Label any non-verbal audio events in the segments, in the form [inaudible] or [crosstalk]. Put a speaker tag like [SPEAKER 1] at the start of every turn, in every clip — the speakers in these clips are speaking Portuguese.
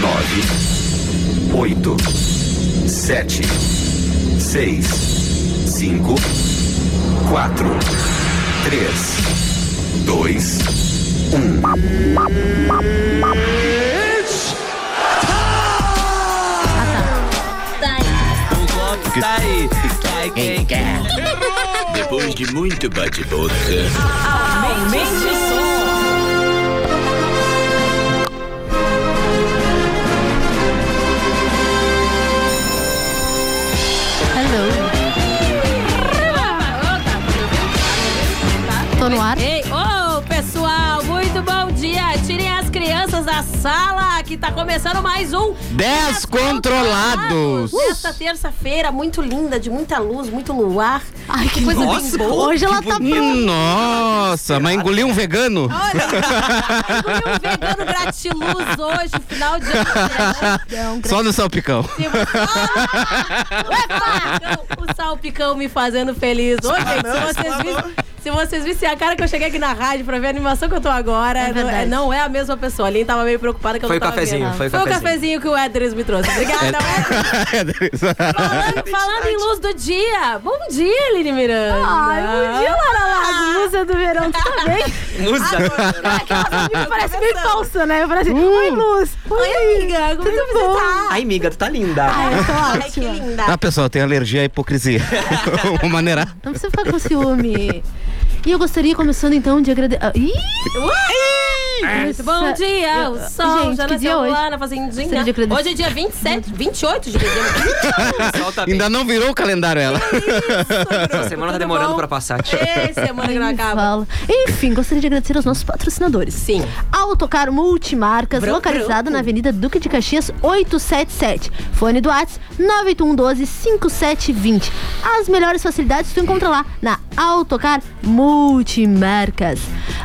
[SPEAKER 1] Nove, oito, sete, seis, cinco, quatro, três, dois, um.
[SPEAKER 2] Tá aí, vai quem quer.
[SPEAKER 3] Depois de muito bate-boca,
[SPEAKER 4] Aumente o som.
[SPEAKER 5] Hello. Tô no ar?
[SPEAKER 4] Ei, ô pessoal, muito bom dia. Tirem as crianças da sala que tá começando mais um
[SPEAKER 2] Descontrolados.
[SPEAKER 4] Esta terça-feira muito linda, de muita luz, muito luar.
[SPEAKER 5] Ai, que coisa
[SPEAKER 2] Nossa,
[SPEAKER 5] bem boa.
[SPEAKER 2] que
[SPEAKER 5] Hoje ela tá...
[SPEAKER 2] Hum, Nossa, mas engoliu um vegano? [laughs]
[SPEAKER 4] Olha, um vegano gratiluz hoje, final de ano. né?
[SPEAKER 5] É um grande-
[SPEAKER 2] Só no salpicão.
[SPEAKER 4] Temos- um- Ah, o salpicão, o salpicão me fazendo feliz. Ô, gente,
[SPEAKER 6] tá
[SPEAKER 4] se vocês vissem. Se vocês vissem a cara que eu cheguei aqui na rádio pra ver a animação que eu tô agora,
[SPEAKER 5] É
[SPEAKER 4] não, é,
[SPEAKER 5] verdade.
[SPEAKER 4] não é a mesma pessoa. A Aline tava meio preocupada que eu
[SPEAKER 6] Foi
[SPEAKER 4] não
[SPEAKER 6] o
[SPEAKER 4] tava
[SPEAKER 6] cafezinho,
[SPEAKER 4] vendo.
[SPEAKER 6] foi o
[SPEAKER 4] Foi o
[SPEAKER 6] cafezinho.
[SPEAKER 4] cafezinho que o Edris me trouxe. Obrigada, Edris.
[SPEAKER 7] [laughs]
[SPEAKER 4] Falando, falando em luz do dia, bom dia, Aline Miranda. Ah.
[SPEAKER 5] Ai, bom dia, Lara Lago. Musa do verão, tu tá bem?
[SPEAKER 4] [laughs] Adorei.
[SPEAKER 5] Parece meio falsa, né? Parece...
[SPEAKER 7] Uh.
[SPEAKER 5] Oi, Luz.
[SPEAKER 4] Oi, amiga, como
[SPEAKER 5] Tudo
[SPEAKER 4] que você
[SPEAKER 5] bom?
[SPEAKER 4] tá?
[SPEAKER 6] Ai, amiga, tu tá linda.
[SPEAKER 5] Ai, eu tô
[SPEAKER 4] Ai, que
[SPEAKER 5] ótima.
[SPEAKER 4] linda.
[SPEAKER 2] Ah, pessoal, tem alergia à hipocrisia. [laughs] Vou maneirar.
[SPEAKER 5] Não precisa ficar com ciúme. E eu gostaria, começando então, de agradecer... Ah, Ih!
[SPEAKER 4] Muito bom dia, o sol
[SPEAKER 5] Gente,
[SPEAKER 4] já
[SPEAKER 5] que dia
[SPEAKER 4] nasceu
[SPEAKER 5] hoje?
[SPEAKER 4] lá na fazendinha.
[SPEAKER 5] Seja de acreditar.
[SPEAKER 4] Hoje é dia 27, 28 de dezembro.
[SPEAKER 6] Solta bem.
[SPEAKER 2] Ainda não virou o calendário ela.
[SPEAKER 6] A semana tá demorando pra passar. tia.
[SPEAKER 4] Ei, semana que não
[SPEAKER 5] nem
[SPEAKER 4] acaba.
[SPEAKER 5] fala. Enfim, gostaria de agradecer aos nossos patrocinadores.
[SPEAKER 4] Sim.
[SPEAKER 5] Autocar Multimarcas,
[SPEAKER 4] Branco,
[SPEAKER 5] localizado
[SPEAKER 4] branco.
[SPEAKER 5] na Avenida Duque de Caxias 877. Fone do um WhatsApp 98112 5720. As melhores facilidades tu encontra lá na Autocar Multimarcas.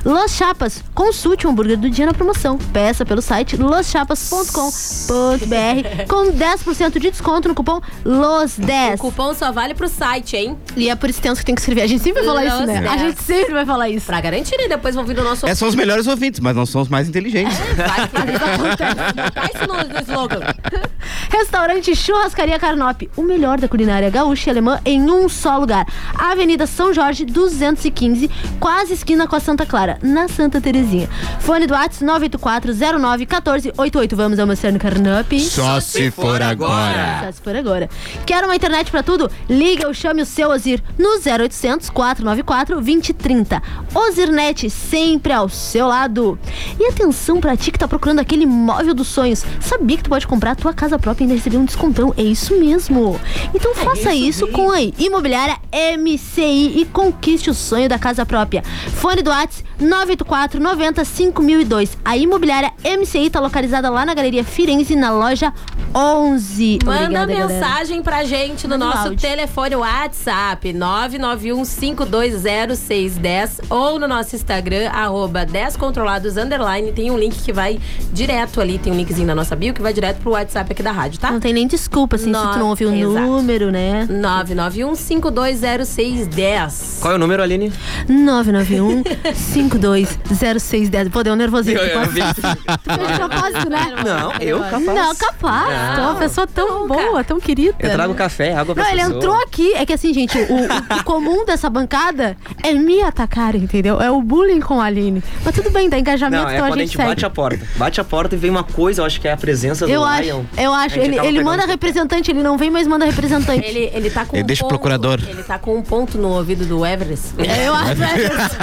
[SPEAKER 5] Los Chapas, consulte o hambúrguer do dia na promoção. Peça pelo site loschapas.com.br com 10% de desconto no cupom
[SPEAKER 4] O
[SPEAKER 5] LOS10.
[SPEAKER 4] cupom só vale pro site, hein?
[SPEAKER 5] E é por extenso que tem que escrever. A gente sempre vai falar isso, né? A
[SPEAKER 4] Los10.
[SPEAKER 5] gente sempre vai falar isso.
[SPEAKER 4] Pra garantir, né? Depois vão vir o nosso...
[SPEAKER 2] Esses É, são os melhores ouvintes, mas não são os mais inteligentes.
[SPEAKER 4] É, Vai, vai, vai, vai. Tá isso no, no slogan.
[SPEAKER 5] Restaurante Churrascaria Carnop, o melhor da culinária gaúcha e alemã em um só lugar. Avenida São Jorge, 215, quase esquina com a Santa Clara, na Santa Terezinha. Fone do Whats 984091488. Vamos almoçar no Carnop?
[SPEAKER 2] Só se for agora.
[SPEAKER 5] Só se for agora. Quer uma internet pra tudo? Liga ou chame o seu Ozir no 0800 494 2030. Ozirnet sempre ao seu lado. E atenção pra ti que tá procurando aquele imóvel dos sonhos. Sabia que tu pode comprar a tua casa própria e ainda receber um descontão? É isso mesmo. Então faça isso, com a Imobiliária MCI e conquiste o sonho da casa própria. Fone do Whats 984 90 5002. A Imobiliária MCI tá localizada lá na Galeria Firenze, na loja 11.
[SPEAKER 4] Manda
[SPEAKER 5] Obrigada, galera.
[SPEAKER 4] mensagem pra gente no
[SPEAKER 5] Manda um
[SPEAKER 4] nosso
[SPEAKER 5] áudio.
[SPEAKER 4] telefone WhatsApp 991520610 ou no nosso Instagram, arroba descontrolados underline. Tem um link que vai direto ali, tem um linkzinho na nossa bio que vai direto pro WhatsApp aqui da rádio, tá?
[SPEAKER 5] Não tem nem desculpa, assim, se tu não ouviu o
[SPEAKER 4] Exato.
[SPEAKER 5] número, né?
[SPEAKER 4] 991520610.
[SPEAKER 6] Qual é o número, Aline?
[SPEAKER 5] 991 520610. Pô, deu um nervosinho.
[SPEAKER 6] Eu- eu
[SPEAKER 5] tu
[SPEAKER 6] vi.
[SPEAKER 5] pode- tu fez de propósito, né?
[SPEAKER 6] Não, eu capaz.
[SPEAKER 5] Não, capaz. Tu é uma pessoa tão
[SPEAKER 4] Nunca.
[SPEAKER 5] boa, tão querida.
[SPEAKER 6] Eu trago café, água pra
[SPEAKER 5] Não, ele
[SPEAKER 6] pessoa.
[SPEAKER 5] entrou aqui. É que assim, gente, o, o- o comum dessa bancada é me atacar, entendeu? É o bullying com a Aline. Mas tudo bem, dá engajamento,
[SPEAKER 6] Não, é
[SPEAKER 5] então a
[SPEAKER 6] quando
[SPEAKER 5] gente
[SPEAKER 6] bate
[SPEAKER 5] segue.
[SPEAKER 6] a porta. Bate a porta e vem uma coisa, eu acho que é a presença
[SPEAKER 5] Eu
[SPEAKER 6] do
[SPEAKER 5] acho,
[SPEAKER 6] Lion.
[SPEAKER 5] eu acho.
[SPEAKER 6] A gente
[SPEAKER 5] Ele,
[SPEAKER 6] acaba
[SPEAKER 5] ele
[SPEAKER 6] pegando
[SPEAKER 5] manda
[SPEAKER 6] café.
[SPEAKER 5] representante, ele não vem, mas manda representante.
[SPEAKER 4] Ele, ele tá com
[SPEAKER 2] Ele
[SPEAKER 4] um
[SPEAKER 2] deixa o
[SPEAKER 4] ponto,
[SPEAKER 2] procurador.
[SPEAKER 4] Ele tá com um ponto no ouvido do Everest.
[SPEAKER 5] É,
[SPEAKER 2] [laughs]
[SPEAKER 5] Eu acho. né? é isso.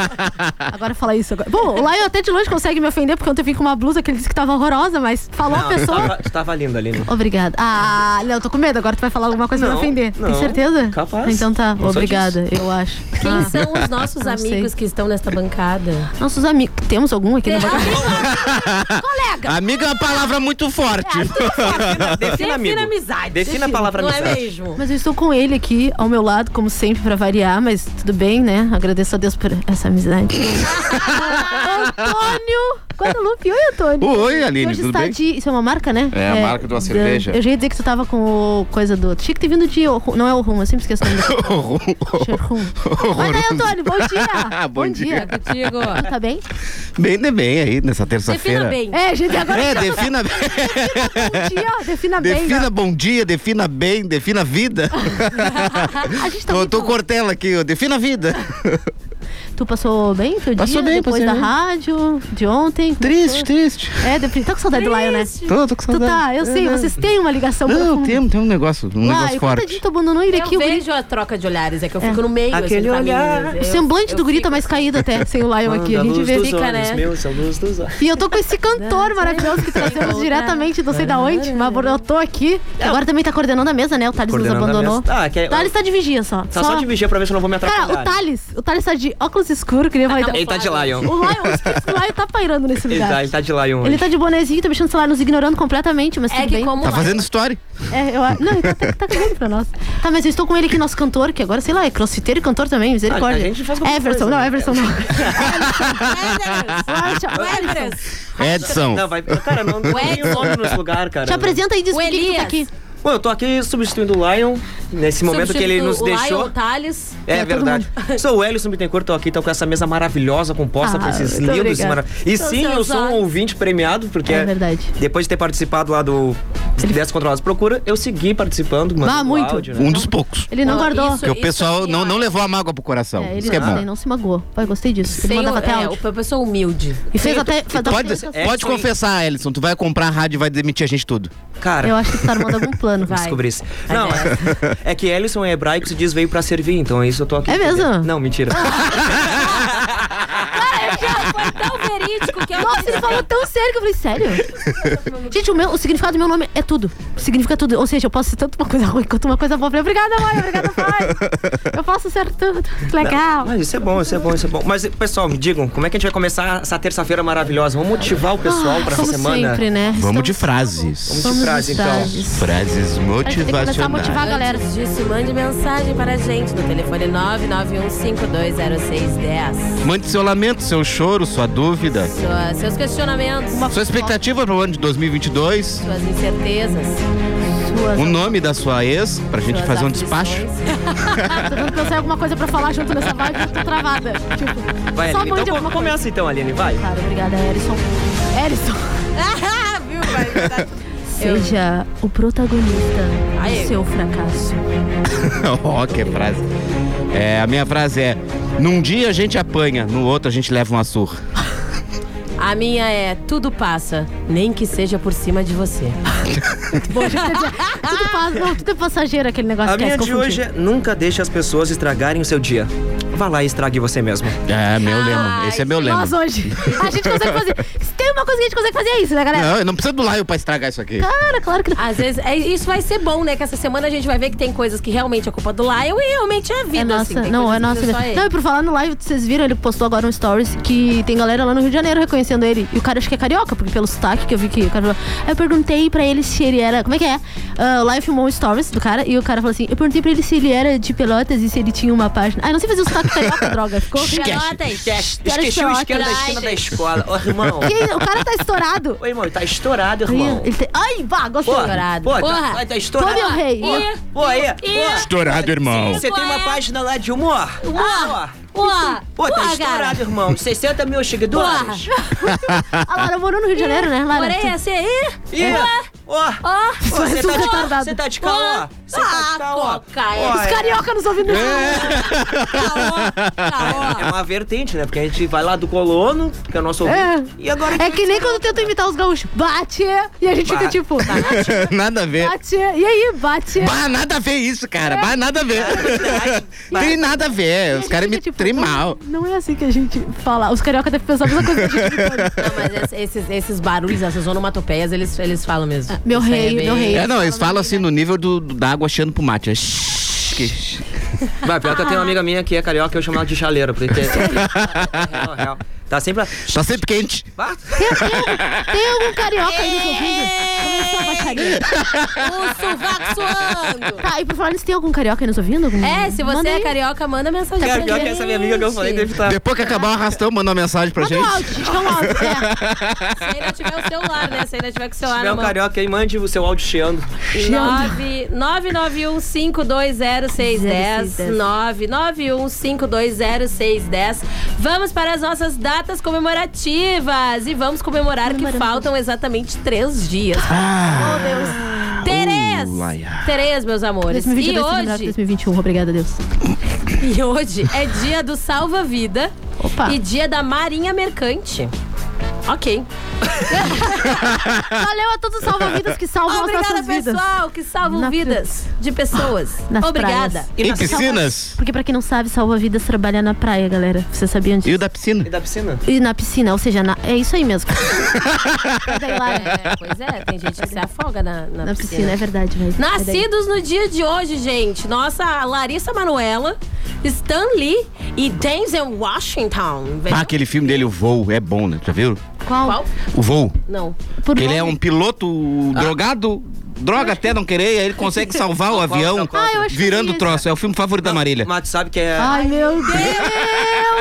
[SPEAKER 6] [laughs]
[SPEAKER 5] Agora falar isso agora. Bom, o Lion até de longe consegue me ofender, porque ontem eu vim com uma blusa que ele disse que tava horrorosa, mas falou
[SPEAKER 6] Não,
[SPEAKER 5] a pessoa.
[SPEAKER 6] Tu tava, tu tava linda, Aline. Tá
[SPEAKER 5] Obrigada. Ah, não, eu tô com medo. Agora tu vai falar alguma coisa pra
[SPEAKER 6] Não,
[SPEAKER 5] me ofender. Tem
[SPEAKER 6] não.
[SPEAKER 5] certeza?
[SPEAKER 6] Capaz.
[SPEAKER 5] Então tá,
[SPEAKER 6] Não sou
[SPEAKER 5] obrigada, eu acho.
[SPEAKER 4] Quem
[SPEAKER 5] Ah,
[SPEAKER 4] são os nossos
[SPEAKER 5] [laughs] Não sei.
[SPEAKER 4] amigos que estão nesta bancada?
[SPEAKER 5] nossos amigos. Temos algum aqui? na
[SPEAKER 4] Terá-
[SPEAKER 5] bancada?
[SPEAKER 2] Amiga é uma palavra muito forte.
[SPEAKER 7] [laughs]
[SPEAKER 6] Defina, amigo.
[SPEAKER 4] Defina amizade.
[SPEAKER 6] Defina a palavra
[SPEAKER 4] Não é
[SPEAKER 6] amizade.
[SPEAKER 4] mesmo?
[SPEAKER 5] Mas eu estou com ele aqui ao meu lado,
[SPEAKER 4] [laughs]
[SPEAKER 5] como sempre, pra variar, mas tudo bem, né? Agradeço a Deus por essa amizade. Antônio Guadalupe. Oi, Antônio.
[SPEAKER 7] Oi, Aline,
[SPEAKER 5] Hoje
[SPEAKER 7] tudo
[SPEAKER 5] está
[SPEAKER 7] bem? [laughs]
[SPEAKER 5] de. Isso é uma marca, né?
[SPEAKER 7] É, a marca de uma
[SPEAKER 5] da-
[SPEAKER 7] cerveja.
[SPEAKER 5] Eu já ia dizer que tu tava com o coisa do. Tinha que ter vindo de. Oru- Não é o rum, eu sempre esqueço o nome do.
[SPEAKER 7] [laughs]
[SPEAKER 5] Cherum. Oi, daí, Antônio, bom dia.
[SPEAKER 7] [laughs] Bom dia.
[SPEAKER 4] Contigo.
[SPEAKER 5] Tá bem?
[SPEAKER 7] Bem de bem aí, nessa
[SPEAKER 4] Defina
[SPEAKER 7] terça-feira.
[SPEAKER 4] bem.
[SPEAKER 5] É, gente, agora. [laughs]
[SPEAKER 7] É,
[SPEAKER 5] já-
[SPEAKER 7] defina bem.
[SPEAKER 5] Bom dia, defina bem.
[SPEAKER 7] Defina bom dia, defina bem, defina vida.
[SPEAKER 5] A gente tá
[SPEAKER 7] Tô,
[SPEAKER 5] muito-
[SPEAKER 7] tô cortela aqui, ó. defina vida.
[SPEAKER 5] Tu passou bem o teu dia?
[SPEAKER 7] Passou bem,
[SPEAKER 5] depois
[SPEAKER 7] passei
[SPEAKER 5] da
[SPEAKER 7] bem.
[SPEAKER 5] rádio, de ontem?
[SPEAKER 7] Triste, triste.
[SPEAKER 5] É, deprimido. Tá com saudade do Lion, né?
[SPEAKER 7] Tô, tô com
[SPEAKER 5] Tu
[SPEAKER 7] saudade. É, né?
[SPEAKER 5] tá, eu sei, vocês têm uma ligação
[SPEAKER 7] Não,
[SPEAKER 5] profunda.
[SPEAKER 7] tem, tem um negócio, um
[SPEAKER 5] Ai,
[SPEAKER 7] negócio
[SPEAKER 5] coitadinho,
[SPEAKER 7] forte.
[SPEAKER 5] tu abandonou ele aqui.
[SPEAKER 4] eu
[SPEAKER 5] o guri-
[SPEAKER 4] vejo a troca de olhares, é que eu fico no meio.
[SPEAKER 6] Aquele
[SPEAKER 4] assim, do caminho.
[SPEAKER 6] olhar.
[SPEAKER 4] Eu-
[SPEAKER 5] O semblante
[SPEAKER 4] eu
[SPEAKER 5] do guri tá
[SPEAKER 4] fico-
[SPEAKER 5] mais caído até, sem o Lion aqui.
[SPEAKER 6] Manda
[SPEAKER 5] A gente
[SPEAKER 6] luz
[SPEAKER 5] vê.
[SPEAKER 6] dos
[SPEAKER 4] fica,
[SPEAKER 6] olhos
[SPEAKER 4] né?
[SPEAKER 6] meus, a luz dos olhos.
[SPEAKER 5] E eu tô com esse cantor maravilhoso que trazemos
[SPEAKER 4] Outra.
[SPEAKER 5] diretamente, não sei da onde, mas eu tô aqui. Agora também tá coordenando a mesa, né? O Thales nos
[SPEAKER 6] É Coordenando a
[SPEAKER 5] abandonou.
[SPEAKER 6] mesa. Ah, que é-
[SPEAKER 5] Thales tá de vigia só.
[SPEAKER 6] Tá só de vigia pra ver se eu não vou me atrapalhar.
[SPEAKER 5] Cara, o Thales, o Thales tá de óculos escuros, queria falar.
[SPEAKER 6] Ele tá de Lion.
[SPEAKER 5] O Lion, o espírito do Lion tá pairando nesse
[SPEAKER 6] Ele
[SPEAKER 5] lugar.
[SPEAKER 6] tá, ele tá de Lion.
[SPEAKER 5] Ele
[SPEAKER 6] hoje.
[SPEAKER 5] tá de bonezinho, tá mexendo o celular, nos ignorando completamente, mas
[SPEAKER 4] É
[SPEAKER 5] tudo
[SPEAKER 4] que
[SPEAKER 5] bem.
[SPEAKER 4] como
[SPEAKER 7] Tá
[SPEAKER 4] lá-
[SPEAKER 7] fazendo story.
[SPEAKER 5] É, eu, a- não, ele tá, tá, tá cagando pra nós. Tá, mas eu estou com ele aqui, nosso cantor, que agora, sei lá, é crossfiteiro e cantor também, é misericórdia.
[SPEAKER 6] Ah, a gente faz qualquer
[SPEAKER 5] Everson,
[SPEAKER 6] coisa,
[SPEAKER 5] não,
[SPEAKER 6] né?
[SPEAKER 5] Everson não.
[SPEAKER 4] O
[SPEAKER 5] Te
[SPEAKER 4] Everest.
[SPEAKER 7] Edson.
[SPEAKER 6] Não, vai. Cara, não não tem
[SPEAKER 4] Edson.
[SPEAKER 6] o nome nesse lugar, cara.
[SPEAKER 5] apresenta aí, diz
[SPEAKER 4] O
[SPEAKER 5] por que que tu tá
[SPEAKER 4] Elias.
[SPEAKER 5] aqui.
[SPEAKER 6] Bom, eu tô aqui substituindo o Lion nesse momento que ele nos
[SPEAKER 4] Substituto, o
[SPEAKER 6] deixou.
[SPEAKER 4] Lion, o Thales.
[SPEAKER 6] É,
[SPEAKER 5] É, todo
[SPEAKER 6] verdade. Sou o Ellison Bittencourt, tô aqui, tô com essa mesa maravilhosa composta
[SPEAKER 5] Ah,
[SPEAKER 6] por esses
[SPEAKER 5] muito
[SPEAKER 6] lindos.
[SPEAKER 5] obrigada.
[SPEAKER 6] mara- E
[SPEAKER 4] São
[SPEAKER 6] sim, eu
[SPEAKER 4] seus
[SPEAKER 6] sou um
[SPEAKER 4] olhos.
[SPEAKER 6] ouvinte premiado, porque
[SPEAKER 5] É verdade.
[SPEAKER 6] depois de ter participado lá do 10 Controlados Procura, eu segui participando, né? mano.
[SPEAKER 5] Ah, muito.
[SPEAKER 7] Um dos poucos.
[SPEAKER 5] Ele não
[SPEAKER 4] Ó,
[SPEAKER 5] guardou.
[SPEAKER 4] isso-
[SPEAKER 7] Porque o pessoal
[SPEAKER 4] aqui,
[SPEAKER 7] não,
[SPEAKER 4] ó.
[SPEAKER 7] não levou a mágoa pro coração.
[SPEAKER 5] É,
[SPEAKER 7] Isso
[SPEAKER 5] ele
[SPEAKER 7] que é
[SPEAKER 5] não,
[SPEAKER 7] bom.
[SPEAKER 5] ele não se magoou. Pai, gostei disso. Ele
[SPEAKER 4] Tem o,
[SPEAKER 5] mandava até
[SPEAKER 4] é,
[SPEAKER 5] áudio.
[SPEAKER 4] o professor humilde.
[SPEAKER 5] E fez até. fez até-
[SPEAKER 7] Pode,
[SPEAKER 6] É,
[SPEAKER 7] pode
[SPEAKER 6] sim.
[SPEAKER 7] confessar, Ellison, tu vai comprar a rádio e vai demitir a gente Um tudo.
[SPEAKER 6] Cara,
[SPEAKER 5] Eu acho que tu tá armando algum plano, vai.
[SPEAKER 6] descobri isso. Não, [laughs] é que Ellison é hebraico se diz veio pra servir, então é isso eu tô aqui.
[SPEAKER 5] É
[SPEAKER 6] entendeu?
[SPEAKER 5] mesmo? [laughs]
[SPEAKER 6] Não, mentira.
[SPEAKER 4] Foi tão [laughs] verídico um que eu
[SPEAKER 5] Nossa, ele falou tão sério que eu falei, sério? Gente, o, meu, o significado do meu nome é tudo. Significa tudo. Ou seja, eu posso ser tanto uma coisa ruim quanto uma coisa boa. Eu falei, obrigada, mãe, obrigada, pai. Eu posso ser tudo. Que legal.
[SPEAKER 6] Mas isso é bom, isso é bom, isso é bom. Mas, pessoal, me digam, como é que a gente vai começar essa terça-feira maravilhosa? Vamos motivar o pessoal pra essa
[SPEAKER 5] Ah, Como
[SPEAKER 6] semana?
[SPEAKER 5] sempre, né?
[SPEAKER 7] Vamos
[SPEAKER 5] Estamos-
[SPEAKER 7] de frases.
[SPEAKER 5] Vamos de
[SPEAKER 6] frase, então.
[SPEAKER 5] frases.
[SPEAKER 7] Frases
[SPEAKER 5] Cara, tem que começar a motivar a
[SPEAKER 7] motivacionais.
[SPEAKER 5] galera.
[SPEAKER 4] Antes disso, mande mensagem para a gente no telefone 991520610.
[SPEAKER 7] Mande seu lamento, seu choro, sua dúvida,
[SPEAKER 4] Sua- Seus questionamentos,
[SPEAKER 7] sua expectativa pro ano de 2022,
[SPEAKER 4] suas incertezas,
[SPEAKER 5] Suas.
[SPEAKER 7] o nome da sua ex, pra gente
[SPEAKER 4] suas
[SPEAKER 7] fazer um
[SPEAKER 4] aflições.
[SPEAKER 7] despacho. [laughs]
[SPEAKER 5] Tô tentando pensar em alguma coisa pra falar junto nessa vibe, eu tô travada. Tipo,
[SPEAKER 6] Vai,
[SPEAKER 5] só
[SPEAKER 6] Aline.
[SPEAKER 5] mande
[SPEAKER 6] Então
[SPEAKER 5] alguma coisa. Tá.
[SPEAKER 6] come- começa então, Aline, vai.
[SPEAKER 5] Claro, obrigada, Erison. Erison.
[SPEAKER 4] Ah, [laughs] viu, vai, verdade. Eu-
[SPEAKER 5] Seja o protagonista
[SPEAKER 4] Aê.
[SPEAKER 5] do seu fracasso.
[SPEAKER 7] Ó, que frase. É, a minha frase é: num dia a gente apanha, no outro a gente leva um uma surra.
[SPEAKER 4] A minha é tudo passa, nem que seja por cima de
[SPEAKER 5] [laughs]
[SPEAKER 4] você.
[SPEAKER 5] Tudo, passa, não, tudo é passageiro aquele negócio
[SPEAKER 6] A
[SPEAKER 5] que
[SPEAKER 6] minha
[SPEAKER 5] é se
[SPEAKER 6] de hoje
[SPEAKER 5] confundir.
[SPEAKER 6] é nunca deixe as pessoas estragarem o seu dia. Vá lá e estrague você mesmo.
[SPEAKER 7] É, meu lema. Esse é meu lema.
[SPEAKER 5] Nós hoje. A gente consegue fazer.
[SPEAKER 4] Ah.
[SPEAKER 5] Se tem uma coisa que a gente consegue fazer, é isso, né, galera?
[SPEAKER 7] Não, não precisa do Laio pra estragar isso aqui.
[SPEAKER 5] Cara, claro que não.
[SPEAKER 4] Às vezes, é, isso vai ser bom, né? Que essa semana a gente vai ver que tem coisas que realmente é culpa do Lion e realmente é a vida.
[SPEAKER 5] É
[SPEAKER 4] assim,
[SPEAKER 5] nossa,
[SPEAKER 4] tem
[SPEAKER 5] não,
[SPEAKER 4] coisas que
[SPEAKER 5] é nossa.
[SPEAKER 4] só
[SPEAKER 5] mesmo.
[SPEAKER 4] ele.
[SPEAKER 5] Não, e por falar no live, vocês viram, ele postou agora um stories que tem galera lá no Rio de Janeiro reconhecendo ele. E o cara acho que é carioca, porque pelo sotaque que eu vi que o cara falou. Aí eu perguntei pra ele se ele era. Como é que é? Ah, o live filmou um stories do cara e o cara falou assim: eu perguntei pra ele se ele era de pelotas e se ele tinha uma página. Ai, não sei fazer o sotaque carioca, [laughs] droga. Ficou.
[SPEAKER 4] Pelotas.
[SPEAKER 5] Era de
[SPEAKER 6] Esqueceu o esquema da
[SPEAKER 5] Pelotas.
[SPEAKER 6] esquina da escola. Ô, irmão.
[SPEAKER 5] Quem- O cara tá estourado.
[SPEAKER 6] Ô, irmão, tá estourado, irmão.
[SPEAKER 5] Ele tem- Ai, vá, gostei.
[SPEAKER 6] Pô,
[SPEAKER 4] estourado.
[SPEAKER 6] Pô,
[SPEAKER 4] Porra.
[SPEAKER 6] tá, tá estourado.
[SPEAKER 5] Tô, meu rei.
[SPEAKER 6] Pô, Pô, aí, pô.
[SPEAKER 7] Estourado, irmão.
[SPEAKER 6] Você tem uma
[SPEAKER 4] é?
[SPEAKER 6] página lá de humor?
[SPEAKER 4] Porra.
[SPEAKER 6] Pô,
[SPEAKER 4] Porra.
[SPEAKER 6] Pô, tá
[SPEAKER 4] Porra,
[SPEAKER 6] estourado,
[SPEAKER 4] cara.
[SPEAKER 5] [laughs]
[SPEAKER 6] irmão. 60 mil seguidores.
[SPEAKER 5] A Lara morou no Rio de Janeiro, né, Lara?
[SPEAKER 4] Porém,
[SPEAKER 5] Tu-
[SPEAKER 4] assim aí.
[SPEAKER 6] Ih, ó.
[SPEAKER 4] Ó.
[SPEAKER 6] Pô, Você
[SPEAKER 5] Isso é
[SPEAKER 6] tá de
[SPEAKER 5] retardado.
[SPEAKER 6] Você tá de caô? Você tá
[SPEAKER 4] Ah,
[SPEAKER 6] de caô?
[SPEAKER 4] Coca,
[SPEAKER 6] Ó,
[SPEAKER 4] é.
[SPEAKER 5] Os
[SPEAKER 6] [laughs]
[SPEAKER 5] carioca nos ouvindo.
[SPEAKER 4] Caô.
[SPEAKER 6] É
[SPEAKER 4] Caô.
[SPEAKER 6] uma vertente, né? Porque a gente vai lá do colono, que é o nosso
[SPEAKER 5] É.
[SPEAKER 6] ouvinte, e agora...
[SPEAKER 5] É que nem
[SPEAKER 7] tá
[SPEAKER 5] quando tento imitar os gaúchos. Bate! E a gente fica
[SPEAKER 6] Bate.
[SPEAKER 5] tipo, bate,
[SPEAKER 7] [laughs] nada a ver.
[SPEAKER 5] e aí, bate.
[SPEAKER 7] Bah, nada a ver isso,
[SPEAKER 5] É.
[SPEAKER 7] cara. Bah, nada a ver. Tem nada a ver. Os caras me
[SPEAKER 5] tipo
[SPEAKER 7] trem mal.
[SPEAKER 5] Não é assim que a gente fala. Os carioca devem pensar a mesma coisa
[SPEAKER 7] [laughs]
[SPEAKER 5] que a gente fala.
[SPEAKER 4] Não, mas esse- esses, esses barulhos, essas onomatopeias, eles, eles falam mesmo.
[SPEAKER 5] Ah, Meu
[SPEAKER 4] Isso aí
[SPEAKER 5] rei,
[SPEAKER 4] é bem-
[SPEAKER 5] meu rei.
[SPEAKER 7] É, não, eles falam assim no nível do, do- da água cheando pro mate. É shhh, que-
[SPEAKER 6] Vai, pior que eu tenho uma amiga minha que é carioca, eu chamo ela de chaleira, porque... É real, real. Tá sempre lá.
[SPEAKER 7] Tá sempre quente.
[SPEAKER 6] Bah,
[SPEAKER 5] Tem, tem- tem algum carioca aí
[SPEAKER 7] É.
[SPEAKER 5] no seu vídeo? Começou a baixaria.
[SPEAKER 4] O sovaco suando.
[SPEAKER 5] Tá, e por falar nisso, tem algum carioca aí nos ouvindo? Algum-
[SPEAKER 4] É, se você
[SPEAKER 5] Manda
[SPEAKER 4] é
[SPEAKER 5] aí.
[SPEAKER 4] carioca, manda mensagem pra
[SPEAKER 6] Pior que essa é minha amiga que eu falei
[SPEAKER 4] gente.
[SPEAKER 6] deve tá- estar.
[SPEAKER 7] Depois que acabar o arrastão, manda uma mensagem pra
[SPEAKER 5] Manda um áudio,
[SPEAKER 7] gente.
[SPEAKER 5] gente, dá um áudio. é.
[SPEAKER 4] Se ainda tiver o celular, né? Se ainda tiver com o
[SPEAKER 6] Se
[SPEAKER 4] celular
[SPEAKER 6] tiver
[SPEAKER 4] na
[SPEAKER 6] um
[SPEAKER 4] mão.
[SPEAKER 6] carioca aí, mande o seu áudio chiando.
[SPEAKER 4] 991-520-610. 991-520-610. Vamos para as nossas datas comemorativas. E vamos comemorar que faltam exatamente três dias. Oh,
[SPEAKER 7] Ah,
[SPEAKER 4] Três!
[SPEAKER 7] Laia.
[SPEAKER 4] Três, meus amores. E
[SPEAKER 5] 2022 terminado,
[SPEAKER 4] hoje,
[SPEAKER 5] 2021, obrigada a Deus.
[SPEAKER 4] e hoje é dia do salva-vida
[SPEAKER 5] Opa.
[SPEAKER 4] e dia da marinha mercante. Ok.
[SPEAKER 5] Valeu a todos os salva-vidas que salvam as
[SPEAKER 4] Obrigada,
[SPEAKER 5] nossas vidas.
[SPEAKER 4] pessoal, que salvam
[SPEAKER 5] Na- Ah,
[SPEAKER 4] vidas de pessoas.
[SPEAKER 5] Nas
[SPEAKER 4] Obrigada.
[SPEAKER 5] praias.
[SPEAKER 6] E
[SPEAKER 7] em
[SPEAKER 6] na-
[SPEAKER 7] piscinas?
[SPEAKER 5] Porque pra quem não sabe, salva-vidas trabalha na praia, galera. Você sabia
[SPEAKER 7] E
[SPEAKER 5] disso?
[SPEAKER 7] o da piscina?
[SPEAKER 6] E da piscina?
[SPEAKER 5] E na piscina, ou seja, na- é isso aí
[SPEAKER 7] [laughs]
[SPEAKER 5] mesmo. Daí lá, né?
[SPEAKER 4] É, pois é, tem gente que se afoga na, na,
[SPEAKER 5] Na
[SPEAKER 4] piscina.
[SPEAKER 5] piscina, é verdade. Mas é daí.
[SPEAKER 4] Nascidos no dia de hoje, gente. Nossa Larissa Manuela, Stan Lee e Denzel Washington. Vejam
[SPEAKER 7] Ah, aquele filme dele, O Voo, é bom, né? Já viu?
[SPEAKER 5] Qual?
[SPEAKER 4] Qual?
[SPEAKER 7] O Voo.
[SPEAKER 4] Não.
[SPEAKER 5] Por
[SPEAKER 7] Ele é
[SPEAKER 5] nome? Ah.
[SPEAKER 7] um piloto drogado, droga até não querer, aí ele consegue salvar o avião
[SPEAKER 6] qual?
[SPEAKER 5] [laughs] Ah, eu acho que eu
[SPEAKER 7] virando
[SPEAKER 5] vi
[SPEAKER 7] o troço. É o filme favorito da Marília.
[SPEAKER 6] Mas tu sabe que é.
[SPEAKER 5] Ai, meu
[SPEAKER 8] um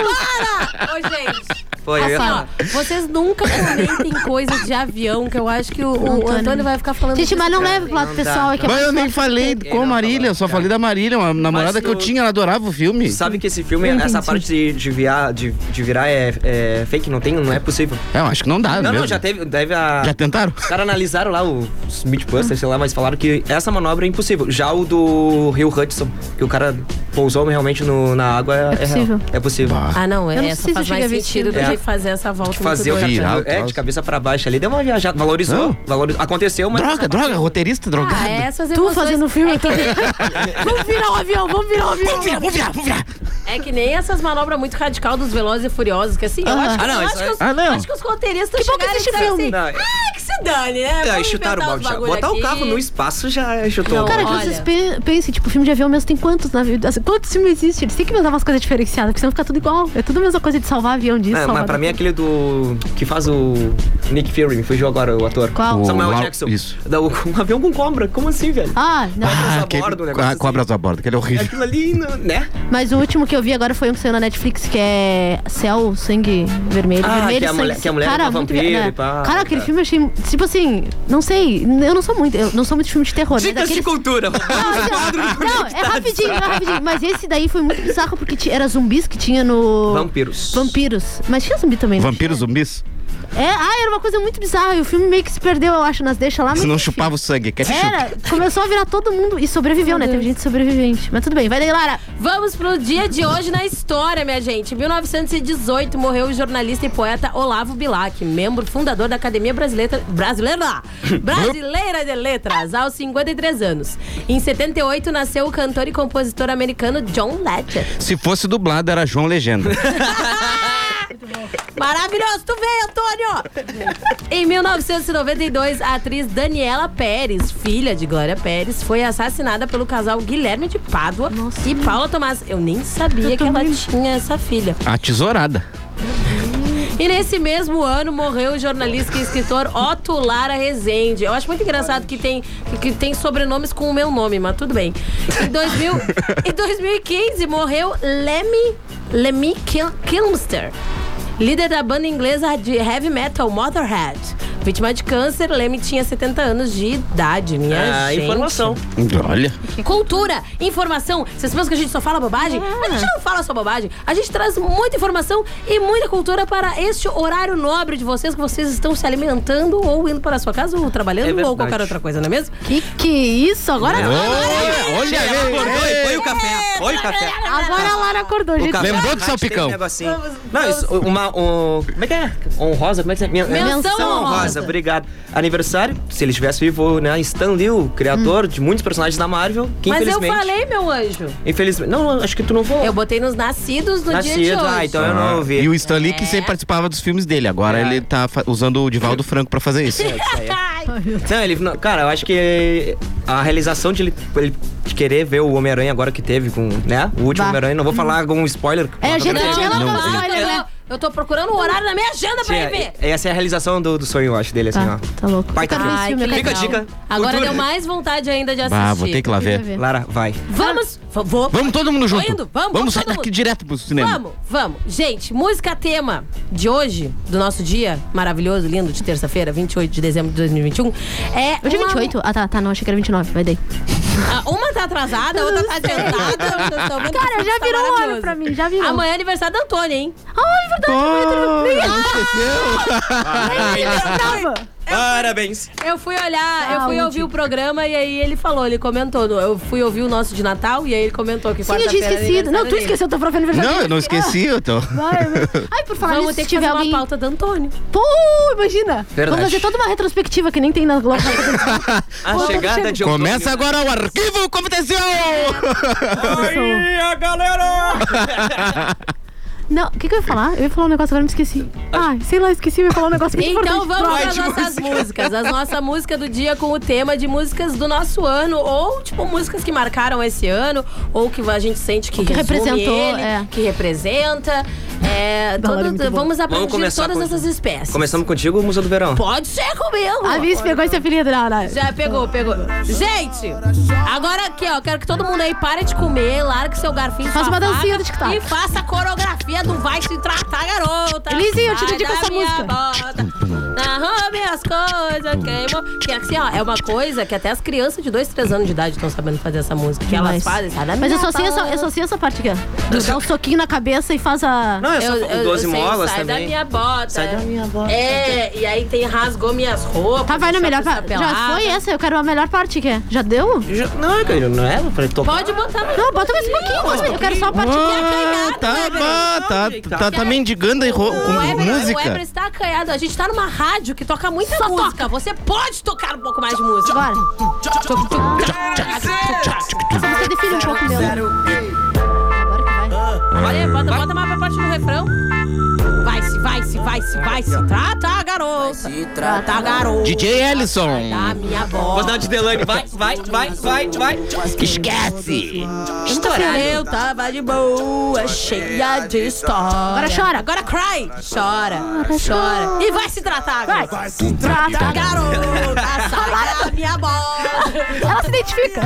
[SPEAKER 5] Deus!
[SPEAKER 4] Para! Ô, gente.
[SPEAKER 6] Foi eu ia falar.
[SPEAKER 4] Assim, ó, vocês nunca comentem coisa de avião, que eu acho que o, o
[SPEAKER 5] Antônio.
[SPEAKER 4] Antônio vai ficar falando
[SPEAKER 5] Gente,
[SPEAKER 4] disso.
[SPEAKER 5] mas não leve pro lado
[SPEAKER 6] Não
[SPEAKER 5] pessoal.
[SPEAKER 6] dá,
[SPEAKER 5] É que é
[SPEAKER 7] Mas eu
[SPEAKER 5] muito
[SPEAKER 7] nem
[SPEAKER 5] forte.
[SPEAKER 7] falei
[SPEAKER 6] Ninguém
[SPEAKER 7] com a
[SPEAKER 6] não
[SPEAKER 7] Marília, eu
[SPEAKER 6] falou,
[SPEAKER 7] só
[SPEAKER 6] cara.
[SPEAKER 7] falei da Marília, uma namorada que eu
[SPEAKER 6] tu-
[SPEAKER 7] tinha, ela adorava o filme.
[SPEAKER 6] Sabe que esse filme, é
[SPEAKER 5] Eu
[SPEAKER 6] essa
[SPEAKER 5] entendi.
[SPEAKER 6] parte de, de, virar, de, de virar é, é fake, não tem, não é possível.
[SPEAKER 7] É, Eu acho que não dá,
[SPEAKER 6] Não,
[SPEAKER 7] mesmo.
[SPEAKER 6] não, já teve. Deve a.
[SPEAKER 7] Já tentaram?
[SPEAKER 6] Os caras analisaram lá o- os Meatbusters, sei lá, mas falaram que essa manobra é impossível. Já o do Rio Hudson, que o cara pousou realmente no- na água, é, real.
[SPEAKER 5] possível.
[SPEAKER 6] É possível.
[SPEAKER 7] Bah.
[SPEAKER 4] Ah, não, é,
[SPEAKER 5] Eu não sei
[SPEAKER 4] essa
[SPEAKER 5] se
[SPEAKER 4] faz
[SPEAKER 5] eu
[SPEAKER 4] mais
[SPEAKER 5] cheguei a ver
[SPEAKER 4] sentido do
[SPEAKER 6] esse
[SPEAKER 4] que
[SPEAKER 6] filme.
[SPEAKER 4] fazer essa volta muito Ah,
[SPEAKER 6] Fazer o
[SPEAKER 4] doida.
[SPEAKER 7] doido. Girar o
[SPEAKER 6] cara. É,
[SPEAKER 7] troço.
[SPEAKER 6] de cabeça pra baixo ali, deu uma viajada. Valorizou,
[SPEAKER 7] Não.
[SPEAKER 6] valorizou. Aconteceu, mas.
[SPEAKER 7] Droga, droga, roteirista drogado.
[SPEAKER 6] tá?
[SPEAKER 4] Ah, essas
[SPEAKER 5] Tu
[SPEAKER 4] emoções...
[SPEAKER 5] fazendo filme,
[SPEAKER 4] é,
[SPEAKER 5] eu tô... Vamos virar um avião, vamos virar um avião.
[SPEAKER 7] Vamos virar, vamos virar, vamos virar.
[SPEAKER 4] é que nem essas manobras muito radical dos Velozes e Furiosos, que assim, eu
[SPEAKER 5] Aham.
[SPEAKER 4] acho que,
[SPEAKER 6] Ah, não,
[SPEAKER 4] eu
[SPEAKER 6] isso
[SPEAKER 4] acho que
[SPEAKER 6] é-
[SPEAKER 4] os,
[SPEAKER 7] Ah, não.
[SPEAKER 4] acho que os roteiristas
[SPEAKER 5] Que bom que
[SPEAKER 4] chegaram e
[SPEAKER 5] existe
[SPEAKER 4] disseram
[SPEAKER 5] filme.
[SPEAKER 4] assim,
[SPEAKER 6] Não, é-
[SPEAKER 4] "Ah, que se dane, né?
[SPEAKER 6] é,
[SPEAKER 4] Vamos
[SPEAKER 6] chutaram o
[SPEAKER 4] inventar
[SPEAKER 6] balde
[SPEAKER 4] uns
[SPEAKER 6] já.
[SPEAKER 4] bagulho
[SPEAKER 6] Botar
[SPEAKER 4] aqui."
[SPEAKER 6] o carro no espaço já chutou
[SPEAKER 4] Não,
[SPEAKER 6] o
[SPEAKER 5] Cara,
[SPEAKER 6] balde.
[SPEAKER 5] que
[SPEAKER 4] Olha.
[SPEAKER 5] vocês pe- pensem, tipo, filme de avião mesmo tem quantos na vida? Assim, Quantos filmes existem? Eles têm que inventar umas coisas diferenciadas, porque senão fica tudo igual. É tudo a mesma coisa de salvar avião disso,
[SPEAKER 6] É,
[SPEAKER 5] salvar
[SPEAKER 6] mas pra mim é
[SPEAKER 5] daquilo.
[SPEAKER 6] aquele do. que faz o. Nick Fury, me fugiu agora o ator.
[SPEAKER 5] Qual?
[SPEAKER 7] O
[SPEAKER 6] Samuel
[SPEAKER 7] Lau-
[SPEAKER 6] Jackson.
[SPEAKER 7] isso.
[SPEAKER 6] Da, o- [laughs] um avião com cobra, como assim, velho?
[SPEAKER 5] Ah, não.
[SPEAKER 6] Cobras
[SPEAKER 7] Ah,
[SPEAKER 6] a
[SPEAKER 7] aquele,
[SPEAKER 6] bordo, um
[SPEAKER 7] co-
[SPEAKER 6] negócio
[SPEAKER 7] cobras a bordo, aquele é
[SPEAKER 6] assim. É
[SPEAKER 7] horrível.
[SPEAKER 6] aquilo ali, não- né?
[SPEAKER 5] Mas o último que eu vi agora foi um que saiu na Netflix, que é Céu, Sangue Vermelho.
[SPEAKER 6] Ah,
[SPEAKER 5] vermelho
[SPEAKER 6] que a
[SPEAKER 5] sangue,
[SPEAKER 6] mulher- que a mulher é
[SPEAKER 5] cara,
[SPEAKER 6] uma
[SPEAKER 5] muito
[SPEAKER 6] vampira
[SPEAKER 5] né?
[SPEAKER 6] e pá,
[SPEAKER 5] Cara, aquele
[SPEAKER 6] tá.
[SPEAKER 5] filme eu achei. Tipo assim, não sei, eu não sou muito. Eu não sou muito de filme de terror. mas
[SPEAKER 6] Dicas de
[SPEAKER 5] aquele-
[SPEAKER 6] cultura. um
[SPEAKER 5] Não, assim, ó, não, é rapidinho, é rapidinho. Mas esse daí foi muito bizarro porque ti- era zumbis que tinha no.
[SPEAKER 6] Vampiros.
[SPEAKER 5] Vampiros. Mas tinha zumbi também, né?
[SPEAKER 7] Vampiros zumbis?
[SPEAKER 5] É, ah, era uma coisa muito bizarra. E o filme meio que se perdeu, eu acho, nas deixa lá.
[SPEAKER 7] Se
[SPEAKER 5] Ah, mas
[SPEAKER 7] não
[SPEAKER 5] enfim.
[SPEAKER 7] chupava o sangue, é quer te chupa.
[SPEAKER 5] Era, começou a virar todo mundo e sobreviveu, né? Teve gente sobrevivente. Mas tudo bem, vai daí, Lara.
[SPEAKER 4] Vamos pro dia de hoje na história, minha gente. Em 1918 morreu o jornalista e poeta Olavo Bilac, membro fundador da Academia Brasileira Brasileira, Brasileira de Letras, aos 53 anos. Em 78 nasceu o cantor e compositor americano John Legend.
[SPEAKER 7] Se fosse dublado, era João Legenda.
[SPEAKER 4] Maravilhoso, tu veio, Antônio! em 1992, a atriz Daniela Pérez, filha de Glória Pérez, foi assassinada pelo casal Guilherme de Pádua
[SPEAKER 5] Nossa.
[SPEAKER 4] e Paula Tomás. Eu nem sabia
[SPEAKER 5] Eu
[SPEAKER 4] que ela
[SPEAKER 5] também.
[SPEAKER 4] tinha essa filha.
[SPEAKER 7] A tesourada.
[SPEAKER 4] E nesse mesmo ano morreu o jornalista e escritor Otto Lara Rezende. Eu acho muito engraçado que tem, que tem sobrenomes com o meu nome, mas tudo bem. Em, 2000, em 2015 morreu Lemmy, Lemmy Kil- Kilmister, líder da banda inglesa de heavy metal Motörhead. Vítima de câncer, Lemmy tinha 70 anos de idade, minha
[SPEAKER 6] Ah,
[SPEAKER 4] gente.
[SPEAKER 6] informação.
[SPEAKER 7] Olha.
[SPEAKER 4] Cultura, informação. Vocês pensam que a gente só fala bobagem?
[SPEAKER 5] Ah.
[SPEAKER 4] Mas a gente não fala só bobagem. A gente traz muita informação e muita cultura para este horário nobre de vocês, que vocês estão se alimentando ou indo para a sua casa ou
[SPEAKER 6] É
[SPEAKER 4] trabalhando ou
[SPEAKER 6] verdade.
[SPEAKER 4] qualquer outra coisa, não é mesmo?
[SPEAKER 5] Que que é isso? Agora é
[SPEAKER 7] Olha, olha
[SPEAKER 6] Acordou e foi o café. Foi o café.
[SPEAKER 5] Agora a Lara acordou, gente.
[SPEAKER 6] café
[SPEAKER 7] Lembrou do
[SPEAKER 6] da tarde
[SPEAKER 7] salpicão?
[SPEAKER 6] tem um negocinho. Não, isso, uma. Um, como é que é? Honrosa? Como é que é? Minha-
[SPEAKER 4] Menção honrosa.
[SPEAKER 6] obrigado. Aniversário, se ele estivesse vivo, né? Stan Lee, o
[SPEAKER 7] Hum.
[SPEAKER 6] criador de muitos personagens da Marvel, que
[SPEAKER 4] Mas eu
[SPEAKER 6] infelizmente.
[SPEAKER 4] falei, meu anjo.
[SPEAKER 6] Infelizmente. Não, acho que tu não foi.
[SPEAKER 4] Eu botei nos nascidos no dia de
[SPEAKER 6] Nascido,
[SPEAKER 4] hoje.
[SPEAKER 6] ah, então eu não ouvi.
[SPEAKER 7] E o Stanley
[SPEAKER 5] É.
[SPEAKER 7] que sempre participava dos filmes dele. Agora
[SPEAKER 6] É.
[SPEAKER 7] ele tá fa- usando o Divaldo Franco pra fazer
[SPEAKER 5] [laughs]
[SPEAKER 7] É isso.
[SPEAKER 5] Tá
[SPEAKER 6] Não, ele. não, cara, eu acho que a realização de ele, ele querer ver o Homem-Aranha agora que teve com, né? O último
[SPEAKER 5] Bah.
[SPEAKER 6] Homem-Aranha, não vou falar algum spoiler.
[SPEAKER 5] É, a gente
[SPEAKER 4] Não,
[SPEAKER 5] tinha
[SPEAKER 4] não,
[SPEAKER 5] ela
[SPEAKER 4] não,
[SPEAKER 5] falou,
[SPEAKER 4] não,
[SPEAKER 5] né?
[SPEAKER 4] não. Eu tô procurando um horário na minha agenda pra ir ver.
[SPEAKER 6] Tia, essa é a realização do, do sonho, eu acho, dele, assim,
[SPEAKER 5] Tá,
[SPEAKER 6] ó.
[SPEAKER 5] tá né? louco.
[SPEAKER 6] Pai,
[SPEAKER 5] Eu quero
[SPEAKER 6] tá
[SPEAKER 5] ver
[SPEAKER 6] bem.
[SPEAKER 5] esse
[SPEAKER 4] Ai, que
[SPEAKER 5] filme, eu quero
[SPEAKER 6] Fica
[SPEAKER 4] legal.
[SPEAKER 6] a dica.
[SPEAKER 4] Agora
[SPEAKER 6] Cultura.
[SPEAKER 4] deu mais vontade ainda de assistir.
[SPEAKER 7] Ah, vou ter que ir lá
[SPEAKER 5] ver.
[SPEAKER 7] ver.
[SPEAKER 6] Lara, vai.
[SPEAKER 4] Vamos, v- vou.
[SPEAKER 7] Vamos todo mundo junto.
[SPEAKER 4] indo, vamos, vamos
[SPEAKER 7] sair
[SPEAKER 4] todo
[SPEAKER 7] daqui
[SPEAKER 4] mundo.
[SPEAKER 7] direto pro cinema.
[SPEAKER 4] Vamos, vamos. Gente, música tema de hoje, do nosso dia maravilhoso, lindo, de terça-feira, 28 de dezembro de 2021, é.
[SPEAKER 5] Hoje é
[SPEAKER 4] uma-
[SPEAKER 5] 28? Ah, tá, tá, não, achei que era 29, vai daí.
[SPEAKER 4] Ah, Uma tá atrasada, a outra tá sentada. vocês estão vendo que
[SPEAKER 5] Cara, já
[SPEAKER 4] tá
[SPEAKER 5] virou
[SPEAKER 4] maravilhoso.
[SPEAKER 5] hora pra mim, já virou.
[SPEAKER 4] Amanhã é aniversário da Antônia, hein?
[SPEAKER 5] Ai, verdade,
[SPEAKER 7] Ah,
[SPEAKER 5] vai ter-
[SPEAKER 7] esqueceu?
[SPEAKER 6] Parabéns.
[SPEAKER 4] Eu fui olhar, eu fui
[SPEAKER 5] Saúde.
[SPEAKER 4] ouvir o programa e aí ele falou, ele comentou. no- Eu fui ouvir o nosso de Natal e aí ele comentou que
[SPEAKER 5] Sim, eu tinha
[SPEAKER 4] quarta-feira é
[SPEAKER 5] esquecido. Não,
[SPEAKER 4] aniversário
[SPEAKER 5] tu
[SPEAKER 4] dele.
[SPEAKER 5] esqueceu teu próprio aniversário.
[SPEAKER 7] Não, eu não esqueci, eu tô.
[SPEAKER 5] Vai, vai. Ai, por falar
[SPEAKER 4] Vamos
[SPEAKER 5] nisso,
[SPEAKER 4] ter
[SPEAKER 5] se
[SPEAKER 4] que
[SPEAKER 5] tiver
[SPEAKER 4] fazer
[SPEAKER 5] alguém...
[SPEAKER 4] uma pauta do Antônio.
[SPEAKER 5] Pô, imagina.
[SPEAKER 6] Verdade.
[SPEAKER 5] Vamos fazer toda uma retrospectiva que nem tem na Globo.
[SPEAKER 6] A
[SPEAKER 5] Pô,
[SPEAKER 6] chegada
[SPEAKER 5] chega.
[SPEAKER 6] de outubro-
[SPEAKER 7] Começa agora [laughs] o arquivo aconteceu!
[SPEAKER 6] [laughs]
[SPEAKER 5] não, o que, que eu ia falar? Eu ia falar um negócio, agora eu me esqueci. Ah, sei lá, esqueci, eu ia falar um negócio muito
[SPEAKER 4] Então
[SPEAKER 5] importante.
[SPEAKER 4] vamos
[SPEAKER 5] Droga.
[SPEAKER 4] às nossas músicas. As nossa música do dia com o tema de músicas do nosso ano. Ou, tipo, músicas que marcaram esse ano. Ou que a gente sente que,
[SPEAKER 5] que
[SPEAKER 4] resume
[SPEAKER 5] representou,
[SPEAKER 4] ele,
[SPEAKER 5] é.
[SPEAKER 4] Que representa. É,
[SPEAKER 5] Da hora,
[SPEAKER 4] todo-
[SPEAKER 5] muito bom.
[SPEAKER 4] vamos
[SPEAKER 6] Vamos
[SPEAKER 4] aprender
[SPEAKER 6] começar
[SPEAKER 4] todas
[SPEAKER 6] com-
[SPEAKER 4] essas espécies.
[SPEAKER 6] Começamos contigo, Musa do Verão.
[SPEAKER 4] Pode ser comigo.
[SPEAKER 5] A vice pegou esse apelido, não, não.
[SPEAKER 4] Já pegou, pegou. Gente, agora aqui, ó, quero que todo mundo aí pare de comer, largue seu garfinho.
[SPEAKER 5] Faça
[SPEAKER 4] sua
[SPEAKER 5] uma
[SPEAKER 4] faca
[SPEAKER 5] dancinha do TikTok.
[SPEAKER 4] E faça a coreografia do Vai Se Tratar, garota.
[SPEAKER 5] Lizinho, eu te
[SPEAKER 4] Sai
[SPEAKER 5] dedico
[SPEAKER 4] da
[SPEAKER 5] essa
[SPEAKER 4] minha
[SPEAKER 5] música.
[SPEAKER 4] bota, Arrume minhas coisas, queimou. Que assim, ó, é uma coisa que até as crianças de 2, 3 anos de idade estão sabendo fazer essa música. Que elas
[SPEAKER 5] Mas-
[SPEAKER 4] fazem, tá sabe?
[SPEAKER 5] Mas eu só, sei essa, eu só sei essa parte aqui, ó. Dá um soquinho na cabeça e faz a...
[SPEAKER 6] Não, eu só
[SPEAKER 4] eu, eu,
[SPEAKER 6] 12
[SPEAKER 4] eu sei,
[SPEAKER 6] molas
[SPEAKER 4] sai da
[SPEAKER 6] também.
[SPEAKER 4] minha bota.
[SPEAKER 6] Sai da minha bota.
[SPEAKER 4] É, e aí tem rasgou minhas roupas.
[SPEAKER 5] Tá, vai na
[SPEAKER 4] deixou
[SPEAKER 5] melhor
[SPEAKER 4] a pessoa
[SPEAKER 5] parte. Já
[SPEAKER 4] pelada.
[SPEAKER 5] foi essa, eu quero a melhor parte que é. Já deu?
[SPEAKER 6] Já- Não, cara, não é pra tocar.
[SPEAKER 4] Pode botar mais
[SPEAKER 5] Não, bota mais um pouquinho. Eu quero só a parte
[SPEAKER 7] Ah,
[SPEAKER 5] que
[SPEAKER 7] tá,
[SPEAKER 4] é né,
[SPEAKER 7] tá,
[SPEAKER 6] gente?
[SPEAKER 7] tá, tá, tá mendigando aí ro- com
[SPEAKER 4] O Ever, o Ever
[SPEAKER 7] música.
[SPEAKER 4] está acanhado. A gente tá numa rádio que toca muita música. Você pode tocar um pouco mais de música.
[SPEAKER 5] Agora. Essa música define um pouco meu. Agora que vai.
[SPEAKER 4] Olha, bota, bota mais pra parte do refrão. Vai se, vai se, vai se, vai se. Trata, garoto. Se trata, garoto.
[SPEAKER 7] DJ Ellison,
[SPEAKER 4] Da minha
[SPEAKER 6] Vou dar
[SPEAKER 4] voz.
[SPEAKER 6] uma de Delane. Vai, vai, vai, vai, vai.
[SPEAKER 7] esquece!
[SPEAKER 4] Estourado.
[SPEAKER 8] [laughs]
[SPEAKER 4] Eu tava de boa, cheia de história.
[SPEAKER 5] Agora chora.
[SPEAKER 4] Agora cry. Chora, chora. E vai se tratar, vai. Vai se tratar, garota. Sai da minha bola.
[SPEAKER 5] Ela se identifica.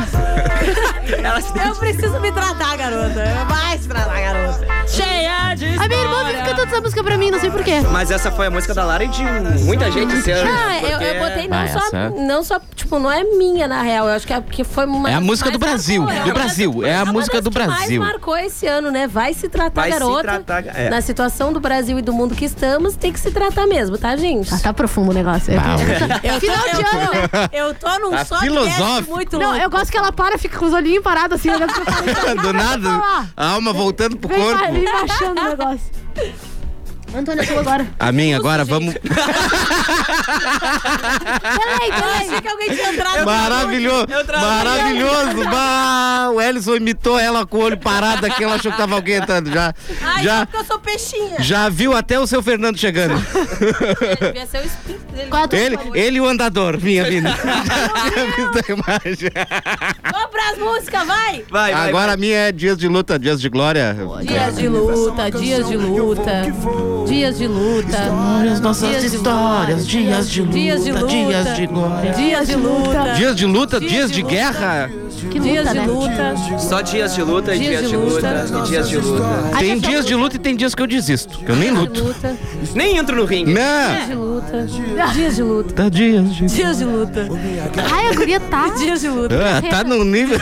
[SPEAKER 4] Eu preciso me tratar, garota. Vai se tratar, garota. Cheia de
[SPEAKER 5] A minha irmã
[SPEAKER 4] história.
[SPEAKER 5] vive cantando essa música pra mim, não sei porquê.
[SPEAKER 6] Mas essa foi a música da Lara e de muita gente esse ano.
[SPEAKER 4] é. Ah, eu,
[SPEAKER 6] porque-
[SPEAKER 4] eu botei não
[SPEAKER 7] Ah,
[SPEAKER 4] só,
[SPEAKER 7] essa-
[SPEAKER 4] não só, tipo, não é minha, na real. Eu acho que é porque foi uma.
[SPEAKER 7] É a música do
[SPEAKER 4] mais
[SPEAKER 7] Brasil,
[SPEAKER 4] marcou,
[SPEAKER 7] do
[SPEAKER 4] uma
[SPEAKER 7] Brasil,
[SPEAKER 4] das-
[SPEAKER 7] é a
[SPEAKER 4] uma
[SPEAKER 7] música
[SPEAKER 4] das
[SPEAKER 7] do
[SPEAKER 4] que mais
[SPEAKER 7] Brasil.
[SPEAKER 4] marcou esse ano, né? Vai se tratar,
[SPEAKER 6] Vai se
[SPEAKER 4] garota.
[SPEAKER 6] tratar, é.
[SPEAKER 4] Na situação do Brasil e do mundo que estamos, tem que se tratar mesmo, tá, gente?
[SPEAKER 5] Ah, tá profundo o negócio. Eu-
[SPEAKER 7] Ah,
[SPEAKER 4] Eu tô,
[SPEAKER 5] Final de
[SPEAKER 4] eu tô-
[SPEAKER 5] ano, né?
[SPEAKER 4] Eu tô num
[SPEAKER 7] Tá
[SPEAKER 4] só de
[SPEAKER 7] filosófico.
[SPEAKER 4] muito
[SPEAKER 5] Não,
[SPEAKER 4] louco.
[SPEAKER 5] eu gosto que ela para, fica com os olhinhos parados assim, olhando
[SPEAKER 6] [laughs]
[SPEAKER 5] pra frente.
[SPEAKER 7] [laughs] Do nada,
[SPEAKER 5] falar.
[SPEAKER 7] a alma voltando pro
[SPEAKER 5] Vem, ba- vem
[SPEAKER 7] corpo.
[SPEAKER 5] baixando o negócio. Antônio, eu sou agora.
[SPEAKER 7] Amém, agora vamos.
[SPEAKER 5] Peraí,
[SPEAKER 4] Eu
[SPEAKER 5] peraí.
[SPEAKER 4] achei que alguém tinha entrado no
[SPEAKER 7] Maravilhoso! Maravilhoso! Bah, o Ellison imitou ela com o olho parado aqui, ela achou que tava alguém entrando. Já,
[SPEAKER 4] Ai, só
[SPEAKER 7] já,
[SPEAKER 4] porque eu sou peixinha.
[SPEAKER 7] já viu até o seu Fernando chegando.
[SPEAKER 4] [laughs] É, Devia ser o espírito dele.
[SPEAKER 5] Qual é a tua-
[SPEAKER 7] Ele, ele e o andador, minha vida. Já tinha [laughs] visto é a imagem.
[SPEAKER 4] Vamos pras músicas, vai!
[SPEAKER 6] Vai, vai,
[SPEAKER 7] Agora a minha é dias de luta, dias de glória.
[SPEAKER 4] Dias de luta, dias de luta, dias de luta. Histórias, nossas histórias, dias de luta, dias de luta, dias de glória. Dias de luta,
[SPEAKER 7] Dias de luta, dias, de,
[SPEAKER 4] de luta.
[SPEAKER 7] guerra.
[SPEAKER 5] Que
[SPEAKER 4] dias de
[SPEAKER 5] luta, né?
[SPEAKER 4] luta.
[SPEAKER 6] Só dias de luta e
[SPEAKER 4] Dias
[SPEAKER 6] dias
[SPEAKER 4] de
[SPEAKER 6] de luta
[SPEAKER 4] luta.
[SPEAKER 6] e dias de luta.
[SPEAKER 5] Ai,
[SPEAKER 7] Tem
[SPEAKER 5] essa
[SPEAKER 7] dias de luta e tem dias que eu desisto. Que
[SPEAKER 5] [laughs]
[SPEAKER 7] eu nem
[SPEAKER 4] Dias de
[SPEAKER 7] luto.
[SPEAKER 4] luta,
[SPEAKER 6] Nem entro no ringue.
[SPEAKER 7] Não!
[SPEAKER 5] Né?
[SPEAKER 4] dias de luta, dias de luta,
[SPEAKER 7] Tá dias de.
[SPEAKER 4] dias de luta,
[SPEAKER 5] Ai, a guria tá.
[SPEAKER 4] dias de luta.
[SPEAKER 7] Ah, tá num nível.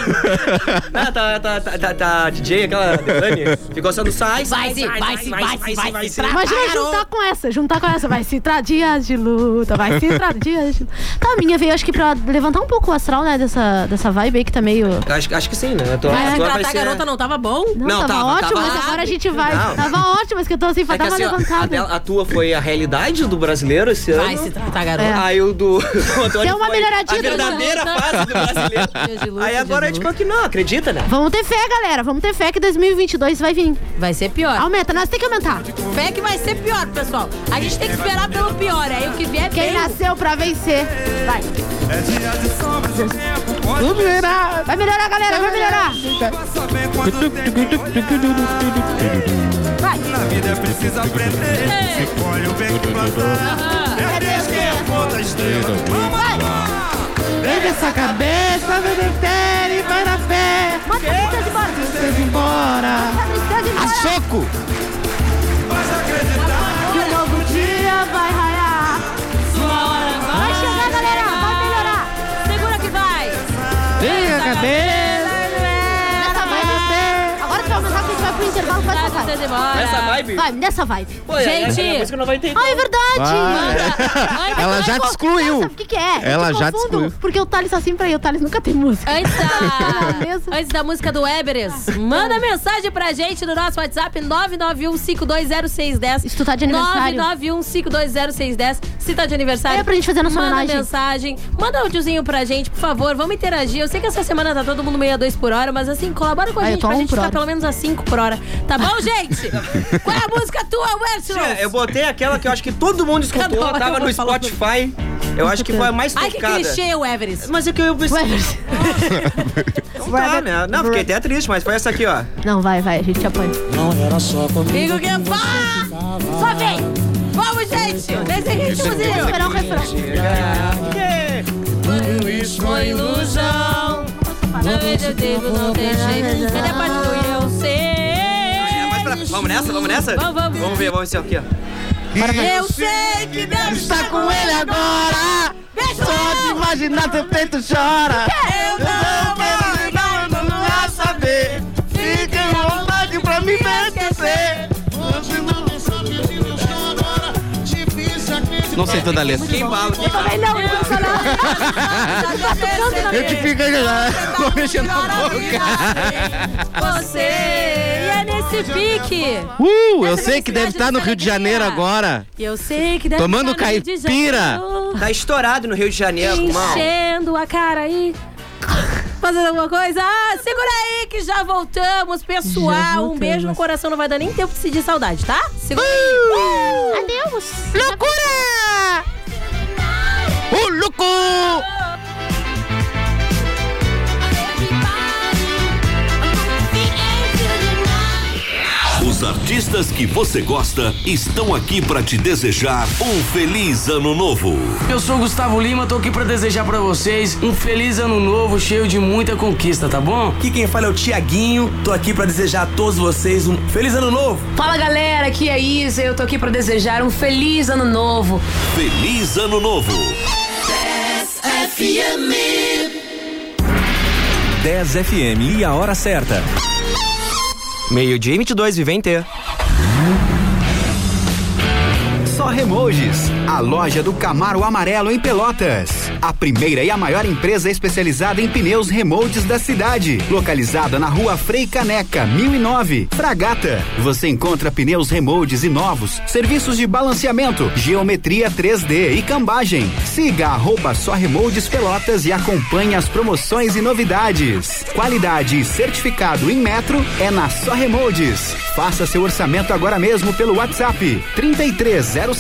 [SPEAKER 6] Ah, tá, tá, tá, tá, tá, DJ, aquela Delane. Ficou só no sai,
[SPEAKER 4] Vai
[SPEAKER 6] sai,
[SPEAKER 4] se, vai se, vai se, vai se.
[SPEAKER 5] Imagina juntar com essa, juntar com essa. Vai se tra- dias de luta, vai se tra- dias de luta. Tá, a minha veio, acho que pra levantar um pouco o astral, né, dessa, dessa vibe aí que tá meio...
[SPEAKER 6] Acho, acho que sim, né? Eu tô,
[SPEAKER 5] Vai
[SPEAKER 6] agora vai
[SPEAKER 4] Tratar
[SPEAKER 6] ser...
[SPEAKER 4] garota não tava bom?
[SPEAKER 5] Não, tava,
[SPEAKER 6] Não, tava,
[SPEAKER 5] ótimo,
[SPEAKER 6] tava
[SPEAKER 5] mas agora a gente vai.
[SPEAKER 6] Não.
[SPEAKER 5] Tava ótimo, mas que eu tô assim,
[SPEAKER 6] É que
[SPEAKER 5] tava
[SPEAKER 6] assim, ó, a,
[SPEAKER 5] levantada.
[SPEAKER 6] dela- a tua foi a realidade do brasileiro esse ano.
[SPEAKER 4] Vai se tratar garota.
[SPEAKER 5] É.
[SPEAKER 6] Aí o do, [laughs] do Antônio
[SPEAKER 5] Deu uma
[SPEAKER 6] foi
[SPEAKER 5] melhoradinha,
[SPEAKER 6] a verdadeira
[SPEAKER 4] Antônio.
[SPEAKER 6] fase
[SPEAKER 4] [laughs]
[SPEAKER 6] do brasileiro.
[SPEAKER 4] Dias de luta,
[SPEAKER 6] Aí agora a
[SPEAKER 4] dias de
[SPEAKER 6] gente falou que não, acredita, né?
[SPEAKER 5] Vamos ter fé, galera. Vamos ter fé que 2022 vai vir.
[SPEAKER 4] luta. Vai ser pior.
[SPEAKER 5] Aumenta, nós tem que aumentar.
[SPEAKER 4] Fé que vai ser pior, pessoal. A gente tem que esperar pelo pior. Aí é o que vier,
[SPEAKER 5] Quem
[SPEAKER 4] vem.
[SPEAKER 5] nasceu pra vencer. Vai.
[SPEAKER 9] É dia de sol, mas o tempo pode
[SPEAKER 8] Tudo era-
[SPEAKER 5] Vai melhorar, galera, vai melhorar.
[SPEAKER 9] Passa bem quando tem que olhar.
[SPEAKER 5] Vai.
[SPEAKER 9] Na vida é preciso aprender.
[SPEAKER 4] É.
[SPEAKER 9] Se colhe o bem que plantar. É Deus que é ponta estrela. Vamos lá.
[SPEAKER 8] Vende essa cabeça, vem no império e vai na fé.
[SPEAKER 5] Bota a música tá de bora.
[SPEAKER 8] Vocês embora.
[SPEAKER 5] Bota a música de
[SPEAKER 8] A
[SPEAKER 5] bora.
[SPEAKER 8] soco!
[SPEAKER 9] Mas acreditar.
[SPEAKER 5] Que um novo dia vai raiar. Vai chegar, galera. Vai melhorar.
[SPEAKER 4] Segura que vai.
[SPEAKER 8] Vem a cabeça.
[SPEAKER 5] Nessa vibe. Agora tu vai começar que a gente vai pro intervalo com essa
[SPEAKER 4] Tá,
[SPEAKER 5] vibe.
[SPEAKER 4] você demora.
[SPEAKER 6] Essa vibe?
[SPEAKER 5] Vai, nessa vibe.
[SPEAKER 6] Pô, é-
[SPEAKER 4] Gente.
[SPEAKER 6] é, é, por isso que não vai entender.
[SPEAKER 5] Ah, é verdade.
[SPEAKER 4] Antes-
[SPEAKER 8] Ela já te
[SPEAKER 5] Sabe
[SPEAKER 8] excluiu.
[SPEAKER 5] o que, que é?
[SPEAKER 8] Ela
[SPEAKER 5] eu te
[SPEAKER 8] já te
[SPEAKER 5] confundo,
[SPEAKER 8] excluiu.
[SPEAKER 5] Porque o Thales tá assim pra aí. O Thales nunca tem música.
[SPEAKER 4] Antes
[SPEAKER 5] [laughs] mesmo.
[SPEAKER 4] da, antes da música do Everest, manda mensagem pra gente no nosso WhatsApp 991520610.
[SPEAKER 5] Se tu tá de aniversário.
[SPEAKER 4] 991520610. Se tá de aniversário.
[SPEAKER 5] É, pra gente fazer a nossa
[SPEAKER 4] manda
[SPEAKER 5] homenagem.
[SPEAKER 4] mensagem. Manda um áudiozinho pra gente, por favor. Vamos interagir. Eu sei que essa semana tá todo mundo meio a dois por hora, mas assim, colabora com a
[SPEAKER 5] Ah, eu
[SPEAKER 4] gente
[SPEAKER 5] tô a
[SPEAKER 4] pra
[SPEAKER 5] um
[SPEAKER 4] gente
[SPEAKER 5] por
[SPEAKER 4] ficar
[SPEAKER 5] hora.
[SPEAKER 4] pelo menos a cinco por hora. Tá
[SPEAKER 5] [laughs]
[SPEAKER 4] bom, gente? Qual é a música tua,
[SPEAKER 6] Tia, Eu
[SPEAKER 4] Westron?
[SPEAKER 6] botei aquela que eu acho que todo mundo escutou,
[SPEAKER 4] Cada hora
[SPEAKER 6] tava
[SPEAKER 4] eu vou
[SPEAKER 6] no
[SPEAKER 4] falar
[SPEAKER 6] Spotify. Eu acho que foi a mais
[SPEAKER 4] Ai, que
[SPEAKER 6] tocada.
[SPEAKER 4] clichê, o Everest.
[SPEAKER 6] Mas é que eu pensei.
[SPEAKER 5] Everest.
[SPEAKER 6] Não tá, né? Não, fiquei até triste, mas foi essa aqui, ó.
[SPEAKER 5] Não, vai, vai. A gente te apanha.
[SPEAKER 4] Digo que vá! Só vem! Vamos, gente! Nesse
[SPEAKER 5] Vamos
[SPEAKER 4] ritmozinho!
[SPEAKER 5] esperar o refrão.
[SPEAKER 4] Quando isso foi ilusão Na verdade eu devo, não tem jeito Cadê a parte do eu
[SPEAKER 6] É, mais
[SPEAKER 4] sei?
[SPEAKER 6] pra- Vamos nessa? Vamos nessa?
[SPEAKER 4] Vamos, vamos.
[SPEAKER 6] ver, vamos ver aqui, ó.
[SPEAKER 4] Eu sei que Deus
[SPEAKER 8] Está com ele agora.
[SPEAKER 4] Beijo!
[SPEAKER 8] Só de imaginar teu peito chora.
[SPEAKER 4] é? Eu não vou
[SPEAKER 8] não, não, não vai saber. Fica à vontade pra me esquecer. Não sei assim. toda a letra.
[SPEAKER 6] Quem fala? Quem fala?
[SPEAKER 4] Também não, eu não sou
[SPEAKER 8] [laughs]
[SPEAKER 4] nada Tá tocando na
[SPEAKER 8] Eu te
[SPEAKER 4] minha
[SPEAKER 8] fico já mexendo a boca.
[SPEAKER 4] boca Você E é nesse pique
[SPEAKER 8] Uh, eu
[SPEAKER 4] Essa
[SPEAKER 8] sei que deve
[SPEAKER 4] velocidade
[SPEAKER 8] estar no Rio de
[SPEAKER 4] da alegria.
[SPEAKER 8] Janeiro agora.
[SPEAKER 4] E eu sei que deve
[SPEAKER 8] Tomando
[SPEAKER 4] estar no Rio de
[SPEAKER 8] caipira.
[SPEAKER 4] Janeiro.
[SPEAKER 6] Tá estourado no Rio de Janeiro, mal.
[SPEAKER 4] enchendo a cara aí. Fazendo alguma coisa? Ah, segura aí que já voltamos, pessoal.
[SPEAKER 5] Já
[SPEAKER 4] Um
[SPEAKER 5] voltamos.
[SPEAKER 4] beijo no coração, não vai dar nem tempo de sentir saudade, tá? Segura aí.
[SPEAKER 5] Uh! Adeus.
[SPEAKER 8] Loucura! O louco!
[SPEAKER 10] Os artistas que você gosta estão aqui para te desejar um feliz ano novo.
[SPEAKER 11] Eu sou o Gustavo Lima, tô aqui pra desejar pra vocês um feliz ano novo cheio de muita conquista, tá bom?
[SPEAKER 12] Aqui quem fala é o Tiaguinho. Tô aqui pra desejar a todos vocês um feliz ano novo.
[SPEAKER 13] Fala galera, aqui é Isa, eu tô aqui pra desejar um feliz ano novo.
[SPEAKER 10] Feliz ano novo.
[SPEAKER 1] 10 FM e a hora certa.
[SPEAKER 6] Meio-dia e 22, vivem ter.
[SPEAKER 1] Só Remojis, a loja do Camaro Amarelo em Pelotas. A primeira e a maior empresa especializada em pneus remotes da cidade. Localizada na rua Frei Caneca, 1009, Fragata. Você encontra pneus remotes e novos, serviços de balanceamento, geometria 3D e cambagem. Siga arroba Só Remoldes Pelotas e acompanhe as promoções e novidades. Qualidade e certificado em metro é na Só Remoldes. Faça seu orçamento agora mesmo pelo WhatsApp 3307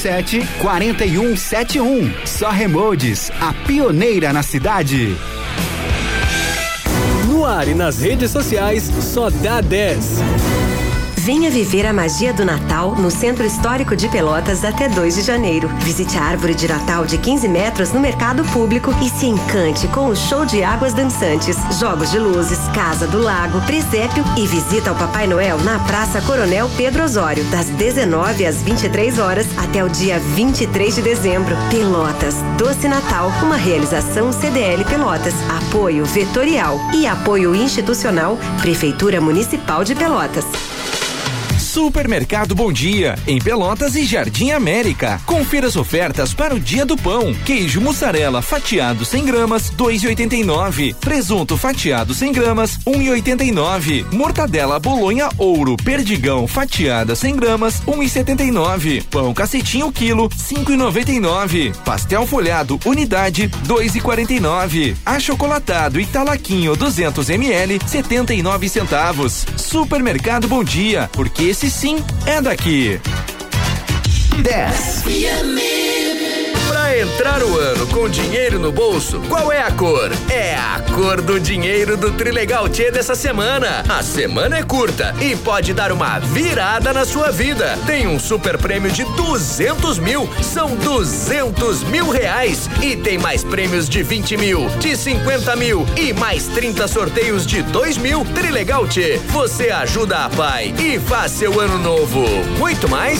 [SPEAKER 1] 4171. Só Remoldes, a pioneira na cidade.
[SPEAKER 14] No ar e nas redes sociais, só dá 10.
[SPEAKER 13] Venha viver a magia do Natal no Centro Histórico de Pelotas até 2 de janeiro. Visite a árvore de Natal de 15 metros no mercado público e se encante com o show de águas dançantes, jogos de luzes, casa do lago, presépio e visita ao Papai Noel na Praça Coronel Pedro Osório, das 19 às 23 horas até o dia 23 de dezembro. Pelotas, Doce Natal, uma realização CDL Pelotas, apoio vetorial e apoio institucional, Prefeitura Municipal de Pelotas.
[SPEAKER 14] Supermercado Bom Dia, em Pelotas e Jardim América. Confira as ofertas para o Dia do Pão. Queijo mussarela fatiado 100 gramas, 2,89. Presunto fatiado 100 gramas, 1,89. Mortadela bolonha ouro perdigão fatiada 100 gramas, 1,79. Pão cacetinho quilo, 5,99. Pastel folhado unidade, 2,49. Achocolatado e talaquinho 200 ml, 79 centavos. Supermercado Bom Dia, porque esse sim é daqui.
[SPEAKER 1] 10.
[SPEAKER 6] Pra
[SPEAKER 11] Quer entrar o ano com dinheiro no bolso? Qual é a cor? É a cor do dinheiro do Trilegal Tchê dessa semana. A semana é curta e pode dar uma virada na sua vida. Tem um super prêmio de 200 mil, são 200 mil reais. E tem mais prêmios de 20 mil, de 50 mil e mais 30 sorteios de 2 mil. Trilegal Tchê, você ajuda a pai e faz seu ano novo. Muito mais.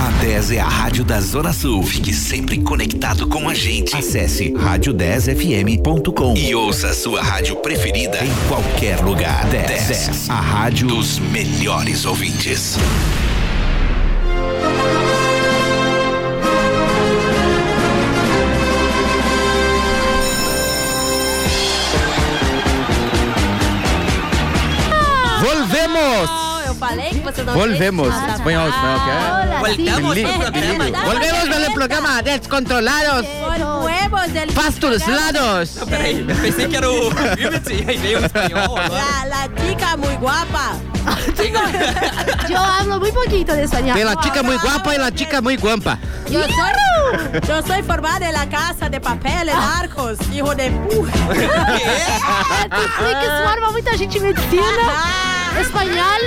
[SPEAKER 15] A 10 é a rádio da Zona Sul. Fique sempre conectado com a gente. Acesse rádio10fm.com e ouça a sua rádio preferida em qualquer lugar. 10, 10, a rádio dos melhores ouvintes.
[SPEAKER 7] Volvemos!
[SPEAKER 4] Não, eu falei que você não
[SPEAKER 7] Volvemos.
[SPEAKER 4] Ah, tá.
[SPEAKER 7] Espanhol, espanhol, que
[SPEAKER 4] Hola,
[SPEAKER 7] é?
[SPEAKER 4] Voltamos
[SPEAKER 7] Li-
[SPEAKER 4] del programa.
[SPEAKER 7] li- Volvemos del programa Descontrolados.
[SPEAKER 4] Volvemos del
[SPEAKER 7] Pastos
[SPEAKER 4] programa.
[SPEAKER 5] [laughs]
[SPEAKER 7] lados.
[SPEAKER 6] Não, Ah, peraí, eu pensei que era o Unity, aí veio o espanhol agora.
[SPEAKER 4] La, la chica muy é guapa.
[SPEAKER 5] [laughs] Yo hablo muy poquito de español.
[SPEAKER 7] Tem la chica muito guapa e la chica muito guampa.
[SPEAKER 4] Yo soy, yo soy formada en la casa de papeles,
[SPEAKER 5] Ah.
[SPEAKER 4] Marcos, hijo de puta.
[SPEAKER 5] Eu sei Ah, que isso forma muita gente em medicina, espanhol.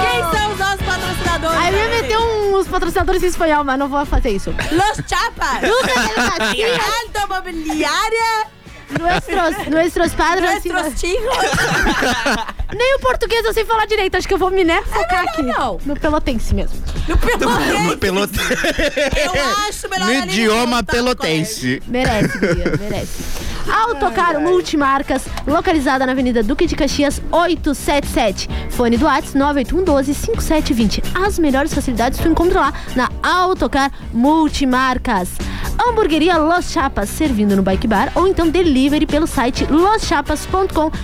[SPEAKER 4] Quem são os nossos patrocinadores?
[SPEAKER 5] Aí eu ia meter um, uns patrocinadores em espanhol, mas não vou fazer isso.
[SPEAKER 4] Los Chapas.
[SPEAKER 5] Luca
[SPEAKER 4] Y
[SPEAKER 5] del Castillo.
[SPEAKER 4] [laughs] Alto Mobiliária.
[SPEAKER 5] Nuestros, nuestros padres.
[SPEAKER 4] Nuestros chicos.
[SPEAKER 5] Nem o português eu sei falar direito. Acho que eu vou me
[SPEAKER 6] É
[SPEAKER 5] né, focar aqui. Não. No pelotense mesmo.
[SPEAKER 7] Pelote...
[SPEAKER 4] Eu acho melhor
[SPEAKER 7] No
[SPEAKER 4] ela
[SPEAKER 7] idioma pelotense.
[SPEAKER 5] Merece, guria, merece. Autocar Multimarcas, localizada na Avenida Duque de Caxias 877. Fone do Whats 981125720. As melhores facilidades tu encontra lá na Autocar Multimarcas. Hamburgueria Los Chapas, servindo no Bike Bar ou então delivery pelo site loschapas.com.br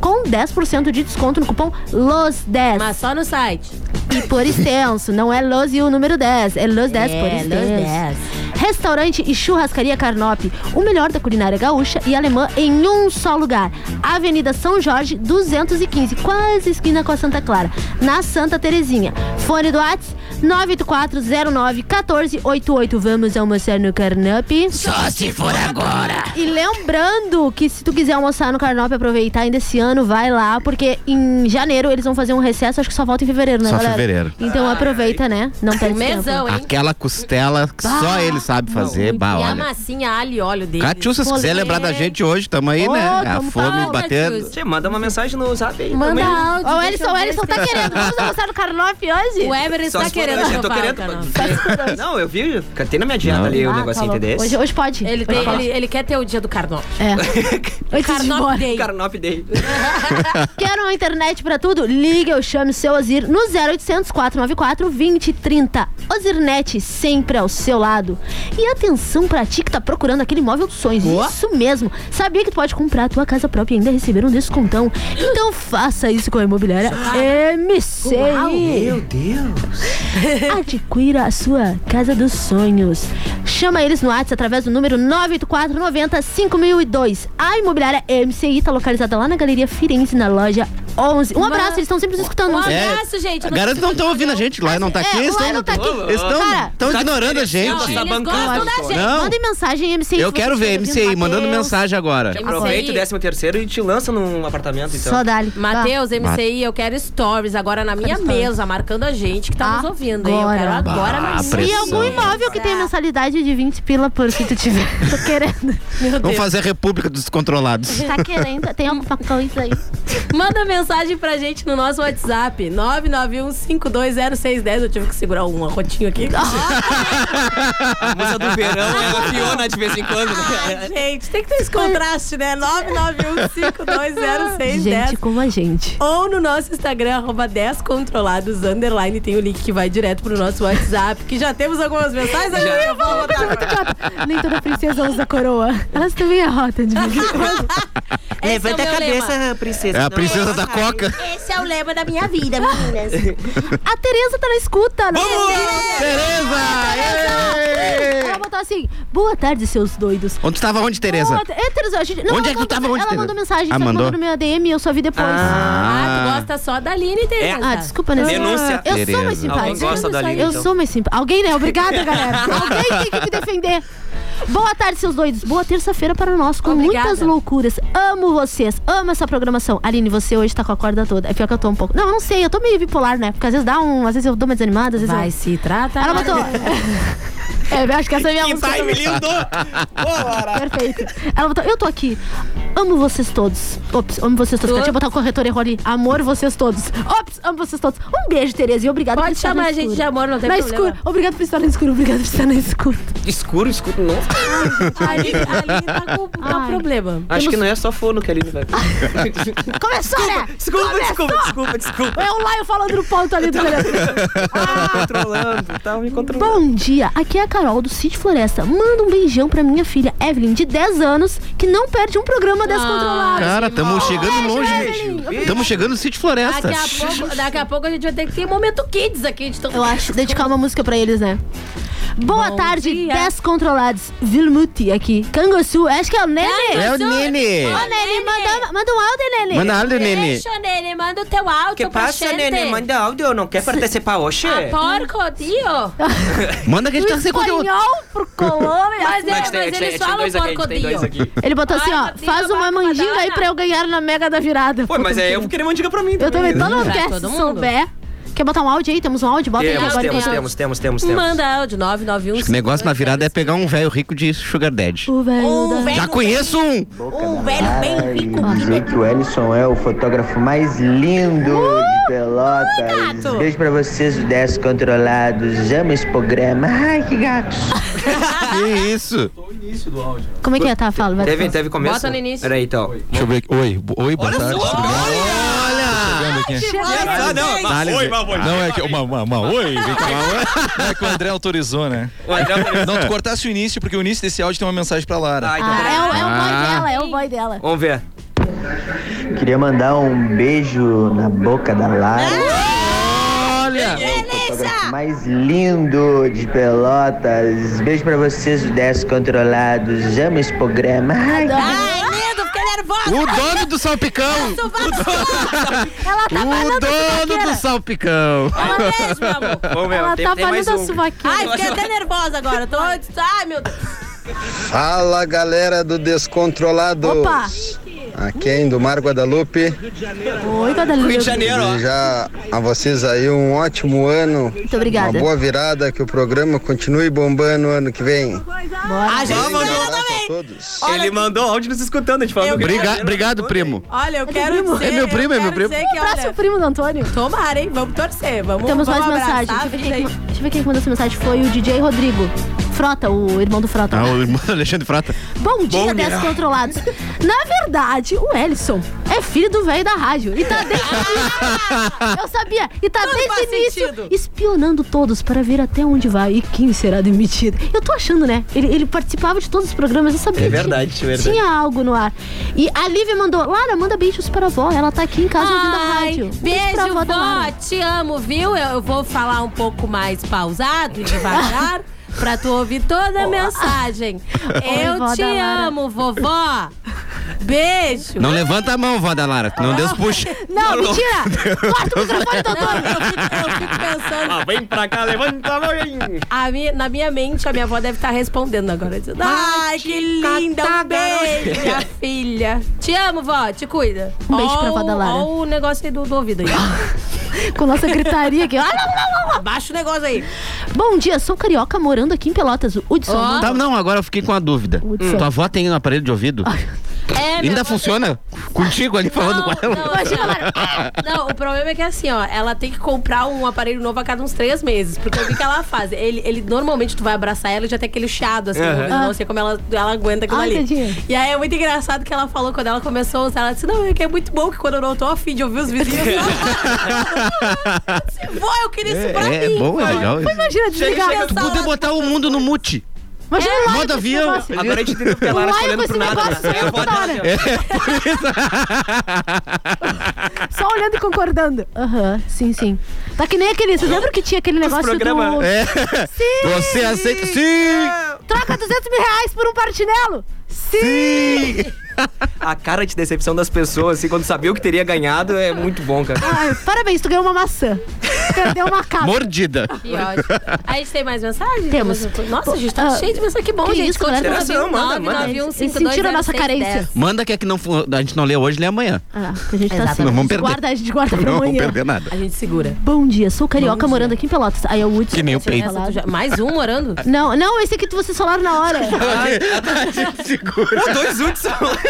[SPEAKER 5] com 10% de desconto no cupom LOS10. Mas
[SPEAKER 4] só no site.
[SPEAKER 5] E por extenso, não é LOS e o número 10, é LOS10
[SPEAKER 4] É,
[SPEAKER 5] por extenso.
[SPEAKER 4] Los 10.
[SPEAKER 5] Restaurante e churrascaria Carnop, o melhor da culinária gaúcha e alemã em um só lugar. Avenida São Jorge, 215, quase esquina com a Santa Clara, na Santa Terezinha. Fone do Whats 984091488. Vamos almoçar no Carnop?
[SPEAKER 8] Só se for agora.
[SPEAKER 5] E lembrando que se tu quiser almoçar no Carnop e aproveitar ainda esse ano, vai lá, porque em janeiro eles vão fazer um recesso, acho que só volta em fevereiro, né,
[SPEAKER 7] Só
[SPEAKER 5] galera?
[SPEAKER 7] fevereiro.
[SPEAKER 5] Então aproveita, né? Não perde
[SPEAKER 4] Mesão,
[SPEAKER 5] tempo.
[SPEAKER 4] hein?
[SPEAKER 7] Aquela costela que só ele sabe fazer. Bah,
[SPEAKER 4] E a
[SPEAKER 7] olha.
[SPEAKER 4] massinha, alho e óleo dele.
[SPEAKER 7] Catiúcia, se quiser lembrar da gente hoje, tamo aí, né?
[SPEAKER 4] Ô,
[SPEAKER 7] A
[SPEAKER 4] tamo
[SPEAKER 7] fome
[SPEAKER 4] pau,
[SPEAKER 7] batendo.
[SPEAKER 4] Catiúcia.
[SPEAKER 6] Tchê, manda uma mensagem no zap aí.
[SPEAKER 5] Manda
[SPEAKER 6] também.
[SPEAKER 5] áudio. Ó, o Ellison, o Ellison tá querendo.
[SPEAKER 6] [laughs]
[SPEAKER 5] Vamos almoçar no Carnop hoje?
[SPEAKER 4] O Everest
[SPEAKER 6] Só
[SPEAKER 4] tá
[SPEAKER 6] se for- [laughs]
[SPEAKER 4] querendo
[SPEAKER 6] eu tô
[SPEAKER 4] provar,
[SPEAKER 6] querendo-
[SPEAKER 4] cara.
[SPEAKER 6] Não, eu vi, cantei na minha dieta ali o negocinho, entendeu?
[SPEAKER 5] Ah, Hoje, hoje pode.
[SPEAKER 4] Ele, tem- ele- ele quer ter o dia do Carnop.
[SPEAKER 5] É.
[SPEAKER 4] Carnop Day.
[SPEAKER 6] Carnop Day.
[SPEAKER 5] Quer uma internet pra tudo? Liga ou chame o seu Ozir no 0800 494 2030. Ozirnet sempre ao seu lado. E atenção pra ti que tá procurando aquele imóvel dos sonhos. Isso mesmo. Sabia que tu pode comprar a tua casa própria e ainda receber um descontão? Então faça isso com a imobiliária
[SPEAKER 6] tá.
[SPEAKER 5] É, MCI.
[SPEAKER 8] Uau, meu
[SPEAKER 5] [laughs] Adquira a sua casa dos sonhos. Chama eles no WhatsApp através do número 984 90 5002. A imobiliária MCI está tá localizada lá na Galeria Firenze, na loja 11. Um abraço, eles estão sempre nos escutando.
[SPEAKER 4] Um abraço, gente.
[SPEAKER 7] Garanto que É. não estão ouvindo a gente lá, não tá aqui.
[SPEAKER 5] É,
[SPEAKER 7] eles
[SPEAKER 5] lá
[SPEAKER 7] tão-
[SPEAKER 5] não tá aqui.
[SPEAKER 7] Eles
[SPEAKER 5] Cara,
[SPEAKER 7] estão
[SPEAKER 5] tá
[SPEAKER 7] ignorando a
[SPEAKER 4] Não,
[SPEAKER 7] gente.
[SPEAKER 4] eles gostam da gente.
[SPEAKER 7] Não.
[SPEAKER 5] Mandem mensagem, MCI.
[SPEAKER 7] Eu
[SPEAKER 5] que
[SPEAKER 7] quero
[SPEAKER 5] vocês
[SPEAKER 7] ver
[SPEAKER 5] estão
[SPEAKER 7] MCI
[SPEAKER 5] ouvindo.
[SPEAKER 7] mandando mensagem agora.
[SPEAKER 6] Aproveita o décimo terceiro e te lança num apartamento, então.
[SPEAKER 4] Matheus,
[SPEAKER 5] Tá.
[SPEAKER 4] MCI, eu quero stories agora na minha mesa, marcando a gente que tá nos ouvindo, hein? Eu quero agora
[SPEAKER 7] Bah,
[SPEAKER 4] mesmo.
[SPEAKER 5] E algum imóvel que tem mensalidade de 20 pila por se tu [laughs] tiver. Tô querendo. Meu
[SPEAKER 7] Vamos fazer a República dos Descontrolados.
[SPEAKER 5] Tá querendo? Tem tá alguma coisa aí?
[SPEAKER 4] [laughs] Manda mensagem. mensagem pra gente no nosso WhatsApp, 991520610. Eu tive que segurar um arrotinho aqui.
[SPEAKER 7] [laughs]
[SPEAKER 6] A música do
[SPEAKER 7] Ah.
[SPEAKER 6] verão é a Fiona de vez em quando. [laughs]
[SPEAKER 4] Ah, [laughs] gente, tem que ter esse contraste, né? 991520610.
[SPEAKER 5] Gente como a gente.
[SPEAKER 4] Ou no nosso Instagram, arroba 10controlados, underline, tem o link que vai direto pro nosso WhatsApp, que já temos algumas mensagens. né?
[SPEAKER 5] Já.
[SPEAKER 4] Agora eu vou botar.
[SPEAKER 5] Nem toda princesa usa coroa. Elas também arrotam [laughs] de vez em quando.
[SPEAKER 4] Levanta a cabeça,
[SPEAKER 7] É
[SPEAKER 4] princesa.
[SPEAKER 7] a princesa da coca.
[SPEAKER 4] Esse é o lema da minha vida,
[SPEAKER 7] [laughs]
[SPEAKER 4] meninas.
[SPEAKER 5] A Tereza tá na escuta, né?
[SPEAKER 7] Tereza! Ê!
[SPEAKER 5] Ela botou assim, boa tarde, seus doidos.
[SPEAKER 7] Onde tu tava onde, Tereza?
[SPEAKER 5] Boa ta- É, Tereza, a gente... não,
[SPEAKER 7] Onde é
[SPEAKER 5] ela
[SPEAKER 7] que tu
[SPEAKER 5] mandou-
[SPEAKER 7] tava? Onde,
[SPEAKER 5] Ela
[SPEAKER 7] Tereza?
[SPEAKER 5] mandou mensagem,
[SPEAKER 7] Ah,
[SPEAKER 5] só que
[SPEAKER 7] mandou?
[SPEAKER 5] mandou no meu ADM, eu só vi depois.
[SPEAKER 7] Ah.
[SPEAKER 4] Ah, tu gosta só da Aline, Tereza.
[SPEAKER 5] Ah, desculpa, né?
[SPEAKER 6] Denúncia.
[SPEAKER 5] Eu sou
[SPEAKER 6] Tereza.
[SPEAKER 5] mais simpática.
[SPEAKER 6] Alguém gosta da Aline,
[SPEAKER 5] Eu
[SPEAKER 6] então.
[SPEAKER 5] sou mais simpática. Alguém, né? Obrigada, galera. Alguém tem
[SPEAKER 7] [laughs]
[SPEAKER 5] que me defender. Boa tarde, seus doidos. Boa terça-feira para nós, com muitas loucuras. Amo vocês. Amo essa programação. Aline, você hoje tá com a corda toda. É pior que eu tô um pouco. Não, eu não sei. Eu tô meio bipolar, né? Porque às vezes dá um... Às vezes eu dou uma desanimada, às vezes
[SPEAKER 4] Vai
[SPEAKER 5] eu...
[SPEAKER 4] se tratar.
[SPEAKER 5] Ela botou...
[SPEAKER 4] [laughs]
[SPEAKER 5] É, eu acho que essa é a minha música. também. Perfeito. Ela botou, eu tô aqui. Amo vocês todos. Ops, amo vocês todos. Deixa eu botar o corretor errou ali. Amor vocês todos. Ops, amo vocês todos. Um beijo, Tereza, e obrigado
[SPEAKER 4] Pode
[SPEAKER 5] por estar
[SPEAKER 4] chamar
[SPEAKER 5] na
[SPEAKER 4] a gente
[SPEAKER 5] escura.
[SPEAKER 4] de amor, não tem
[SPEAKER 5] na
[SPEAKER 4] problema.
[SPEAKER 5] Escura. Obrigado por estar na escura, obrigado por estar na escura.
[SPEAKER 6] Escuro, escuro, não.
[SPEAKER 5] tá
[SPEAKER 4] Não problema.
[SPEAKER 6] Acho que não é só fono que a Aline vai.
[SPEAKER 5] Começou, né?
[SPEAKER 6] Desculpa, desculpa, desculpa, desculpa.
[SPEAKER 5] É o Laio falando no ponto ali do telefone.
[SPEAKER 6] Controlando, tá me controlando.
[SPEAKER 5] Bom dia, aqui é a Carol do Sítio Floresta. Manda um beijão pra minha filha Evelyn, de 10 anos, que não perde um programa descontrolado.
[SPEAKER 7] [laughs] Cara, tamo chegando longe. Tamo chegando no sítio floresta.
[SPEAKER 4] Daqui a, pouco, daqui a pouco a gente vai ter que ter momento kids aqui. De tão...
[SPEAKER 5] Eu acho, dedicar uma música pra eles, né? Boa tarde, descontrolados. Vilmuti aqui. Canguçu, acho que é o Nene.
[SPEAKER 7] É o Nene.
[SPEAKER 5] Ô, Nene, manda, manda um áudio, Nene.
[SPEAKER 7] Manda áudio, Nene.
[SPEAKER 4] Deixa, Nene, manda o teu áudio
[SPEAKER 6] Que
[SPEAKER 4] pra
[SPEAKER 6] passa,
[SPEAKER 4] gente.
[SPEAKER 6] neném? Manda áudio, não quer participar hoje?
[SPEAKER 4] Ah, porco, tio.
[SPEAKER 7] [laughs] Manda que a gente tem que ser conteúdo.
[SPEAKER 5] pro Colômbia.
[SPEAKER 4] Mas, é,
[SPEAKER 6] Mas
[SPEAKER 4] mas
[SPEAKER 6] tem- tem-
[SPEAKER 4] eles
[SPEAKER 6] tem
[SPEAKER 4] falam
[SPEAKER 6] dois aqui,
[SPEAKER 4] porco,
[SPEAKER 6] tem dois aqui.
[SPEAKER 4] tio.
[SPEAKER 5] Ele botou assim, ó, faz uma mandinga aí pra eu ganhar na Mega da Virada.
[SPEAKER 6] Pô, mas é eu vou querer mandinga pra mim né?
[SPEAKER 5] Eu também, todo mundo
[SPEAKER 6] Pra
[SPEAKER 5] quer,
[SPEAKER 6] todo
[SPEAKER 5] se
[SPEAKER 6] mundo.
[SPEAKER 5] souber. Quer botar um áudio aí? Temos um áudio? Bota aí
[SPEAKER 6] Temos,
[SPEAKER 5] agora.
[SPEAKER 6] temos,
[SPEAKER 5] tem áudio.
[SPEAKER 6] temos, temos, temos, temos.
[SPEAKER 4] Manda áudio, 991.
[SPEAKER 7] O negócio na virada é pegar um velho rico de Sugar Daddy.
[SPEAKER 5] O
[SPEAKER 4] velho da-
[SPEAKER 7] Já conheço um!
[SPEAKER 16] E dizer que o Ellison é o fotógrafo mais lindo de Pelotas. Beijo pra vocês, o 10 Controlados. Amo esse programa. Ai, que gatos.
[SPEAKER 7] [laughs] que isso?
[SPEAKER 5] Como é que é? Tá, fala. vai.
[SPEAKER 6] Deve, deve começo.
[SPEAKER 5] Bota no início.
[SPEAKER 6] Peraí, então.
[SPEAKER 14] Deixa eu ver aqui. Oi, bo- oi, boa tarde. tudo bem? Olha!
[SPEAKER 6] Ah, não, uma oi, uma oi.
[SPEAKER 14] Não, é que. Uma, uma, uma oi. Vem cá, uma
[SPEAKER 6] [laughs]
[SPEAKER 14] oi. Não é que o André autorizou, né?
[SPEAKER 6] O André autorizou.
[SPEAKER 14] Não, tu cortasse o início, porque o início desse áudio tem uma mensagem pra Lara.
[SPEAKER 6] Ah,
[SPEAKER 5] Ah, é, o, é o boy dela, é o boy dela.
[SPEAKER 6] Vamos ver.
[SPEAKER 16] Queria mandar um beijo na boca da
[SPEAKER 4] Ah!
[SPEAKER 16] Lara.
[SPEAKER 7] Olha!
[SPEAKER 16] Fotógrafo mais lindo de Pelotas. Beijo pra vocês, o 10 Controlados. Amo esse programa. Ai,
[SPEAKER 4] Ai, lindo, fiquei nervosa.
[SPEAKER 7] O dono do salpicão!
[SPEAKER 4] Eu sou vassoura.
[SPEAKER 5] Ela tá
[SPEAKER 7] O dono do salpicão!
[SPEAKER 6] Ô, meu,
[SPEAKER 4] Ela
[SPEAKER 6] tem,
[SPEAKER 4] tá
[SPEAKER 6] tem mais
[SPEAKER 4] falando a
[SPEAKER 6] um.
[SPEAKER 4] suvaquinha. Ai, fiquei até nervosa agora. Tô... Ai, meu Deus.
[SPEAKER 17] [laughs] Fala galera do Descontrolado.
[SPEAKER 5] Opa!
[SPEAKER 17] Aqui é Indomar Guadalupe.
[SPEAKER 5] Oi, Guadalupe.
[SPEAKER 17] Rio de Janeiro, ó. Já a vocês aí um ótimo ano. Muito
[SPEAKER 5] obrigada.
[SPEAKER 17] Uma boa virada, que o programa continue bombando ano que vem.
[SPEAKER 6] Ah, já mandou. Ele mandou áudio nos escutando, a gente falando.
[SPEAKER 7] Obrigado, obrigado, primo.
[SPEAKER 4] Olha, eu
[SPEAKER 5] É do
[SPEAKER 4] quero
[SPEAKER 5] primo?
[SPEAKER 4] dizer...
[SPEAKER 7] É meu primo,
[SPEAKER 4] eu
[SPEAKER 7] é meu
[SPEAKER 4] quero
[SPEAKER 7] primo.
[SPEAKER 4] dizer que,
[SPEAKER 5] Um abraço
[SPEAKER 4] olha,
[SPEAKER 5] ao primo do Antônio.
[SPEAKER 4] Tomara, hein? Vamos torcer. Vamos,
[SPEAKER 5] Temos mais
[SPEAKER 4] vamos abraçar
[SPEAKER 5] mensagem.
[SPEAKER 4] a
[SPEAKER 5] Deixa eu,
[SPEAKER 4] vida
[SPEAKER 5] ver
[SPEAKER 4] aí.
[SPEAKER 5] quem, deixa eu ver quem mandou essa mensagem. Foi o DJ Rodrigo. Frota, o irmão do Frota.
[SPEAKER 7] Ah, o irmão do Alexandre Frota.
[SPEAKER 5] Bom dia,
[SPEAKER 7] Bom dia.
[SPEAKER 5] descontrolados. Na verdade, o Ellison é filho do velho da rádio. E tá desde Eu sabia. E tá
[SPEAKER 4] Não faz
[SPEAKER 5] desde o início
[SPEAKER 4] sentido.
[SPEAKER 5] espionando todos para ver até onde vai e quem será demitido. Eu tô achando, né? Ele, ele participava de todos os programas, eu sabia.
[SPEAKER 6] É
[SPEAKER 5] que
[SPEAKER 6] verdade, é verdade.
[SPEAKER 5] Tinha algo no ar. E a Lívia mandou, Lara, manda beijos pra vó. Ela tá aqui em casa ouvindo a
[SPEAKER 4] Ai,
[SPEAKER 5] rádio. pra
[SPEAKER 4] Beijo,
[SPEAKER 5] vó da Lara.
[SPEAKER 4] vó. Te amo, viu? Eu, eu vou falar um pouco mais pausado e
[SPEAKER 5] [laughs]
[SPEAKER 4] devagar pra tu ouvir toda a mensagem.
[SPEAKER 5] Oi, vó
[SPEAKER 4] Eu te
[SPEAKER 5] da Lara.
[SPEAKER 4] amo, vovó. Beijo.
[SPEAKER 7] Não levanta a mão, vó da Lara. Não Deus puxa.
[SPEAKER 5] Não,
[SPEAKER 7] [laughs]
[SPEAKER 5] mentira! Corta o microfone,
[SPEAKER 4] Eu fico pensando.
[SPEAKER 6] [laughs] Ah, vem pra cá, levanta a mão. hein?
[SPEAKER 4] A minha- na minha mente, a minha avó deve estar respondendo agora. dizendo, Ai, que linda! Um beijo, minha filha. Te amo, vó. Te cuida.
[SPEAKER 5] Um beijo
[SPEAKER 4] Ó
[SPEAKER 5] pra vó da
[SPEAKER 4] o-
[SPEAKER 5] Lara.
[SPEAKER 4] Ó o negócio aí do, do
[SPEAKER 7] [laughs]
[SPEAKER 4] ouvido aí.
[SPEAKER 5] Com nossa gritaria aqui. Ah, não, não, não, não.
[SPEAKER 4] Baixa o negócio aí.
[SPEAKER 5] Bom dia, sou carioca morando aqui em Pelotas. Hudson.
[SPEAKER 7] Tá, não, agora eu fiquei com uma dúvida.
[SPEAKER 5] Hudson.
[SPEAKER 7] Tua avó tem um aparelho de ouvido?
[SPEAKER 4] É, meu,
[SPEAKER 7] Ainda funciona? Contigo ali falando
[SPEAKER 4] Não,
[SPEAKER 7] com ela?
[SPEAKER 4] não, não. Não, o problema é que assim, ó, ela tem que comprar um aparelho novo a cada uns três meses. Porque o que que ela faz? Ele, ele normalmente tu vai abraçar ela e já tem aquele chiado, assim,
[SPEAKER 8] Aham.
[SPEAKER 4] não sei como ela, ela aguenta aquilo
[SPEAKER 8] Ah,
[SPEAKER 4] ali.
[SPEAKER 8] entendi.
[SPEAKER 4] E aí é muito engraçado que ela falou quando ela começou a usar, ela disse, não, é que é muito bom que quando eu não tô afim de ouvir os vizinhos. eu falo, Vó, eu queria isso pra
[SPEAKER 7] É, é
[SPEAKER 4] mim.
[SPEAKER 7] bom, é legal.
[SPEAKER 4] Mas imagina, desligar.
[SPEAKER 7] Chega, tu poder botar o mundo no mute. É.
[SPEAKER 4] o
[SPEAKER 5] Imagina
[SPEAKER 4] Laio
[SPEAKER 7] Modo
[SPEAKER 4] com esse
[SPEAKER 7] avião.
[SPEAKER 4] negócio.
[SPEAKER 6] Agora a gente entendeu porque a
[SPEAKER 5] O
[SPEAKER 6] Lara ficou
[SPEAKER 5] Laio
[SPEAKER 6] olhando
[SPEAKER 5] com
[SPEAKER 6] pro
[SPEAKER 5] esse
[SPEAKER 6] nada.
[SPEAKER 5] negócio
[SPEAKER 6] É a voz
[SPEAKER 5] toda
[SPEAKER 6] dela.
[SPEAKER 5] Só olhando e concordando. Aham, sim, sim. Tá que nem aquele. Vocês lembram que tinha aquele negócio do.
[SPEAKER 7] É.
[SPEAKER 5] Sim!
[SPEAKER 7] Você aceita? Sim!
[SPEAKER 5] Troca 200 mil reais por um partinelo? Sim!
[SPEAKER 6] A cara de decepção das pessoas, assim, quando sabia o que teria ganhado, é muito bom, cara.
[SPEAKER 5] Ai, parabéns, tu ganhou uma maçã. Perdeu uma capa.
[SPEAKER 6] Mordida.
[SPEAKER 4] Que ótimo. A gente tem mais mensagem?
[SPEAKER 5] Temos.
[SPEAKER 4] Nossa, a gente tá
[SPEAKER 5] Ah,
[SPEAKER 4] cheio de mensagem. Que bom,
[SPEAKER 5] que
[SPEAKER 4] gente.
[SPEAKER 5] isso, galera?
[SPEAKER 4] Continua, um
[SPEAKER 5] Interação,
[SPEAKER 4] viu?
[SPEAKER 5] manda, manda.
[SPEAKER 4] 991
[SPEAKER 5] Eles sentiram a nossa
[SPEAKER 4] 520610.
[SPEAKER 5] carência.
[SPEAKER 7] Manda que é que não, fu- a gente não lê hoje, lê amanhã.
[SPEAKER 5] Ah, a gente tá
[SPEAKER 7] Exatamente.
[SPEAKER 5] certo.
[SPEAKER 7] Não vamos
[SPEAKER 5] A gente
[SPEAKER 7] perder.
[SPEAKER 5] Guarda, a gente guarda pra
[SPEAKER 7] Não vamos
[SPEAKER 5] amanhã.
[SPEAKER 7] perder nada. A
[SPEAKER 4] gente segura.
[SPEAKER 5] Bom dia, sou carioca morando aqui em Pelotas. Aí é eu Woodson.
[SPEAKER 7] Que nem o peito.
[SPEAKER 4] Essa tu já- Mais um morando?
[SPEAKER 5] assim. Não, não, esse aqui vocês falaram na
[SPEAKER 7] [laughs]
[SPEAKER 5] hora.
[SPEAKER 7] Ah, Segura.
[SPEAKER 6] Os dois últimos.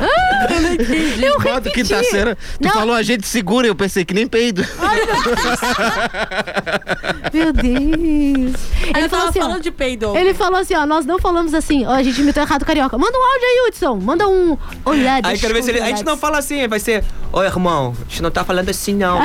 [SPEAKER 5] Ah, eu
[SPEAKER 7] Modo quinta-feira. Tu falou a gente segura, eu pensei que nem peido.
[SPEAKER 5] Meu Deus.
[SPEAKER 4] Aí eu tava
[SPEAKER 5] assim, ó,
[SPEAKER 4] falando de peido.
[SPEAKER 5] Ele falou assim, ó, nós não falamos assim. Ó, a gente imitou errado o carioca. Manda um áudio aí, Hudson. Manda um olhar.
[SPEAKER 6] Aí quero ver se ele. A gente não fala assim, vai ser. Ô irmão, a gente não tá falando assim, não.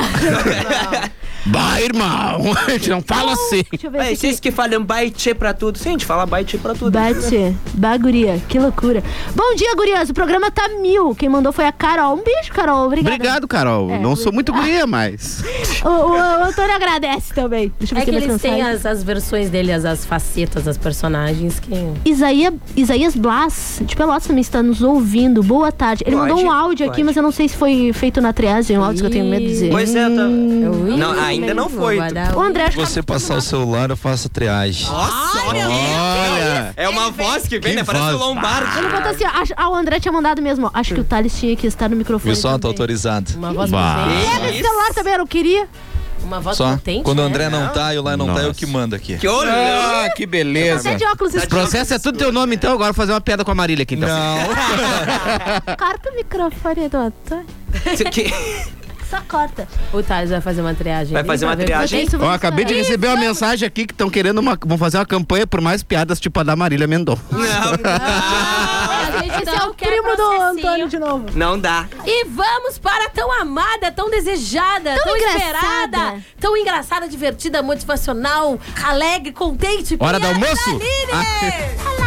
[SPEAKER 7] Vai, irmão! A gente não fala assim.
[SPEAKER 5] eu ver
[SPEAKER 6] Vai,
[SPEAKER 5] se
[SPEAKER 6] vocês que falam baite pra tudo. Sim, a gente fala baite pra tudo.
[SPEAKER 5] Bate. Baguria, que loucura. Bom dia, gurias. O programa tá mil. Quem mandou foi a Carol. Um beijo, Carol. Obrigada. É,
[SPEAKER 7] Obrigado, Carol. não sou muito guria, mas.
[SPEAKER 5] O, o, o Antônio agradece também. Deixa
[SPEAKER 4] É
[SPEAKER 5] eu ver
[SPEAKER 4] que
[SPEAKER 5] se Tipo, tem mais
[SPEAKER 4] eles têm
[SPEAKER 5] mensagem.
[SPEAKER 4] as, as versões dele, as, as facetas, as personagens que.
[SPEAKER 5] Isaías, Isaías Blas, de Pelotas também está nos ouvindo. Boa tarde. Ele
[SPEAKER 6] Pode,
[SPEAKER 5] mandou um áudio aqui,
[SPEAKER 6] pode.
[SPEAKER 5] mas eu não sei se foi feito na triagem, um áudio que eu tenho medo de dizer.
[SPEAKER 6] Pois é, tá. Não, ainda não
[SPEAKER 5] mesmo,
[SPEAKER 6] foi.
[SPEAKER 5] vai dar O André-
[SPEAKER 14] Se você passar o celular, eu faço triagem.
[SPEAKER 6] Nossa, olha!
[SPEAKER 14] Olha!
[SPEAKER 6] É uma voz que vem,
[SPEAKER 14] Que
[SPEAKER 6] né? Parece o
[SPEAKER 14] voz.
[SPEAKER 6] Lombardi.
[SPEAKER 5] Ele conta assim, ó, acho- ah, o André tinha mandado mesmo. ó, Acho que o Thales tinha que estar no microfone.
[SPEAKER 14] Viu só? Tô tá autorizado. Bah.
[SPEAKER 5] Pega esse é celular também, eu não queria.
[SPEAKER 4] Uma
[SPEAKER 14] Só. Quando o André não tá e o Lai não tá, eu que mando aqui.
[SPEAKER 7] Que olho! Ah, que beleza.
[SPEAKER 5] Você Tá de óculos
[SPEAKER 7] Esse
[SPEAKER 5] escuros.
[SPEAKER 7] processo é tudo teu nome, então. Agora fazer uma piada com a Marília aqui, então. Não.
[SPEAKER 5] Corta o microfone do Antônio. tá. Só corta.
[SPEAKER 4] O Thales vai fazer uma triagem.
[SPEAKER 7] Vai
[SPEAKER 4] ali
[SPEAKER 7] fazer
[SPEAKER 4] pra
[SPEAKER 7] uma
[SPEAKER 4] ver
[SPEAKER 7] triagem.
[SPEAKER 4] quanto é isso,
[SPEAKER 7] Ó,
[SPEAKER 4] vamos
[SPEAKER 7] acabei de
[SPEAKER 4] saber.
[SPEAKER 7] receber uma mensagem aqui que estão querendo uma. Vão fazer uma campanha por mais piadas tipo a da
[SPEAKER 5] [laughs]
[SPEAKER 7] Marília Mendonça.
[SPEAKER 4] Ah, gente,
[SPEAKER 5] Esse
[SPEAKER 4] então
[SPEAKER 5] é o
[SPEAKER 4] eu quero
[SPEAKER 5] primo do
[SPEAKER 4] processinho.
[SPEAKER 5] Antônio de novo.
[SPEAKER 6] Não dá.
[SPEAKER 4] E vamos para a tão amada, tão desejada,
[SPEAKER 5] Tão
[SPEAKER 4] tão,
[SPEAKER 5] engraçada.
[SPEAKER 4] esperada, tão engraçada, divertida, motivacional, alegre, contente.
[SPEAKER 7] Hora do
[SPEAKER 4] piada
[SPEAKER 7] almoço?
[SPEAKER 4] livre.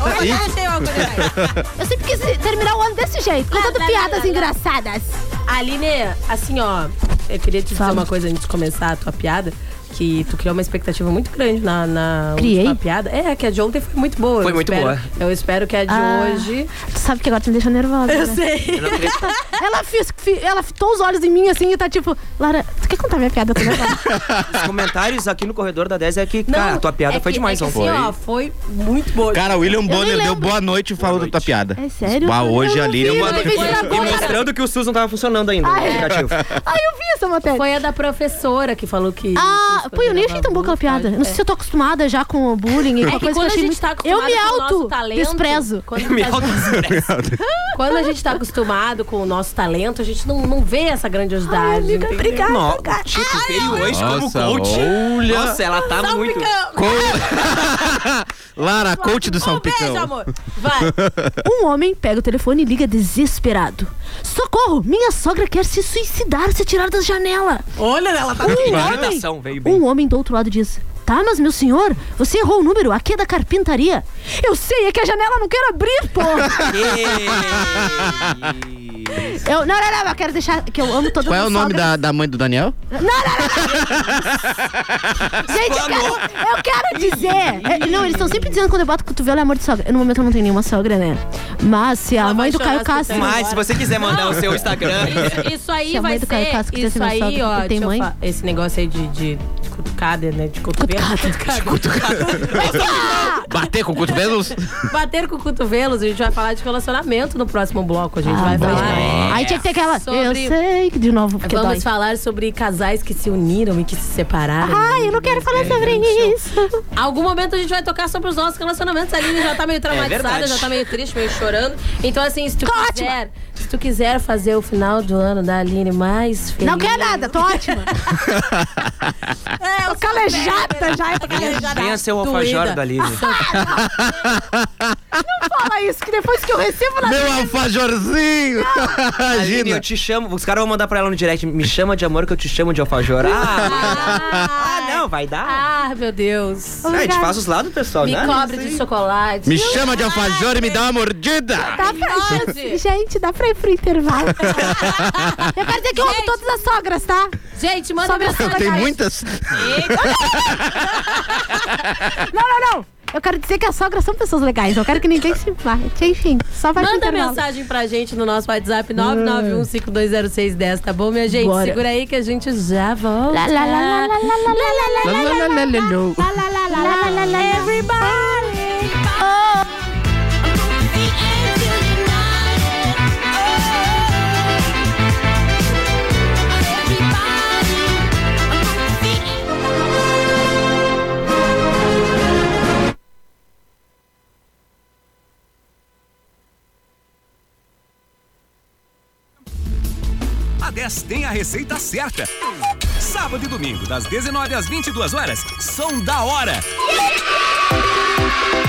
[SPEAKER 5] Olha, Eu sempre quis terminar o ano desse jeito,
[SPEAKER 4] Ah,
[SPEAKER 5] contando
[SPEAKER 4] tá,
[SPEAKER 5] piadas engraçadas.
[SPEAKER 4] Aline, assim, ó, eu queria te dizer uma coisa antes de começar a tua piada. Que tu criou uma expectativa muito grande na, na
[SPEAKER 5] Criei?
[SPEAKER 4] última piada. É, que a de ontem foi muito boa.
[SPEAKER 5] Foi
[SPEAKER 4] eu
[SPEAKER 5] muito
[SPEAKER 4] espero-
[SPEAKER 5] boa.
[SPEAKER 4] Eu espero que a de
[SPEAKER 5] Ah,
[SPEAKER 4] hoje.
[SPEAKER 5] Tu sabe que agora tu me deixa nervosa.
[SPEAKER 4] Eu
[SPEAKER 5] né?
[SPEAKER 4] sei.
[SPEAKER 5] [laughs] Ela, fis, fi- ela fitou os olhos em mim assim e tá tipo, Lara, tu quer contar minha piada também?
[SPEAKER 6] [laughs] Os comentários aqui no corredor da 10 é que, cara, tua piada
[SPEAKER 4] é
[SPEAKER 6] foi
[SPEAKER 4] que-
[SPEAKER 6] demais
[SPEAKER 4] é que
[SPEAKER 6] ontem.
[SPEAKER 4] assim, ó, foi muito boa.
[SPEAKER 7] Cara, William
[SPEAKER 4] Eu
[SPEAKER 7] Bonner
[SPEAKER 4] nem
[SPEAKER 7] deu
[SPEAKER 4] lembro.
[SPEAKER 7] boa noite e falou da tua piada.
[SPEAKER 5] É sério?
[SPEAKER 7] Bah, hoje é a Líria
[SPEAKER 6] E
[SPEAKER 7] mandou.
[SPEAKER 6] e mostrando que o SUS não tava funcionando ainda né, no
[SPEAKER 5] Ah, é.
[SPEAKER 6] aplicativo.
[SPEAKER 5] Ai, eu vi essa matéria.
[SPEAKER 4] Foi a da professora que falou que.
[SPEAKER 5] Ah, pô, eu nem achei tão boa aquela piada. Não sei se eu tô acostumada já com o bullying.
[SPEAKER 4] É
[SPEAKER 5] com
[SPEAKER 4] que
[SPEAKER 5] coisa
[SPEAKER 4] quando
[SPEAKER 5] eu
[SPEAKER 4] a
[SPEAKER 5] achei
[SPEAKER 4] gente
[SPEAKER 5] muito-
[SPEAKER 4] tá acostumado
[SPEAKER 5] Eu me
[SPEAKER 4] com o nosso
[SPEAKER 5] auto
[SPEAKER 4] talento,
[SPEAKER 5] desprezo.
[SPEAKER 4] quando Eu me a gente- Quando a gente tá acostumado com o nosso talento, a gente não, não vê essa grandiosidade. amiga, obrigada.
[SPEAKER 6] Não, Tipo, veio hoje como
[SPEAKER 7] Nossa,
[SPEAKER 6] coach.
[SPEAKER 7] olha.
[SPEAKER 6] Nossa, ela tá muito. [laughs]
[SPEAKER 7] Lara, a coach do Salpicão.
[SPEAKER 5] beijo, amor. [laughs] Um homem pega o telefone e liga desesperado. Socorro! Minha sogra quer se suicidar se tirar da janela.
[SPEAKER 6] Olha, ela tá
[SPEAKER 5] um
[SPEAKER 6] bem.
[SPEAKER 5] homem,
[SPEAKER 6] Interpretação, veio bem.
[SPEAKER 5] um homem do outro lado diz: Tá, mas meu senhor, você errou o número, aqui é da carpintaria. Eu sei, é que a janela não quer abrir,
[SPEAKER 6] [laughs]
[SPEAKER 5] pô! eu, não, não, não, eu quero deixar que eu amo todo
[SPEAKER 7] Qual é o
[SPEAKER 5] mundo
[SPEAKER 7] nome
[SPEAKER 5] sogra.
[SPEAKER 7] da, da mãe do Daniel?
[SPEAKER 5] Não, não, não, não. Gente, eu quero, eu quero dizer. é, não, eles estão sempre dizendo quando eu boto cotovelo é amor de sogra. No momento eu não tenho nenhuma sogra, né? Mas se a mãe do Caio Castro.
[SPEAKER 6] [laughs] Mas se você quiser mandar o seu [laughs] Instagram.
[SPEAKER 4] Isso aí
[SPEAKER 5] Se a mãe
[SPEAKER 4] vai
[SPEAKER 5] do Caio Castro
[SPEAKER 4] ser.
[SPEAKER 5] quiser ser
[SPEAKER 4] Isso
[SPEAKER 5] minha
[SPEAKER 4] aí,
[SPEAKER 5] sogra,
[SPEAKER 4] ó.
[SPEAKER 5] porque tem
[SPEAKER 4] deixa eu
[SPEAKER 5] mãe.
[SPEAKER 4] fa- Esse negócio aí de, de cutucada, né? De cotovelo. [laughs] Cutucada.
[SPEAKER 7] [laughs] Bater com cotovelos?
[SPEAKER 5] tipo.
[SPEAKER 4] Bater com cotovelos, a gente vai falar de relacionamento no próximo bloco. A gente vai falar.
[SPEAKER 5] Ah, Aí tinha que ter aquela. Eu
[SPEAKER 4] Sobre-
[SPEAKER 5] sei que de novo. Porque
[SPEAKER 4] Vamos
[SPEAKER 5] dói.
[SPEAKER 4] falar sobre casais que se uniram e que se separaram.
[SPEAKER 5] Ai, eu não quero
[SPEAKER 4] É,
[SPEAKER 5] falar sobre isso.
[SPEAKER 4] Algum momento a gente vai tocar sobre os nossos relacionamentos. A Aline já tá
[SPEAKER 6] É
[SPEAKER 4] meio traumatizada,
[SPEAKER 5] verdade.
[SPEAKER 4] já tá meio triste, meio chorando. Então, assim, se tu
[SPEAKER 5] Tá
[SPEAKER 4] quiser, se tu quiser fazer o final do ano da Aline mais feliz.
[SPEAKER 5] Não quero nada, tô ótima.
[SPEAKER 4] [laughs]
[SPEAKER 5] [laughs]
[SPEAKER 4] É, eu
[SPEAKER 5] calejada tá, já, tá eu tô
[SPEAKER 4] calejada.
[SPEAKER 6] Venha ser o alfajor da Lívia.
[SPEAKER 5] Não fala isso, que depois que eu recebo na
[SPEAKER 7] Meu alfajorzinho!
[SPEAKER 6] Aline, eu te chamo. Os caras vão mandar pra ela no direct. Me chama de amor que eu te chamo de alfajor. Ah, ah não, vai dar.
[SPEAKER 4] Ah, meu Deus.
[SPEAKER 6] É, a gente faz os lados, pessoal,
[SPEAKER 4] Me
[SPEAKER 6] né?
[SPEAKER 4] cobre de chocolate.
[SPEAKER 7] Me chama de alfajor e me dá uma mordida!
[SPEAKER 4] Tá
[SPEAKER 5] Dá pra... Gente, dá pra ir pro
[SPEAKER 4] [laughs]
[SPEAKER 5] intervalo. eu quero dizer que eu amo todas as sogras, tá?
[SPEAKER 4] Gente, manda
[SPEAKER 5] Sogra
[SPEAKER 4] mensagem.
[SPEAKER 5] sogra,
[SPEAKER 7] Tem
[SPEAKER 5] cara.
[SPEAKER 7] muitas.
[SPEAKER 5] Não, não, não. Eu quero dizer que as sogras são pessoas legais. Eu quero que ninguém se mate. Enfim, só vai pro
[SPEAKER 4] Manda
[SPEAKER 5] intervalo.
[SPEAKER 4] mensagem pra gente no nosso WhatsApp 991520610, tá bom, minha gente?
[SPEAKER 5] Bora.
[SPEAKER 4] Segura aí que a gente já volta.
[SPEAKER 5] Lá, lá, lá, lá, lá, lá, lá, lá, lá, lá, lá, lá, lá, lá.
[SPEAKER 4] Everybody.
[SPEAKER 18] A 10 tem a receita certa. Sábado e domingo, das 19 às 22 horas, som da hora.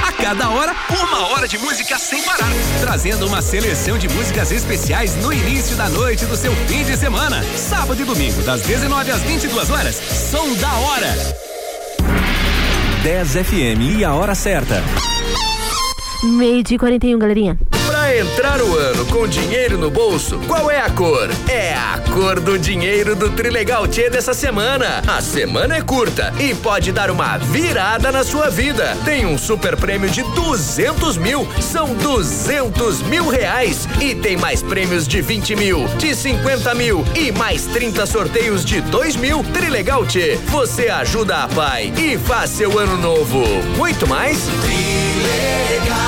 [SPEAKER 18] A cada hora, uma hora de música sem parar, trazendo uma seleção de músicas especiais no início da noite do seu fim de semana. Sábado e domingo, das 19 às 22 horas, som da hora.
[SPEAKER 10] 10 FM e a hora certa.
[SPEAKER 5] Meio de 41, galerinha.
[SPEAKER 11] Pra entrar o ano com dinheiro no bolso, qual é a cor? É a cor do dinheiro do Trilegal Tchê dessa semana. A semana é curta e pode dar uma virada na sua vida. Tem um super prêmio de 200 mil, são 200 mil reais. E tem mais prêmios de 20 mil, de 50 mil e mais 30 sorteios de 2 mil. Trilegal Tchê, você ajuda a pai e faz seu ano novo. Muito mais? Trilegal.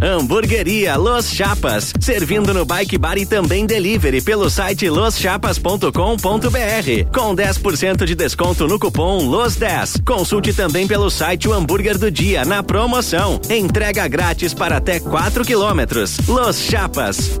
[SPEAKER 19] Hamburgueria Los Chapas, servindo no Bike Bar e também delivery pelo site loschapas.com.br. Com 10% de desconto no cupom LOS10. Consulte também pelo site o hambúrguer do dia na promoção. Entrega grátis para até 4 quilômetros. Los Chapas.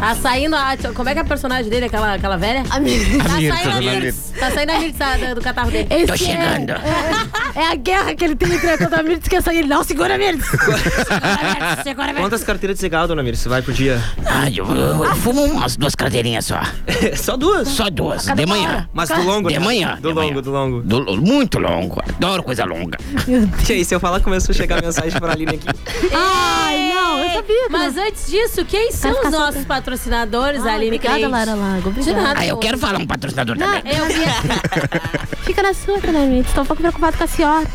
[SPEAKER 4] Tá saindo a. Como é que é a personagem dele, aquela, aquela velha? A
[SPEAKER 5] Mirtha.
[SPEAKER 4] Tá
[SPEAKER 5] A né, Mirtha,
[SPEAKER 4] saindo a
[SPEAKER 5] dona
[SPEAKER 4] Mirtz. Tá saindo a Mirtz da- do catarro dele.
[SPEAKER 5] Esse é- É, é a guerra que ele tem entre a Tota toda a Mirtz que essa ele. Não, segura a Mirtz.
[SPEAKER 4] É,
[SPEAKER 6] Quantas carteiras de cigarro, dona Miriam, você vai por dia?
[SPEAKER 8] Ah, eu, eu- eu fumo umas duas cadeirinhas só.
[SPEAKER 6] só duas?
[SPEAKER 8] Só duas. De
[SPEAKER 6] Cada uma
[SPEAKER 8] manhã.
[SPEAKER 6] hora. Mas do longo,
[SPEAKER 8] De
[SPEAKER 6] né?
[SPEAKER 8] manhã.
[SPEAKER 6] Do longo, do longo.
[SPEAKER 8] muito longo. Adoro coisa longa.
[SPEAKER 6] Tia, e se eu falar, começou a chegar mensagem pra Aline aqui.
[SPEAKER 4] Ai, não, eu sabia. É. Mas antes disso, quem são os nossos patrocinadores, Aline
[SPEAKER 5] obrigada,
[SPEAKER 4] Crente?
[SPEAKER 5] Lara Lago, obrigada.
[SPEAKER 4] De nada.
[SPEAKER 5] Ah, eu quero
[SPEAKER 8] falar um patrocinador [laughs]
[SPEAKER 5] Não, eu Fica na sua, dona Mirtz. Tô um pouco preocupado com a senhora.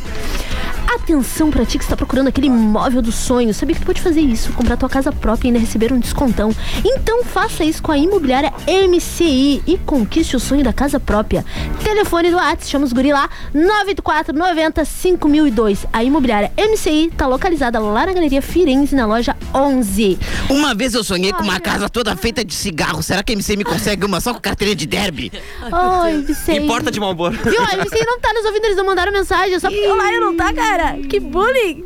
[SPEAKER 5] A Atenção pra ti que está procurando aquele imóvel do sonho. Sabia que tu pode fazer isso, comprar tua casa própria e ainda receber um descontão. Então faça isso com a imobiliária MCI e conquiste o sonho da casa própria. Telefone do WhatsApp, chama os guri lá, 984-90-5002. A imobiliária MCI está tá localizada lá na Galeria Firenze, na loja 11.
[SPEAKER 8] Uma vez eu sonhei com uma casa toda feita de cigarro. Será que a MC me consegue uma só com carteirinha de derby?
[SPEAKER 5] Oi, Vicente.
[SPEAKER 6] Importa de Malboro.
[SPEAKER 5] Viu? A MC não tá nos ouvindo, eles não mandaram mensagem. Só porque o Laio não tá, cara. Que bullying.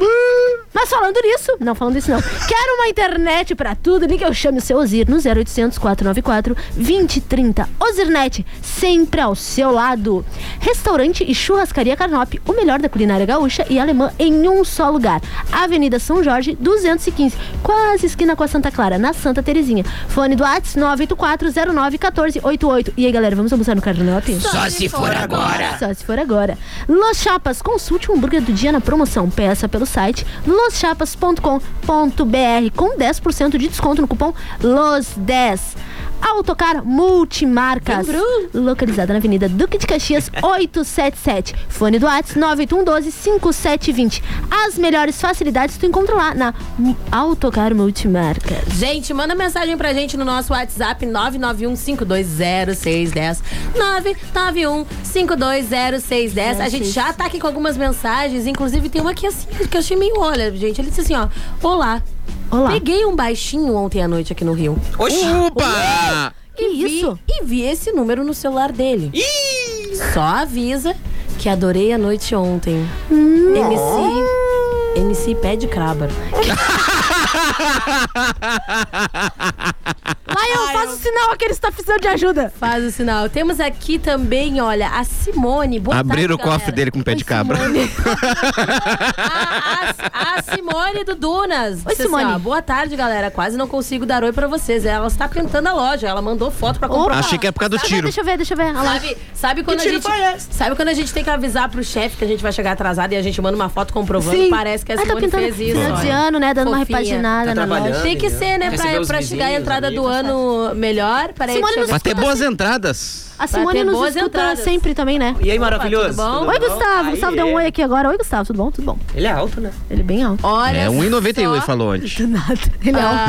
[SPEAKER 5] Mas falando nisso, não falando isso não. Quero uma internet pra tudo. Liga eu chame o seu Ozir no 0800 494 2030. Ozirnet, sempre ao seu lado. Restaurante e churrascaria Carnop, o melhor da culinária gaúcha e alemã em um só lugar. Avenida São Jorge, 215, quase esquina com a Santa Clara, na Santa Terezinha. Fone do Whats 984091488. E aí, galera, vamos almoçar no Carnop?
[SPEAKER 8] Só se for agora.
[SPEAKER 5] Só se for agora. Los Chapas, consulte o hambúrguer do dia na promoção. Peça pelo site loschapas.com.br com 10% de desconto no cupom LOS10. Autocar Multimarcas, localizada na Avenida Duque de Caxias
[SPEAKER 4] [laughs]
[SPEAKER 5] 877. Fone do Whats 981125720. As melhores facilidades tu encontra lá na Autocar Multimarcas.
[SPEAKER 4] Gente, manda mensagem pra gente no nosso WhatsApp 991-520610. 991-520610. A gente já tá aqui com algumas mensagens, inclusive tem uma aqui assim, que eu achei meio olha, gente. Ele disse assim, ó: Olá.
[SPEAKER 5] Olá.
[SPEAKER 4] Peguei um baixinho ontem à noite aqui no Rio.
[SPEAKER 8] Oxi.
[SPEAKER 7] Ah,
[SPEAKER 4] Ué!
[SPEAKER 5] Que
[SPEAKER 4] e
[SPEAKER 5] isso?
[SPEAKER 4] Vi, e vi esse número no celular dele. Só avisa que adorei a noite ontem.
[SPEAKER 5] Hum.
[SPEAKER 4] MC. MC pé de craba.
[SPEAKER 5] Lion, faz o sinal que eles estão precisando de ajuda.
[SPEAKER 4] Faz o sinal. Temos aqui também, olha, a Simone. Boa
[SPEAKER 7] Abriram o
[SPEAKER 4] tarde,
[SPEAKER 7] cofre dele com pé de cabra. [laughs]
[SPEAKER 4] A Simone do Dunas.
[SPEAKER 5] Oi,
[SPEAKER 4] Disse assim,
[SPEAKER 5] Simone.
[SPEAKER 4] ó, Boa tarde, galera. Quase não consigo dar oi pra vocês. Ela está pintando a loja. Ela mandou foto pra comprar.
[SPEAKER 7] Achei que era por causa do
[SPEAKER 4] Sabe-
[SPEAKER 7] tiro.
[SPEAKER 5] Deixa eu ver, deixa eu ver. Olha lá.
[SPEAKER 4] Sabe, sabe quando
[SPEAKER 5] Que tiro
[SPEAKER 4] a gente. Sabe quando a gente tem que avisar pro chefe que a gente vai chegar atrasado e a gente manda uma foto comprovando?
[SPEAKER 5] Sim.
[SPEAKER 4] Parece que a
[SPEAKER 5] Ah, tá
[SPEAKER 4] Simone
[SPEAKER 5] pintando
[SPEAKER 4] fez isso.
[SPEAKER 5] final de
[SPEAKER 4] olha.
[SPEAKER 5] ano, né? Dando uma repaginada Tá na trabalhando, loja.
[SPEAKER 4] Tem que ser, né?
[SPEAKER 5] Receber
[SPEAKER 4] Pra,
[SPEAKER 5] os
[SPEAKER 4] pra chegar a
[SPEAKER 5] vizinhos,
[SPEAKER 4] entrada do ano melhor. Peraí,
[SPEAKER 5] Simone
[SPEAKER 4] deixa eu
[SPEAKER 7] Pra
[SPEAKER 4] ver.
[SPEAKER 7] ter boas entradas.
[SPEAKER 5] A
[SPEAKER 4] Pra
[SPEAKER 5] Simone
[SPEAKER 4] ter
[SPEAKER 5] nos
[SPEAKER 4] boas
[SPEAKER 5] escuta
[SPEAKER 4] entradas.
[SPEAKER 5] sempre também, né?
[SPEAKER 6] E aí, maravilhoso?
[SPEAKER 4] Opa, tudo bom? é.
[SPEAKER 5] Oi,
[SPEAKER 4] Tudo
[SPEAKER 5] Gustavo.
[SPEAKER 6] Aí
[SPEAKER 5] Gustavo deu um oi aqui agora. Oi, Gustavo, tudo bom? Tudo bom?
[SPEAKER 6] Ele é alto, né?
[SPEAKER 5] Ele é bem alto.
[SPEAKER 4] Olha
[SPEAKER 7] É 1,91 ele
[SPEAKER 4] só.
[SPEAKER 7] falou antes.
[SPEAKER 5] Do nada. Ele é alto.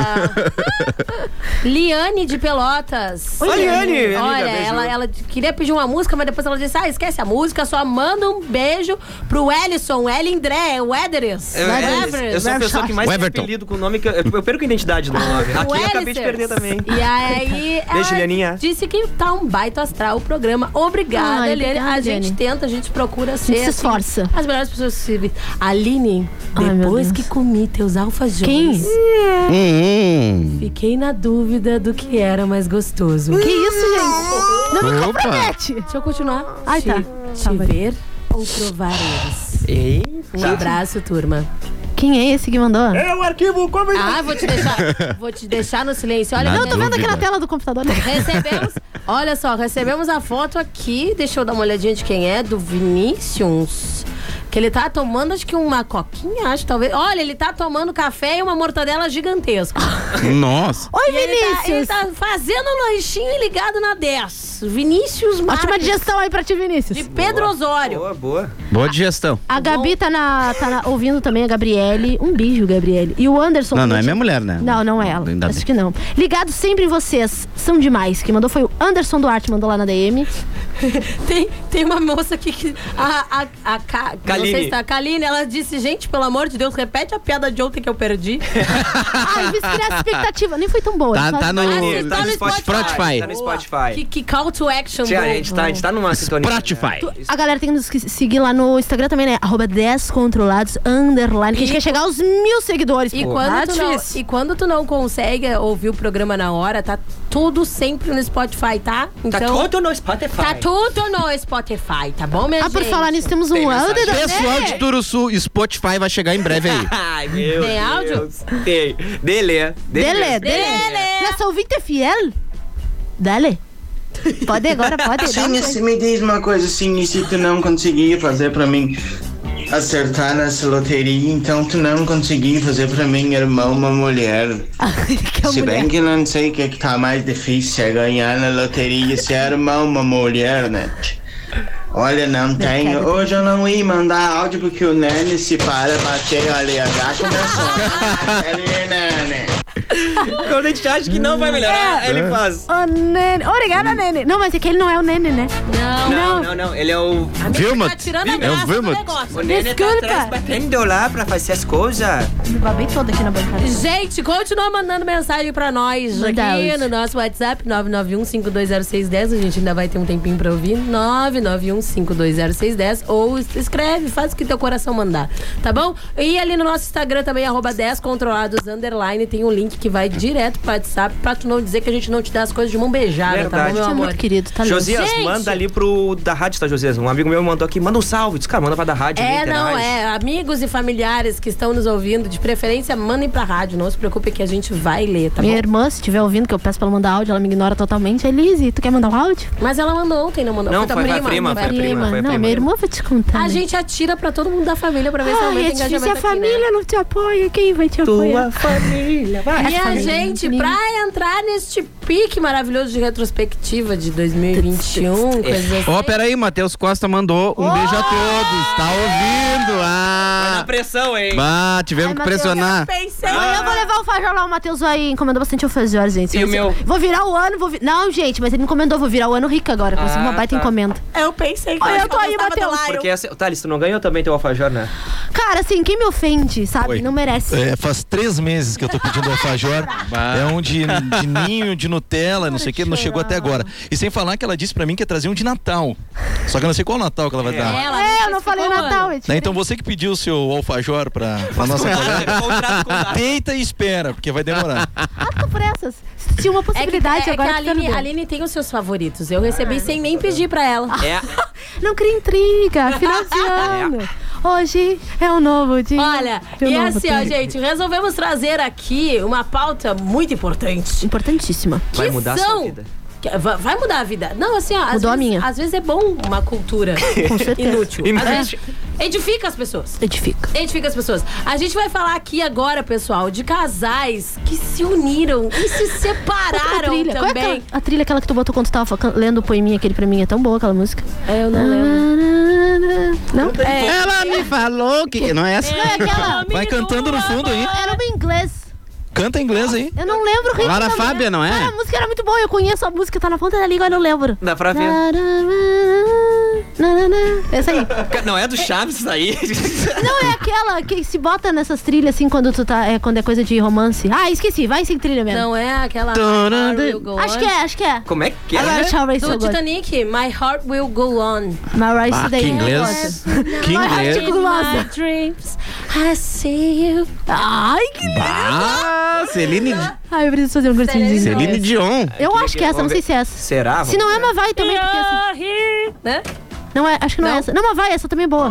[SPEAKER 4] Liane de Pelotas.
[SPEAKER 5] Oi, Oi, Liane. Liane, amiga,
[SPEAKER 4] Olha,
[SPEAKER 5] beijo.
[SPEAKER 4] ela, ela queria pedir uma música, mas depois ela disse: ah, esquece a música, só manda um beijo pro Ellison, Ellen Dré, o Né, Ederes.
[SPEAKER 5] É,
[SPEAKER 6] Eu, é, eu, eu sou a pessoa que mais tem apelido com o nome que eu, eu perco a identidade
[SPEAKER 4] [laughs]
[SPEAKER 6] do nome. Aqui eu acabei de perder também.
[SPEAKER 4] E
[SPEAKER 6] [laughs]
[SPEAKER 4] aí, ela
[SPEAKER 6] Beijo, Lianinha.
[SPEAKER 4] disse que tá um baita astral o programa. Obrigada,
[SPEAKER 5] Ai,
[SPEAKER 4] Eliane.
[SPEAKER 5] obrigada,
[SPEAKER 4] a gente
[SPEAKER 5] Eliane.
[SPEAKER 4] tenta, a gente procura ser.
[SPEAKER 5] gente se
[SPEAKER 4] assim,
[SPEAKER 5] esforça.
[SPEAKER 4] as melhores pessoas possíveis. Aline,
[SPEAKER 5] Ai, meu
[SPEAKER 4] depois
[SPEAKER 5] Deus.
[SPEAKER 4] que comi teus alfajores.
[SPEAKER 5] Quem?
[SPEAKER 7] Hum, hum.
[SPEAKER 4] Fiquei na dúvida do que era mais gostoso.
[SPEAKER 5] Que isso, gente? Não me
[SPEAKER 7] Opa.
[SPEAKER 5] compromete.
[SPEAKER 4] Deixa eu continuar.
[SPEAKER 5] Ai,
[SPEAKER 4] te,
[SPEAKER 5] tá.
[SPEAKER 4] Te ver ou provar eles.
[SPEAKER 6] Ei.
[SPEAKER 4] Um abraço, turma.
[SPEAKER 5] Quem é esse que mandou?
[SPEAKER 6] É o arquivo como
[SPEAKER 4] Ah, vou te deixar, vou te deixar no silêncio. Olha,
[SPEAKER 5] Não, eu tô vendo aqui
[SPEAKER 4] aquela
[SPEAKER 5] na tela do [laughs] computador.
[SPEAKER 4] Recebemos, olha só, recebemos a foto aqui. Deixa eu dar uma olhadinha de quem é, do Vinícius. Que ele tá tomando, acho que uma coquinha, acho, talvez. Olha, ele tá tomando café e uma mortadela gigantesca.
[SPEAKER 7] Nossa.
[SPEAKER 5] [laughs] Oi,
[SPEAKER 4] E ele tá-
[SPEAKER 5] Vinícius.
[SPEAKER 4] Ele tá, fazendo um lanchinho e ligado na 10. Vinícius Marques.
[SPEAKER 5] Ótima digestão aí pra ti, Vinícius.
[SPEAKER 4] De Pedro Osório.
[SPEAKER 6] Boa, boa.
[SPEAKER 7] Boa digestão.
[SPEAKER 5] A Gabi tá, na, tá na- ouvindo também, a Gabriele. Um beijo, Gabriele. E o Anderson.
[SPEAKER 7] Não, não
[SPEAKER 5] também.
[SPEAKER 7] é minha mulher, né?
[SPEAKER 5] Não, não é ela.
[SPEAKER 7] Ainda
[SPEAKER 5] Acho
[SPEAKER 7] bem.
[SPEAKER 5] que não. Ligado sempre em vocês. São demais. Quem mandou foi o Anderson Duarte, mandou lá na DM.
[SPEAKER 4] Tem, tem uma moça aqui que. A, a, a Ka-
[SPEAKER 5] Kaline.
[SPEAKER 4] Não sei se tá. a Kaline, ela disse: gente, pelo amor de Deus, repete a piada de ontem que eu perdi.
[SPEAKER 5] [laughs] Ai, me
[SPEAKER 7] [laughs]
[SPEAKER 5] criar expectativa. Nem foi tão boa.
[SPEAKER 7] Tá,
[SPEAKER 5] só-
[SPEAKER 7] tá no,
[SPEAKER 4] Ah, tá no
[SPEAKER 7] Spotify.
[SPEAKER 6] Tá no Spotify.
[SPEAKER 4] Que, que call to action,
[SPEAKER 6] Tia, a
[SPEAKER 4] bom.
[SPEAKER 6] gente tá, a gente tá numa sintonia.
[SPEAKER 7] Spotify.
[SPEAKER 5] A galera tem que nos que- seguir lá no Instagram também, né? Arroba 10controlados, underline, que a gente quer chegar aos mil seguidores.
[SPEAKER 4] E
[SPEAKER 5] pô.
[SPEAKER 4] quando,
[SPEAKER 5] Tá
[SPEAKER 4] tu não,
[SPEAKER 5] difícil.
[SPEAKER 4] e quando tu não consegue ouvir o programa na hora, tá tudo sempre no Spotify, tá?
[SPEAKER 5] um
[SPEAKER 6] Tá
[SPEAKER 5] então.
[SPEAKER 6] tudo no Spotify.
[SPEAKER 4] Tá tudo no Spotify, tá [laughs] bom, minha
[SPEAKER 5] Ah, por
[SPEAKER 4] gente?
[SPEAKER 5] falar nisso, temos um Tem áudio mensagem. da-
[SPEAKER 7] Pessoal
[SPEAKER 5] É.
[SPEAKER 7] de Turuçu, Spotify vai chegar em breve aí.
[SPEAKER 6] [laughs] Ai, meu
[SPEAKER 4] Tem áudio?
[SPEAKER 6] Deus. Tem. Dele.
[SPEAKER 5] Dele, dele. Nossa ouvinte é fiel. Dale. Pode agora, pode.
[SPEAKER 6] [laughs]
[SPEAKER 5] dá um
[SPEAKER 9] Sim, se me diz uma coisa assim, e se tu não conseguir fazer pra mim acertar nessa loteria, então tu não conseguir fazer pra mim, irmão, uma mulher. se bem que é um não sei o que, é que tá mais difícil, se é ganhar na loteria, se é irmão, uma mulher, né? Olha, não tem. quero- Hoje eu não ia mandar áudio porque o Nene se para, bateu ali, H começou.
[SPEAKER 7] É,
[SPEAKER 9] Ele,
[SPEAKER 7] né,
[SPEAKER 9] Nene.
[SPEAKER 6] Quando a gente acha que não vai melhorar, ele faz.
[SPEAKER 5] É.
[SPEAKER 6] Hum.
[SPEAKER 5] Ô, Nene. Obrigada, Nene. Não, mas é que ele não é o Nene, né?
[SPEAKER 4] ah,
[SPEAKER 6] Não, não, não. Ele é o.
[SPEAKER 7] Vilma?
[SPEAKER 5] tá tirando a É o graça do Vilma? negócio.
[SPEAKER 6] O Nene tá
[SPEAKER 5] Desculpa.
[SPEAKER 6] atrás batendo lá pra fazer as coisas.
[SPEAKER 5] Me babei toda aqui na bancada.
[SPEAKER 4] Gente, continua mandando mensagem pra nós aqui
[SPEAKER 5] Verdade.
[SPEAKER 4] no nosso WhatsApp 991-520610. A gente ainda vai ter um tempinho pra ouvir. 991-520610. Ou escreve, faz o que teu coração mandar, tá bom? E ali no nosso Instagram também, arroba 10controlados underline, tem um link que vai direto pro WhatsApp pra tu não dizer que a gente não te dá as coisas de mão beijada, tá bom, meu
[SPEAKER 6] Verdade. Você é
[SPEAKER 4] amor?
[SPEAKER 6] muito
[SPEAKER 5] querido,
[SPEAKER 6] Josias, manda ali pro da rádio, tá, Josias? Um amigo meu mandou aqui, manda um salve. Diz, cara, manda pra da rádio.
[SPEAKER 4] É,
[SPEAKER 6] interage.
[SPEAKER 4] não, é. Amigos e familiares que estão nos ouvindo, de preferência, mandem pra rádio. Não se preocupe que a gente vai ler, tá
[SPEAKER 5] Minha
[SPEAKER 4] bom?
[SPEAKER 5] irmã, se estiver ouvindo, que eu peço pra ela mandar áudio, ela me ignora totalmente. Elise, tu quer mandar um áudio?
[SPEAKER 4] Mas ela mandou ontem, não mandou?
[SPEAKER 6] Não, foi- foi a prima, foi a prima, foi
[SPEAKER 5] não,
[SPEAKER 6] a prima.
[SPEAKER 5] minha irmã vai te contar. né?
[SPEAKER 4] A gente atira pra todo mundo da família pra ver se
[SPEAKER 5] Ai,
[SPEAKER 4] aumenta
[SPEAKER 5] é
[SPEAKER 4] o engajamento
[SPEAKER 5] difícil. A
[SPEAKER 4] aqui,
[SPEAKER 5] família
[SPEAKER 4] né?
[SPEAKER 5] não te apoia. Quem vai te
[SPEAKER 4] Tua
[SPEAKER 5] apoiar?
[SPEAKER 4] [laughs]
[SPEAKER 6] família,
[SPEAKER 4] E a gente, pra entrar neste pique maravilhoso de retrospectiva de
[SPEAKER 5] É.
[SPEAKER 4] 2021, coisas assim.
[SPEAKER 7] Ó, peraí, Matheus Costa mandou um beijo a todos. Tá ouvindo? Ah!
[SPEAKER 6] Pressão, hein?
[SPEAKER 7] Bah, tivemos que pressionar.
[SPEAKER 5] Amanhã eu vou levar o fajol lá. O Matheus aí encomendou bastante alfajores, gente.
[SPEAKER 7] Ah. E o
[SPEAKER 5] Eu-
[SPEAKER 7] meu?
[SPEAKER 5] Vou virar o ano, vou vi- Não, gente, mas ele encomendou. Vou virar o ano rico agora. Consegui uma
[SPEAKER 6] Ah,
[SPEAKER 5] baita
[SPEAKER 6] tá.
[SPEAKER 5] encomenda.
[SPEAKER 4] Eu pensei
[SPEAKER 5] Olha, eu tô aí, Matheus.
[SPEAKER 6] Porque essa. Thales, tu não ganhou também teu alfajor, né?
[SPEAKER 5] Cara, assim, quem me ofende, sabe?
[SPEAKER 6] Oi.
[SPEAKER 5] Não merece.
[SPEAKER 14] É, faz três meses que eu tô pedindo alfajor. é um de, de ninho, de Nutella, não sei o que, não chegou até agora. E sem falar que ela disse pra mim que ia trazer um de Natal. Só que eu não sei qual Natal que ela vai dar.
[SPEAKER 5] Ela é, eu não falei Natal. é
[SPEAKER 14] Né, então você que pediu o seu alfajor pra, pra nossa colega, deita e espera, porque vai demorar.
[SPEAKER 5] Tô por essas. Se Tinha uma possibilidade
[SPEAKER 4] é que
[SPEAKER 5] agora. tá
[SPEAKER 4] a Aline- a Aline tem os seus favoritos. Eu recebi sem nem pedir pra ela.
[SPEAKER 6] É.
[SPEAKER 5] [laughs] Não
[SPEAKER 4] [laughs]
[SPEAKER 5] cria intriga. Final de ano. Hoje é um novo dia.
[SPEAKER 4] Olha,
[SPEAKER 5] de um
[SPEAKER 4] e
[SPEAKER 5] novo
[SPEAKER 4] assim, ó,
[SPEAKER 5] tempo.
[SPEAKER 4] gente, resolvemos trazer aqui uma pauta muito importante.
[SPEAKER 5] Importantíssima.
[SPEAKER 4] Que são... que- va- Vai mudar a vida. Não, assim, ó, às,
[SPEAKER 5] Mudou
[SPEAKER 4] vezes,
[SPEAKER 5] a minha.
[SPEAKER 4] às vezes é bom uma cultura
[SPEAKER 5] [laughs] Com certeza.
[SPEAKER 4] inútil.
[SPEAKER 5] Inútil.
[SPEAKER 4] Às vezes edifica as pessoas.
[SPEAKER 5] Edifica.
[SPEAKER 4] Edifica as pessoas. A gente vai falar aqui agora, pessoal, de casais que se uniram e
[SPEAKER 5] [laughs]
[SPEAKER 4] se
[SPEAKER 5] Qual é a
[SPEAKER 4] separaram
[SPEAKER 5] trilha? Qual é
[SPEAKER 4] também.
[SPEAKER 5] aquela- a trilha aquela que tu botou quando tu tava focan- lendo o poeminha aquele pra mim? É tão boa aquela música.
[SPEAKER 4] É, eu não
[SPEAKER 5] lembro. Não? É.
[SPEAKER 7] Ela me falou que. Não é essa?
[SPEAKER 5] Não, é aquela.
[SPEAKER 7] Vai cantando no fundo aí.
[SPEAKER 5] Era uma em inglês.
[SPEAKER 14] Canta em inglês aí.
[SPEAKER 5] Eu não lembro o ritmo.
[SPEAKER 7] Lara
[SPEAKER 5] da música.
[SPEAKER 7] Fábia, não é?
[SPEAKER 5] Cara, a música era muito boa. Eu conheço a música, tá na ponta da língua, eu não lembro.
[SPEAKER 6] Dá pra ver.
[SPEAKER 5] Essa
[SPEAKER 6] [laughs]
[SPEAKER 5] aí.
[SPEAKER 6] Ca- Não é do Chaves isso aí? [laughs]
[SPEAKER 5] Não é aquela que se bota nessas trilhas assim quando tu tá. É, quando é coisa de romance. Ah, esqueci, vai sem trilha mesmo.
[SPEAKER 4] Não é aquela.
[SPEAKER 5] Tadã,
[SPEAKER 4] Will Go
[SPEAKER 5] Acho
[SPEAKER 4] On?
[SPEAKER 5] que é, acho que é.
[SPEAKER 6] Como é que é?
[SPEAKER 5] Ela era Charlie
[SPEAKER 4] Do
[SPEAKER 5] So Good.
[SPEAKER 4] Titanic, My Heart Will Go On.
[SPEAKER 5] Mas
[SPEAKER 7] Ah,
[SPEAKER 5] isso daí
[SPEAKER 7] que
[SPEAKER 5] é
[SPEAKER 7] inglês. Que
[SPEAKER 4] My heart
[SPEAKER 7] inglês.
[SPEAKER 4] in my dreams, I see you.
[SPEAKER 5] Ai, que
[SPEAKER 7] Ah, Celine.
[SPEAKER 5] Ai, eu preciso fazer um cursinho
[SPEAKER 8] assim,
[SPEAKER 5] de
[SPEAKER 7] Celine
[SPEAKER 5] inglês.
[SPEAKER 7] Dion.
[SPEAKER 5] Eu acho que é essa, não
[SPEAKER 7] Vamos
[SPEAKER 5] sei
[SPEAKER 7] ver.
[SPEAKER 5] se é essa.
[SPEAKER 7] Será?
[SPEAKER 5] Se não é, mas vai também, porque essa.
[SPEAKER 4] Né?
[SPEAKER 5] Não é, acho que não, é essa. Não, mas vai, essa também é boa.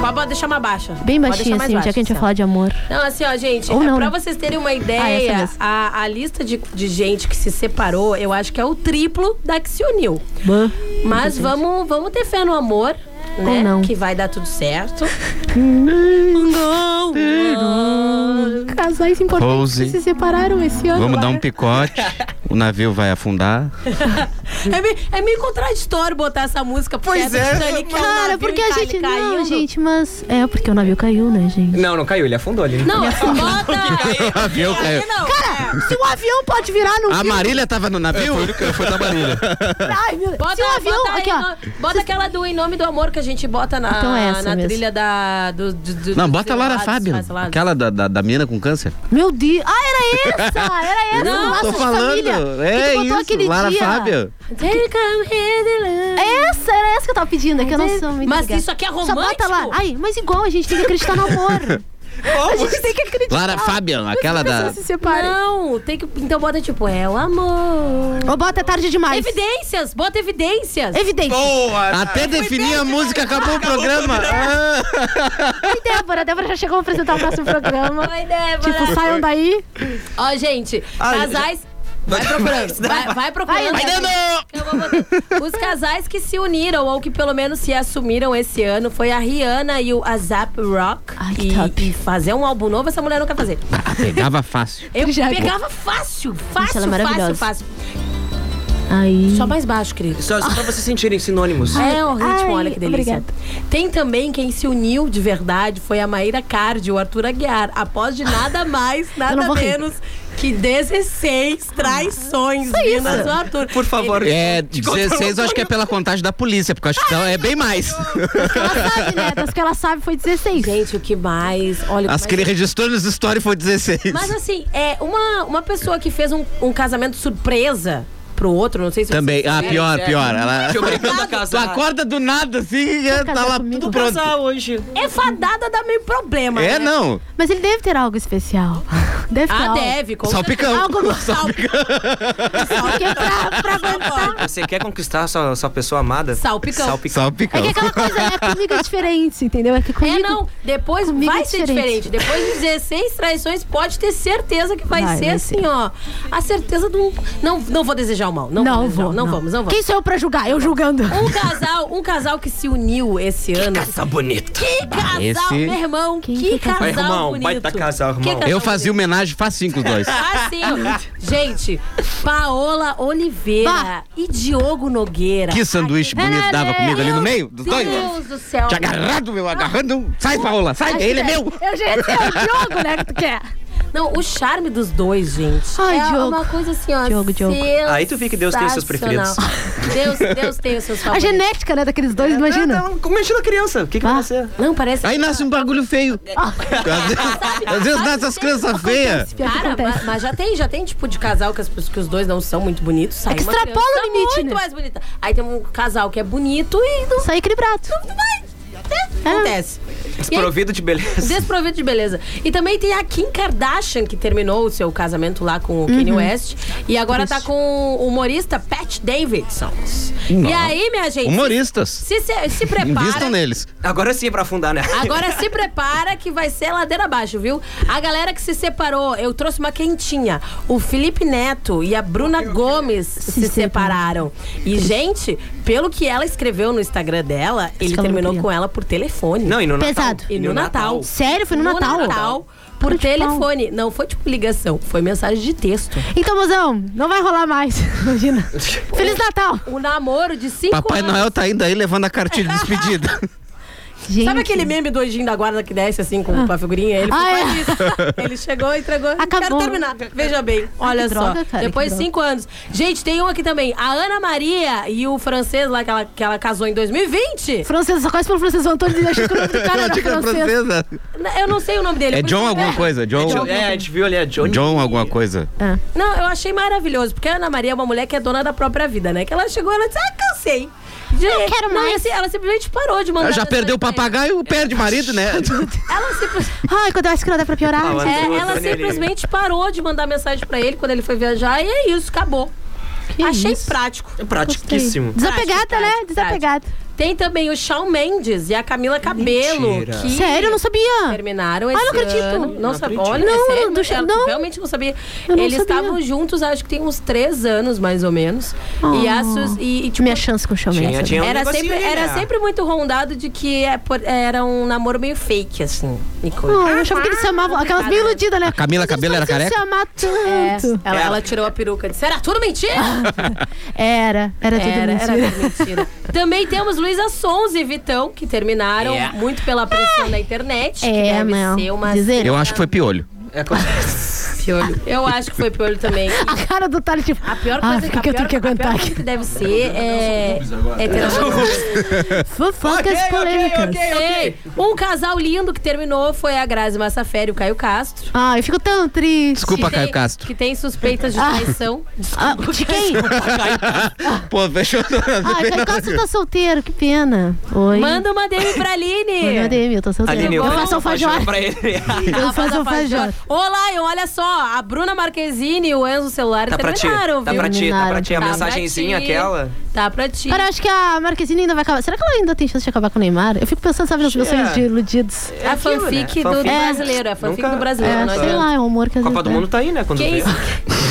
[SPEAKER 4] Pode pode deixar mais baixa.
[SPEAKER 5] Bem
[SPEAKER 4] Pode
[SPEAKER 5] baixinha,
[SPEAKER 4] deixar mais
[SPEAKER 5] assim, já
[SPEAKER 4] baixa,
[SPEAKER 5] que a gente
[SPEAKER 4] Marcelo.
[SPEAKER 5] vai falar de amor.
[SPEAKER 4] Não, assim, ó, gente,
[SPEAKER 5] Ou
[SPEAKER 4] é
[SPEAKER 5] não,
[SPEAKER 4] pra
[SPEAKER 5] né?
[SPEAKER 4] vocês terem uma
[SPEAKER 5] Ah, essa
[SPEAKER 4] ideia,
[SPEAKER 5] mesmo.
[SPEAKER 4] a, a lista de, de gente que se separou, eu acho que é o triplo da que se uniu. Mas vamos, vamos ter fé no amor, né?
[SPEAKER 5] Ou não.
[SPEAKER 4] Que vai dar tudo certo.
[SPEAKER 5] Não, [laughs] Casais importantes que
[SPEAKER 7] Rose.
[SPEAKER 5] se separaram esse ano. né?
[SPEAKER 7] Vamos dar
[SPEAKER 5] [laughs]
[SPEAKER 7] um
[SPEAKER 5] Lara.
[SPEAKER 7] picote. O navio vai afundar.
[SPEAKER 4] é, meio, é meio contraditório botar essa música porque
[SPEAKER 7] Pois é.
[SPEAKER 4] um
[SPEAKER 5] Cara, porque a gente. Não, gente, mas. É, porque o navio caiu, né, gente?
[SPEAKER 6] Não, não caiu, ele afundou ali.
[SPEAKER 4] Não,
[SPEAKER 6] Ele afundou.
[SPEAKER 7] O avião caiu.
[SPEAKER 5] Cara, se o avião pode virar no.
[SPEAKER 7] A Marília tava no navio? É, Foi, da Marília.
[SPEAKER 5] Ai, meu Deus.
[SPEAKER 4] Bota,
[SPEAKER 5] Se o avião.
[SPEAKER 4] bota, aí
[SPEAKER 5] Aqui, ó.
[SPEAKER 4] no- bota aquela do Em Nome do Amor que a gente bota na,
[SPEAKER 5] Então é essa
[SPEAKER 4] na
[SPEAKER 5] mesmo.
[SPEAKER 4] trilha da. Do, do- do-
[SPEAKER 7] [laughs] Não,
[SPEAKER 4] do
[SPEAKER 7] bota a Lara
[SPEAKER 4] Desvelados,
[SPEAKER 7] Fábio.
[SPEAKER 4] Desvelados.
[SPEAKER 7] Aquela da, da, da mina com câncer.
[SPEAKER 5] Meu Deus. Ah, era essa!
[SPEAKER 6] [laughs]
[SPEAKER 5] Era essa!
[SPEAKER 7] Não,
[SPEAKER 5] Laços
[SPEAKER 7] tô
[SPEAKER 5] de
[SPEAKER 7] falando,
[SPEAKER 5] Família,
[SPEAKER 7] é
[SPEAKER 5] que tu botou
[SPEAKER 7] isso,
[SPEAKER 5] aquele
[SPEAKER 7] Lara
[SPEAKER 5] dia.
[SPEAKER 7] Fábio.
[SPEAKER 5] Essa, era essa que eu tava pedindo, é que eu não sou muito
[SPEAKER 4] Mas
[SPEAKER 5] ligada.
[SPEAKER 4] isso aqui é
[SPEAKER 5] Só bota lá.
[SPEAKER 4] romântico?
[SPEAKER 5] Ai, mas igual, a gente tem que acreditar no amor. a gente tem que acreditar.
[SPEAKER 7] Lara Fábio, aquela da.
[SPEAKER 4] Não, tem que. Então bota tipo, é o amor.
[SPEAKER 5] Ou bota tarde demais.
[SPEAKER 4] Evidências, bota evidências.
[SPEAKER 5] Evidências.
[SPEAKER 7] Até definir a música, acabou, o programa. [laughs]
[SPEAKER 5] Oi, Débora. A Débora já chegou a apresentar o próximo programa.
[SPEAKER 4] Oi, Débora.
[SPEAKER 5] Tipo, saiam daí.
[SPEAKER 4] Ó, gente,
[SPEAKER 5] Ai,
[SPEAKER 4] casais. [laughs] Vai procurando, vai, vai procurando.
[SPEAKER 5] Vai, Débora.
[SPEAKER 4] Eu vou botar. Os casais que se uniram, ou que pelo menos se assumiram esse ano, foi a Rihanna e o Azap Rock. e, e fazer um álbum novo, essa mulher não quer fazer.
[SPEAKER 7] Ah, pegava fácil.
[SPEAKER 4] Eu
[SPEAKER 5] Já-
[SPEAKER 4] pegava fácil, fácil,
[SPEAKER 5] ela é
[SPEAKER 4] fácil,
[SPEAKER 5] maravilhosa.
[SPEAKER 4] fácil.
[SPEAKER 5] Ah, Aí.
[SPEAKER 4] Só mais baixo, querido.
[SPEAKER 6] Só, só pra vocês sentirem sinônimos.
[SPEAKER 4] É, o ritmo,
[SPEAKER 5] Ai,
[SPEAKER 4] olha que delícia.
[SPEAKER 5] obrigada.
[SPEAKER 4] Tem também quem se uniu de verdade, foi a Maíra Cardi e o Arthur Aguiar, após de
[SPEAKER 5] [laughs]
[SPEAKER 4] nada mais,
[SPEAKER 5] Eu não
[SPEAKER 4] nada
[SPEAKER 5] vou rir.
[SPEAKER 4] menos que 16 traições vindas do Arthur. um
[SPEAKER 6] Por
[SPEAKER 4] [laughs]
[SPEAKER 6] favor.
[SPEAKER 8] É, 16 eu acho que é pela contagem da polícia, porque eu acho que ela é bem mais.
[SPEAKER 5] É, das que ela sabe foi 16.
[SPEAKER 4] Gente, o que mais? Olha, o
[SPEAKER 8] As que
[SPEAKER 4] mais-
[SPEAKER 8] ele registrou nos stories foi 16.
[SPEAKER 4] é- Mas assim, é uma, uma pessoa que fez um, um casamento surpresa pro outro, não sei se
[SPEAKER 8] Também.
[SPEAKER 4] vocês
[SPEAKER 8] Ah,
[SPEAKER 4] fizeram,
[SPEAKER 8] pior,
[SPEAKER 4] é.
[SPEAKER 8] pior. Ela...
[SPEAKER 4] Te obrigando a
[SPEAKER 8] Tu
[SPEAKER 4] casar.
[SPEAKER 8] acorda do nada assim e tá lá tudo pronto.
[SPEAKER 4] hoje. É fadada dá meio problema.
[SPEAKER 8] É,
[SPEAKER 4] né?
[SPEAKER 8] não.
[SPEAKER 5] Mas ele deve ter algo especial. [laughs] Deve ter
[SPEAKER 4] Ah,
[SPEAKER 5] algo.
[SPEAKER 4] deve, com
[SPEAKER 8] Salpicão.
[SPEAKER 4] certeza. Algo no
[SPEAKER 8] Salpicão.
[SPEAKER 4] é
[SPEAKER 6] Você quer conquistar sua, sua pessoa amada?
[SPEAKER 4] Salpicão.
[SPEAKER 6] Salpicão.
[SPEAKER 8] Salpicão.
[SPEAKER 4] [laughs]
[SPEAKER 5] É aquela coisa, é comigo é diferente, entendeu? É que comigo.
[SPEAKER 4] É, não. Depois
[SPEAKER 5] Comigo
[SPEAKER 4] vai
[SPEAKER 5] é
[SPEAKER 4] ser diferente.
[SPEAKER 5] diferente.
[SPEAKER 4] Depois de 16 traições, pode ter certeza que vai,
[SPEAKER 5] Vai,
[SPEAKER 4] ser
[SPEAKER 5] vai
[SPEAKER 4] assim, ó. A certeza do. Não, não vou desejar o mal. Não,
[SPEAKER 5] Não
[SPEAKER 4] vou, desejar,
[SPEAKER 5] vou,
[SPEAKER 4] Não,
[SPEAKER 5] não.
[SPEAKER 4] vamos, não vamos.
[SPEAKER 5] Quem sou eu pra julgar? Eu julgando.
[SPEAKER 4] Um casal, um casal que se uniu esse ano.
[SPEAKER 8] Tá bonito.
[SPEAKER 4] Que casal,
[SPEAKER 8] Esse-
[SPEAKER 4] meu irmão, que casal
[SPEAKER 8] Vai arrumar um
[SPEAKER 4] bonito.
[SPEAKER 8] baita casal,
[SPEAKER 4] Que
[SPEAKER 8] irmão.
[SPEAKER 4] casal Ah,
[SPEAKER 8] Eu fazia homenagem facinho com
[SPEAKER 4] [laughs]
[SPEAKER 8] os dois.
[SPEAKER 4] Facinho. Assim, Gente, Paola Oliveira e Diogo Nogueira.
[SPEAKER 8] Que sanduíche bonito dava comigo ali no meio dos dois.
[SPEAKER 4] Meu Deus do céu.
[SPEAKER 8] Te agarrado, meu, agarrando. um. Sai, Paola, sai, ele é meu.
[SPEAKER 5] Eu já ia dizer, é o Diogo, né, que tu quer.
[SPEAKER 4] Não, o charme dos dois, gente.
[SPEAKER 5] Ai,
[SPEAKER 4] é
[SPEAKER 5] Diogo.
[SPEAKER 4] uma coisa assim, ó.
[SPEAKER 5] Diogo, Diogo.
[SPEAKER 6] Aí tu vê que Deus tem os seus preferidos.
[SPEAKER 4] sensacional. Deus, Deus tem os seus
[SPEAKER 5] A
[SPEAKER 4] favoritos.
[SPEAKER 5] genética, né, daqueles dois, imagina.
[SPEAKER 6] Imagina Tá, a criança, o que, que vai ser?
[SPEAKER 4] Não, parece. tá.
[SPEAKER 8] Ah,
[SPEAKER 4] Ah,
[SPEAKER 8] Aí nasce um bagulho
[SPEAKER 4] [laughs]
[SPEAKER 8] feio. Às vezes, às vezes nasce as crianças feias.
[SPEAKER 4] Cara, ma- mas já tem, já tem tipo de casal que, as pessoas- que os dois não são muito bonitos. Sai
[SPEAKER 5] É que
[SPEAKER 4] uma
[SPEAKER 5] extrapola
[SPEAKER 4] criança
[SPEAKER 5] o limite,
[SPEAKER 4] muito
[SPEAKER 5] né?
[SPEAKER 4] mais bonita. Aí tem um casal que é bonito e não
[SPEAKER 5] sai equilibrado. É.
[SPEAKER 4] Acontece. E aí-
[SPEAKER 6] Desprovido de beleza.
[SPEAKER 4] Desprovido de beleza. E também tem a Kim Kardashian, que terminou o seu casamento lá com o Kanye
[SPEAKER 5] Uhum.
[SPEAKER 4] West. E agora tá
[SPEAKER 5] Triste.
[SPEAKER 4] com o humorista Pat Davidson.
[SPEAKER 6] Não.
[SPEAKER 4] E aí, minha gente.
[SPEAKER 6] Humoristas.
[SPEAKER 4] Se, se, se prepara.
[SPEAKER 8] neles.
[SPEAKER 6] Agora sim é pra afundar, né?
[SPEAKER 4] [laughs] Agora se prepara que vai ser ladeira abaixo, viu? A galera que se separou, eu trouxe uma quentinha. O Felipe Neto e a Bruna Gomes se separaram. E, gente, pelo que ela escreveu no Instagram dela, ele
[SPEAKER 5] que ela não
[SPEAKER 4] terminou
[SPEAKER 5] queria.
[SPEAKER 4] com ela por telefone.
[SPEAKER 5] Não, e no Natal. Pesado.
[SPEAKER 4] E no,
[SPEAKER 5] No
[SPEAKER 4] Natal.
[SPEAKER 5] Natal. Sério? Foi no Natal?
[SPEAKER 4] por
[SPEAKER 5] Puta de pau.
[SPEAKER 4] telefone. Não foi tipo ligação, foi mensagem de texto.
[SPEAKER 5] Então, mozão, não vai rolar mais. [laughs] Imagina. Feliz Natal.
[SPEAKER 4] O namoro de cinco
[SPEAKER 8] Papai
[SPEAKER 4] anos.
[SPEAKER 8] Noel tá indo aí levando
[SPEAKER 4] [laughs]
[SPEAKER 8] a cartilha de despedida.
[SPEAKER 4] Sabe aquele meme do anjinho da guarda que desce assim com uma figurinha? Ele
[SPEAKER 5] Ah,
[SPEAKER 4] ficou
[SPEAKER 5] é.
[SPEAKER 4] nisso. Ele chegou, entregou. Quero terminar. Veja bem. Olha
[SPEAKER 5] que
[SPEAKER 4] só.
[SPEAKER 5] droga, cara, que
[SPEAKER 4] Depois de
[SPEAKER 5] droga.
[SPEAKER 4] cinco anos. Gente, tem um aqui também. A Ana Maria e o francês lá que ela, que ela casou em 2020.
[SPEAKER 5] Francesa, só conhece pelo francês o Antônio e achou que o nome do
[SPEAKER 8] [laughs]
[SPEAKER 5] cara era francês.
[SPEAKER 4] Eu não sei o nome dele.
[SPEAKER 8] né? É
[SPEAKER 4] por
[SPEAKER 8] John
[SPEAKER 4] isso-
[SPEAKER 8] alguma coisa, John.
[SPEAKER 6] É, a gente viu ali a Johnny.
[SPEAKER 8] John alguma coisa.
[SPEAKER 4] tipo, Não, eu achei maravilhoso, porque a Ana Maria é uma mulher que é dona da própria vida, né? Que ela chegou ela disse, ah, cansei. não quero mais. ela simplesmente parou de mandar.
[SPEAKER 8] Ela já
[SPEAKER 4] mensagem.
[SPEAKER 8] perdeu o papagaio, perde marido, né?
[SPEAKER 4] Ela simplesmente.
[SPEAKER 5] Ai, quando eu acho que não dá pra piorar.
[SPEAKER 8] Falando
[SPEAKER 4] É,
[SPEAKER 8] do
[SPEAKER 4] ela
[SPEAKER 8] Antônio ali.
[SPEAKER 4] simplesmente parou de mandar mensagem pra ele quando ele foi viajar e é isso, acabou. Achei prático.
[SPEAKER 5] É
[SPEAKER 6] Pratiquíssimo.
[SPEAKER 5] Desapegada, né? Desapegada.
[SPEAKER 4] Tem também o Shawn Mendes e a Camila Cabelo.
[SPEAKER 6] Mentira.
[SPEAKER 4] Que
[SPEAKER 5] Sério, eu não sabia.
[SPEAKER 4] Terminaram
[SPEAKER 5] Ah,
[SPEAKER 4] esse
[SPEAKER 5] não acredito.
[SPEAKER 4] ano. Não,
[SPEAKER 5] Não
[SPEAKER 4] sabia.
[SPEAKER 5] acredito.
[SPEAKER 4] Olha,
[SPEAKER 5] Não,
[SPEAKER 4] é sério,
[SPEAKER 5] do Shawn-
[SPEAKER 4] eu
[SPEAKER 5] não.
[SPEAKER 4] Realmente não sabia.
[SPEAKER 5] Eu não
[SPEAKER 4] Eles
[SPEAKER 5] sabia.
[SPEAKER 4] estavam juntos, acho que tem uns três anos, mais ou menos. E,
[SPEAKER 5] Ah.
[SPEAKER 4] a Sus- e, e, tipo,
[SPEAKER 5] Minha chance com o showman.
[SPEAKER 6] Tinha- tinha um
[SPEAKER 4] era,
[SPEAKER 6] negocinho
[SPEAKER 4] sempre,
[SPEAKER 6] ali,
[SPEAKER 4] era
[SPEAKER 6] né?
[SPEAKER 4] sempre muito rondado de que é por- era um namoro meio fake, assim. E coisa.
[SPEAKER 5] Ah, eu achava que eles se amavam. Aquelas bem iludidas, né?
[SPEAKER 8] [laughs] Camila Cabelo era
[SPEAKER 5] Vocês se
[SPEAKER 4] é
[SPEAKER 8] careca?
[SPEAKER 5] amar tanto.
[SPEAKER 4] Ela,
[SPEAKER 6] É.
[SPEAKER 4] ela tirou a peruca e disse: Era tudo mentira?
[SPEAKER 5] [laughs]
[SPEAKER 8] [laughs]
[SPEAKER 5] Era, era tudo
[SPEAKER 4] Era,
[SPEAKER 5] mentira.
[SPEAKER 4] era tudo mentira. Também temos Luísa Sons e Vitão, que terminaram
[SPEAKER 6] É.
[SPEAKER 8] Yeah.
[SPEAKER 4] muito pela pressão da internet. que
[SPEAKER 5] É,
[SPEAKER 4] deve
[SPEAKER 5] meu.
[SPEAKER 4] ser uma.
[SPEAKER 8] Eu acho que foi piolho.
[SPEAKER 6] É,
[SPEAKER 8] [laughs]
[SPEAKER 4] Piolho. Eu acho que foi piolho também.
[SPEAKER 5] [laughs] A cara do Tali, tipo, a
[SPEAKER 4] pior
[SPEAKER 5] ah,
[SPEAKER 4] coisa que,
[SPEAKER 5] o que, que eu tenho que aguentar
[SPEAKER 4] pior coisa
[SPEAKER 5] aqui?
[SPEAKER 4] que deve ser é. é ter-
[SPEAKER 5] Fofocas polêmicas.
[SPEAKER 4] Ei, um casal lindo que terminou foi a Grazi Massafera e o Caio Castro.
[SPEAKER 5] Ah, eu fico tão triste.
[SPEAKER 8] Desculpa,
[SPEAKER 4] Que tem-
[SPEAKER 8] Caio Castro.
[SPEAKER 4] Que tem suspeitas de traição.
[SPEAKER 5] Ah, de quem?
[SPEAKER 8] Pô, fechou.
[SPEAKER 5] Ah, Caio Castro tá solteiro, que pena. Oi.
[SPEAKER 4] Manda uma DM pra
[SPEAKER 5] Manda uma
[SPEAKER 4] Aline.
[SPEAKER 5] DM, eu tô solteira.
[SPEAKER 6] Aline, eu
[SPEAKER 5] eu faço
[SPEAKER 6] faço
[SPEAKER 5] alfajor.
[SPEAKER 6] [laughs] pra ele.
[SPEAKER 5] Eu faço alfajor.
[SPEAKER 4] Ô, Lion, olha só, a Bruna Marquezine e o Enzo Celular
[SPEAKER 6] Tá pra ti,
[SPEAKER 4] terminaram,
[SPEAKER 6] tá
[SPEAKER 4] viu?
[SPEAKER 6] pra ti, tá pra ti. A
[SPEAKER 4] Tá pra
[SPEAKER 6] mensagenzinha
[SPEAKER 4] ti.
[SPEAKER 6] aquela.
[SPEAKER 4] Tá pra ti.
[SPEAKER 5] Cara, eu acho que a Marquezine ainda vai acabar. Será que ela ainda tem chance de acabar com o Neymar? Eu fico pensando, sabe, nos meus
[SPEAKER 6] Yeah.
[SPEAKER 5] sonhos de iludidos.
[SPEAKER 4] É a fanfic do,
[SPEAKER 6] né? Fanfic.
[SPEAKER 4] do brasileiro, é a fanfic
[SPEAKER 6] Nunca-
[SPEAKER 4] do brasileiro.
[SPEAKER 6] É,
[SPEAKER 4] não
[SPEAKER 6] sei
[SPEAKER 4] adianta.
[SPEAKER 5] Sei lá, é um humor que às
[SPEAKER 6] Copa
[SPEAKER 5] vezes
[SPEAKER 6] do
[SPEAKER 5] é.
[SPEAKER 6] Mundo tá aí, né? Quando
[SPEAKER 4] Quem,
[SPEAKER 6] vê.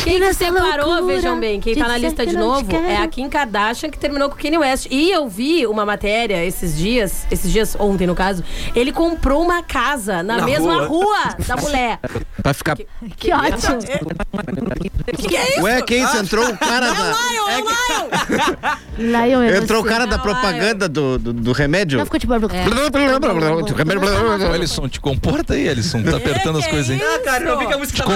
[SPEAKER 4] quem se separou,
[SPEAKER 5] loucura
[SPEAKER 4] vejam bem, quem
[SPEAKER 5] de
[SPEAKER 4] tá na
[SPEAKER 5] dizer
[SPEAKER 4] lista
[SPEAKER 5] que
[SPEAKER 4] de
[SPEAKER 5] não te
[SPEAKER 4] novo é a
[SPEAKER 5] quero.
[SPEAKER 4] Kim Kardashian que terminou com o Kanye West. E eu vi uma matéria esses dias, esses dias ontem no caso, ele comprou uma casa na,
[SPEAKER 8] Na
[SPEAKER 4] mesma
[SPEAKER 8] rua.
[SPEAKER 4] rua da mulher.
[SPEAKER 8] Pra ficar
[SPEAKER 5] [laughs] Que ótimo.
[SPEAKER 4] Que que é isso?
[SPEAKER 8] Ué, quem isso? Entrou o cara da-
[SPEAKER 4] É o Lion, é o Lion.
[SPEAKER 5] Lion é
[SPEAKER 8] Entrou o
[SPEAKER 5] você.
[SPEAKER 8] cara da propaganda do, do, do
[SPEAKER 7] É
[SPEAKER 8] remédio.
[SPEAKER 5] Não ficou tipo...
[SPEAKER 4] É.
[SPEAKER 14] Ô, Alisson, te comporta aí, Alisson.
[SPEAKER 6] [laughs] É,
[SPEAKER 14] Tá apertando as coisas aí.
[SPEAKER 6] Ah, cara, eu vi que a música
[SPEAKER 14] Te
[SPEAKER 6] tava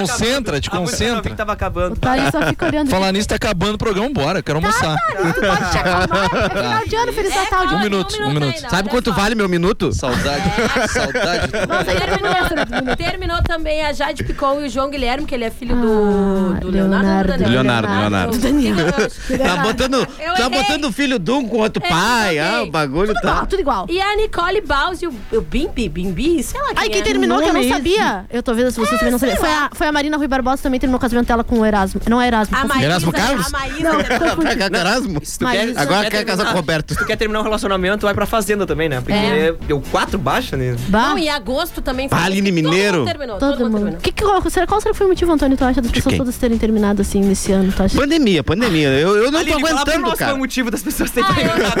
[SPEAKER 6] acabando.
[SPEAKER 14] concentra, te
[SPEAKER 6] A música eu vi
[SPEAKER 14] concentra.
[SPEAKER 6] que tava acabando.
[SPEAKER 5] Tá, só fica
[SPEAKER 14] [laughs]
[SPEAKER 5] olhando. Tá,
[SPEAKER 14] Falar nisso, tá acabando o programa, bora. eu Quero almoçar.
[SPEAKER 6] [laughs]
[SPEAKER 5] é
[SPEAKER 14] é
[SPEAKER 5] Final de
[SPEAKER 14] [laughs]
[SPEAKER 5] ano, Feliz Natal.
[SPEAKER 14] Um
[SPEAKER 5] gente.
[SPEAKER 14] minuto, um minuto.
[SPEAKER 8] Sabe quanto vale meu minuto? [laughs]
[SPEAKER 14] Saudade. Saudade.
[SPEAKER 4] Terminou, terminou também a Jade Picon e o João Guilherme, que ele é filho do,
[SPEAKER 5] Ah,
[SPEAKER 4] do Leonardo.
[SPEAKER 8] Leonardo, Leonardo. Leonardo. tá
[SPEAKER 4] Leonardo. [laughs]
[SPEAKER 8] botando,
[SPEAKER 4] Eu
[SPEAKER 8] tá
[SPEAKER 4] errei. É,
[SPEAKER 8] botando o filho de um com o outro
[SPEAKER 4] Eu
[SPEAKER 8] pai.
[SPEAKER 4] joguei.
[SPEAKER 8] Ah, o bagulho
[SPEAKER 4] Tudo
[SPEAKER 8] tá.
[SPEAKER 4] igual,
[SPEAKER 5] tudo igual.
[SPEAKER 4] E a Nicole Baus e o, o Bimbi, Bimbi, sei lá quem
[SPEAKER 5] Ai, quem
[SPEAKER 4] é.
[SPEAKER 5] terminou que eu não sabia. Eu tô vendo se vocês também não sabiam. Foi a, foi a Marina Rui Barbosa também terminou o casamento dela com o Erasmo. Não é Erasmo.
[SPEAKER 4] A
[SPEAKER 5] confundi.
[SPEAKER 4] Maísa, Erasmo Carlos? a Maísa.
[SPEAKER 5] Não, confundi.
[SPEAKER 8] Erasmo?
[SPEAKER 6] Se tu quer,
[SPEAKER 8] Agora
[SPEAKER 6] se tu
[SPEAKER 7] é
[SPEAKER 8] quer casar
[SPEAKER 6] terminar-
[SPEAKER 8] com o Roberto.
[SPEAKER 6] Se tu quer terminar um relacionamento, vai pra fazenda também, né? Porque
[SPEAKER 4] É.
[SPEAKER 6] deu quatro baixas, né?
[SPEAKER 4] Não, e agosto também foi.
[SPEAKER 6] Aline
[SPEAKER 4] Todo mundo
[SPEAKER 6] Mineiro.
[SPEAKER 4] terminou, todo
[SPEAKER 5] Todo
[SPEAKER 4] mundo
[SPEAKER 5] mundo.
[SPEAKER 4] terminou.
[SPEAKER 5] Que, que- qual, será, qual será que foi o motivo, Antônio, tu acha, das pessoas
[SPEAKER 8] quem?
[SPEAKER 5] todas terem terminado assim nesse ano, tu acha?
[SPEAKER 8] Pandemia, pandemia. Eu, eu não
[SPEAKER 6] Aline,
[SPEAKER 8] tô
[SPEAKER 6] fala pra
[SPEAKER 8] aguentando,
[SPEAKER 6] nós qual é
[SPEAKER 8] cara.
[SPEAKER 6] o motivo das pessoas terem terminado.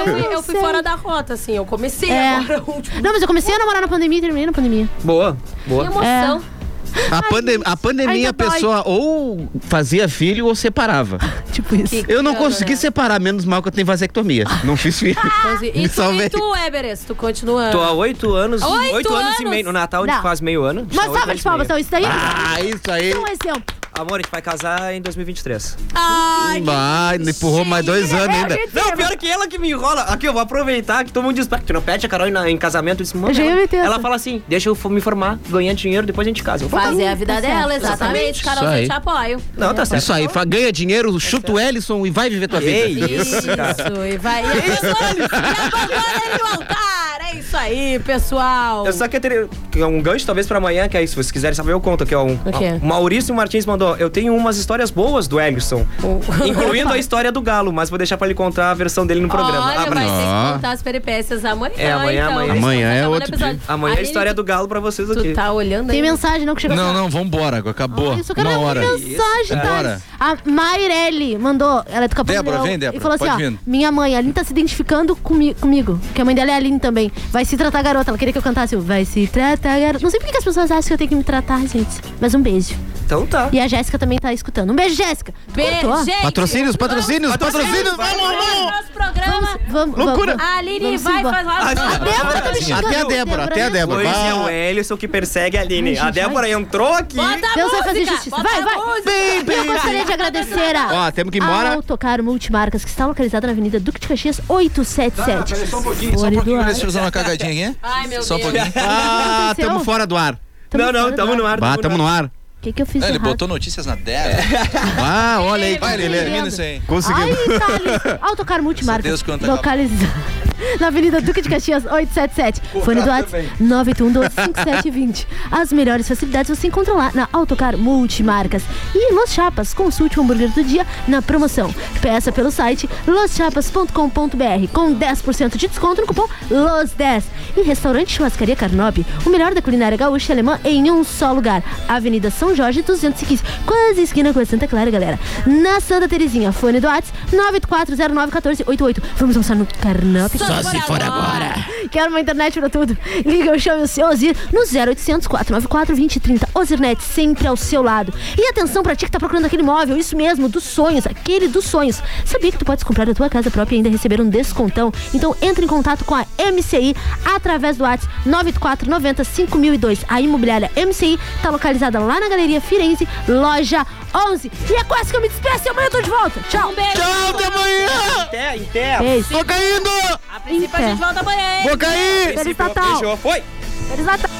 [SPEAKER 4] Eu Ah, fui, eu fui
[SPEAKER 5] sei.
[SPEAKER 4] fora da rota, assim, eu comecei
[SPEAKER 5] É.
[SPEAKER 4] agora o último.
[SPEAKER 5] Não, mas eu comecei a namorar na pandemia e terminei na pandemia.
[SPEAKER 6] Boa, boa.
[SPEAKER 4] Que emoção.
[SPEAKER 5] É.
[SPEAKER 8] A, pandem- a pandemia a
[SPEAKER 5] ainda dói.
[SPEAKER 8] pessoa ou fazia filho
[SPEAKER 4] [laughs]
[SPEAKER 8] ou separava.
[SPEAKER 5] tipo isso.
[SPEAKER 8] Eu não
[SPEAKER 4] Ficando,
[SPEAKER 8] consegui
[SPEAKER 4] né?
[SPEAKER 8] separar, menos mal que eu tenho vasectomia.
[SPEAKER 4] Ah.
[SPEAKER 8] Não fiz filho.
[SPEAKER 4] Mas e-
[SPEAKER 8] Me
[SPEAKER 4] E
[SPEAKER 6] [laughs]
[SPEAKER 4] tu,
[SPEAKER 8] salvei.
[SPEAKER 4] e tu, Everest, tu continua.
[SPEAKER 6] Tô há oito anos,
[SPEAKER 4] Oito
[SPEAKER 6] oito, anos. e
[SPEAKER 4] anos?
[SPEAKER 6] meio. No Natal a gente
[SPEAKER 4] Não.
[SPEAKER 6] faz meio ano.
[SPEAKER 5] Mas salva de palmas, então, isso daí.
[SPEAKER 8] Ah, isso
[SPEAKER 4] Então
[SPEAKER 8] aí.
[SPEAKER 5] Um exemplo.
[SPEAKER 6] Amor, a gente vai casar em 2023.
[SPEAKER 4] Ai,
[SPEAKER 8] Vai, empurrou mais dois anos ainda.
[SPEAKER 6] é Não, pior que ela que me enrola. Aqui, eu vou aproveitar que todo mundo diz, "Pá, que tu não pede a Carol na- em casamento. Eu disse, mano,
[SPEAKER 5] Eu já ia
[SPEAKER 6] ela,
[SPEAKER 5] meter essa.
[SPEAKER 6] ela fala assim, deixa eu f- me formar, ganhar dinheiro, depois a gente casa. Eu falo, "Hum,
[SPEAKER 4] Fazer a
[SPEAKER 5] Tá
[SPEAKER 4] vida
[SPEAKER 5] certo.
[SPEAKER 4] dela, exatamente.
[SPEAKER 8] Isso
[SPEAKER 4] Carol, eu
[SPEAKER 8] aí.
[SPEAKER 4] te apoio.
[SPEAKER 6] Não, tá certo.
[SPEAKER 8] Isso aí, fa- ganha dinheiro, chuta o Ellison e vai viver tua vida. [laughs]
[SPEAKER 4] Isso, e vai. E a pessoa e abandona ele no altar. É isso aí, pessoal.
[SPEAKER 6] Eu só queria ter que é um gancho, talvez, pra amanhã, que é isso. Se vocês quiserem saber, eu conto aqui, ó. Um,
[SPEAKER 4] quê?
[SPEAKER 6] o Maurício Martins mandou: Eu tenho umas histórias boas do Ellison, incluindo a história do Galo, mas vou deixar pra ele contar a versão dele no programa.
[SPEAKER 4] Olha, vai
[SPEAKER 6] Abraço.
[SPEAKER 4] ter que contar as peripécias amanhã.
[SPEAKER 6] É, amanhã,
[SPEAKER 4] então.
[SPEAKER 6] amanhã.
[SPEAKER 4] Amanhã
[SPEAKER 6] é
[SPEAKER 4] outro episódio. dia.
[SPEAKER 6] Amanhã é a
[SPEAKER 4] Aline,
[SPEAKER 6] história do Galo pra vocês aqui.
[SPEAKER 4] Tu tá olhando aí.
[SPEAKER 5] Tem mensagem, não, que chegou
[SPEAKER 14] Não, não, vambora. Acabou.
[SPEAKER 5] Isso, eu quero
[SPEAKER 14] Uma
[SPEAKER 5] uma
[SPEAKER 14] hora.
[SPEAKER 5] mensagem, tá?
[SPEAKER 14] Bora.
[SPEAKER 5] A Mairelli mandou, ela é do Capão
[SPEAKER 14] Débora,
[SPEAKER 5] do Leão,
[SPEAKER 14] vem, Débora,
[SPEAKER 5] E falou assim,
[SPEAKER 14] pode
[SPEAKER 5] ó,
[SPEAKER 14] vir.
[SPEAKER 5] minha mãe, a Aline tá se identificando comi comigo, que a mãe dela é a Aline também. Vai se tratar garota, ela queria que eu cantasse o Vai se tratar garota. Não sei por que as pessoas acham que eu tenho que me tratar, gente, mas um beijo.
[SPEAKER 6] Então tá.
[SPEAKER 5] E a Jéssica também tá escutando. Um beijo, Jéssica.
[SPEAKER 4] Beijo,
[SPEAKER 5] Cortou?
[SPEAKER 4] gente.
[SPEAKER 8] Patrocínios, patrocínios, patrocínios.
[SPEAKER 4] Vamos, vamos! Nosso programa.
[SPEAKER 5] Vamos,
[SPEAKER 8] Loucura.
[SPEAKER 4] A Aline
[SPEAKER 5] Vamos
[SPEAKER 4] vai
[SPEAKER 5] embora.
[SPEAKER 4] falar.
[SPEAKER 5] A Débora tá me xingando.
[SPEAKER 8] Até a Débora, até a Débora.
[SPEAKER 6] Pois é, o
[SPEAKER 8] Vai.
[SPEAKER 6] Ellison que persegue a Aline. A Débora entrou aqui.
[SPEAKER 4] Bota a
[SPEAKER 5] Deus vai fazer
[SPEAKER 4] música,
[SPEAKER 5] justiça.
[SPEAKER 4] bota
[SPEAKER 5] Vai,
[SPEAKER 4] a
[SPEAKER 5] vai.
[SPEAKER 4] música.
[SPEAKER 5] Eu gostaria de agradecer a.
[SPEAKER 8] Ó, temos que ir embora.
[SPEAKER 5] Ao tocar Multimarcas, que está localizada na Avenida Duque de Caxias 877.
[SPEAKER 14] Só um pouquinho, só um pouquinho. Deixa eu fazer uma cagadinha aqui.
[SPEAKER 4] Ai, meu
[SPEAKER 14] Só um
[SPEAKER 4] Deus. [laughs]
[SPEAKER 14] pouquinho.
[SPEAKER 8] [laughs] Ah, tamo fora do ar.
[SPEAKER 5] Tamo
[SPEAKER 6] não,
[SPEAKER 5] fora
[SPEAKER 6] não,
[SPEAKER 5] do
[SPEAKER 6] tamo no ar.
[SPEAKER 8] Bah, tamo no ar.
[SPEAKER 5] O que, que eu fiz?
[SPEAKER 14] Ah,
[SPEAKER 5] de
[SPEAKER 14] ele
[SPEAKER 5] errado?
[SPEAKER 14] botou notícias na
[SPEAKER 5] [laughs]
[SPEAKER 14] tela.
[SPEAKER 8] Ah, olha aí.
[SPEAKER 14] Vai, Lelê. Termina isso aí.
[SPEAKER 8] Conseguimos.
[SPEAKER 5] Aí,
[SPEAKER 8] [laughs]
[SPEAKER 5] Thales, tá, ao tocar multimarcas,
[SPEAKER 14] Deus quanta calma.
[SPEAKER 5] localizada [laughs] na Avenida Duque de Caxias 877. Fone do WhatsApp 981 As melhores facilidades você encontra lá na Autocar Multimarcas. E Los Chapas, consulte o hambúrguer do dia na promoção. Peça pelo site loschapas.com.br com 10% de desconto no cupom LOS10. E restaurante Churrascaria Carnob, o melhor da culinária gaúcha e alemã em um só lugar. Avenida São Jorge 215, quase esquina com a Santa Clara, galera. Na Santa Terezinha, fone do WhatsApp 984091488. Vamos almoçar no Carnob.
[SPEAKER 8] Só se for agora.
[SPEAKER 5] Quero uma internet pra tudo. Liga ou chame o seu Ozir no 0800 494 2030. Ozirnet sempre ao seu lado. E atenção pra ti que tá procurando aquele imóvel, isso mesmo, dos sonhos, aquele dos sonhos. Sabia que tu podes comprar a tua casa própria e ainda receber um descontão? Então entra em contato com a MCI através do WhatsApp 98490 5002. A imobiliária MCI tá localizada lá na Galeria Firenze, loja 11. E é quase que eu me despeço e amanhã eu tô de volta. Tchau.
[SPEAKER 4] Um beijo.
[SPEAKER 8] Tchau, até amanhã.
[SPEAKER 6] Até, em terra.
[SPEAKER 5] Beijo.
[SPEAKER 8] Tô caindo.
[SPEAKER 4] A princípio a
[SPEAKER 5] Em pé.
[SPEAKER 4] gente volta amanhã, hein?
[SPEAKER 8] Vou cair.
[SPEAKER 5] Feliz Natal.
[SPEAKER 6] Fechou, foi.
[SPEAKER 5] Feliz Natal.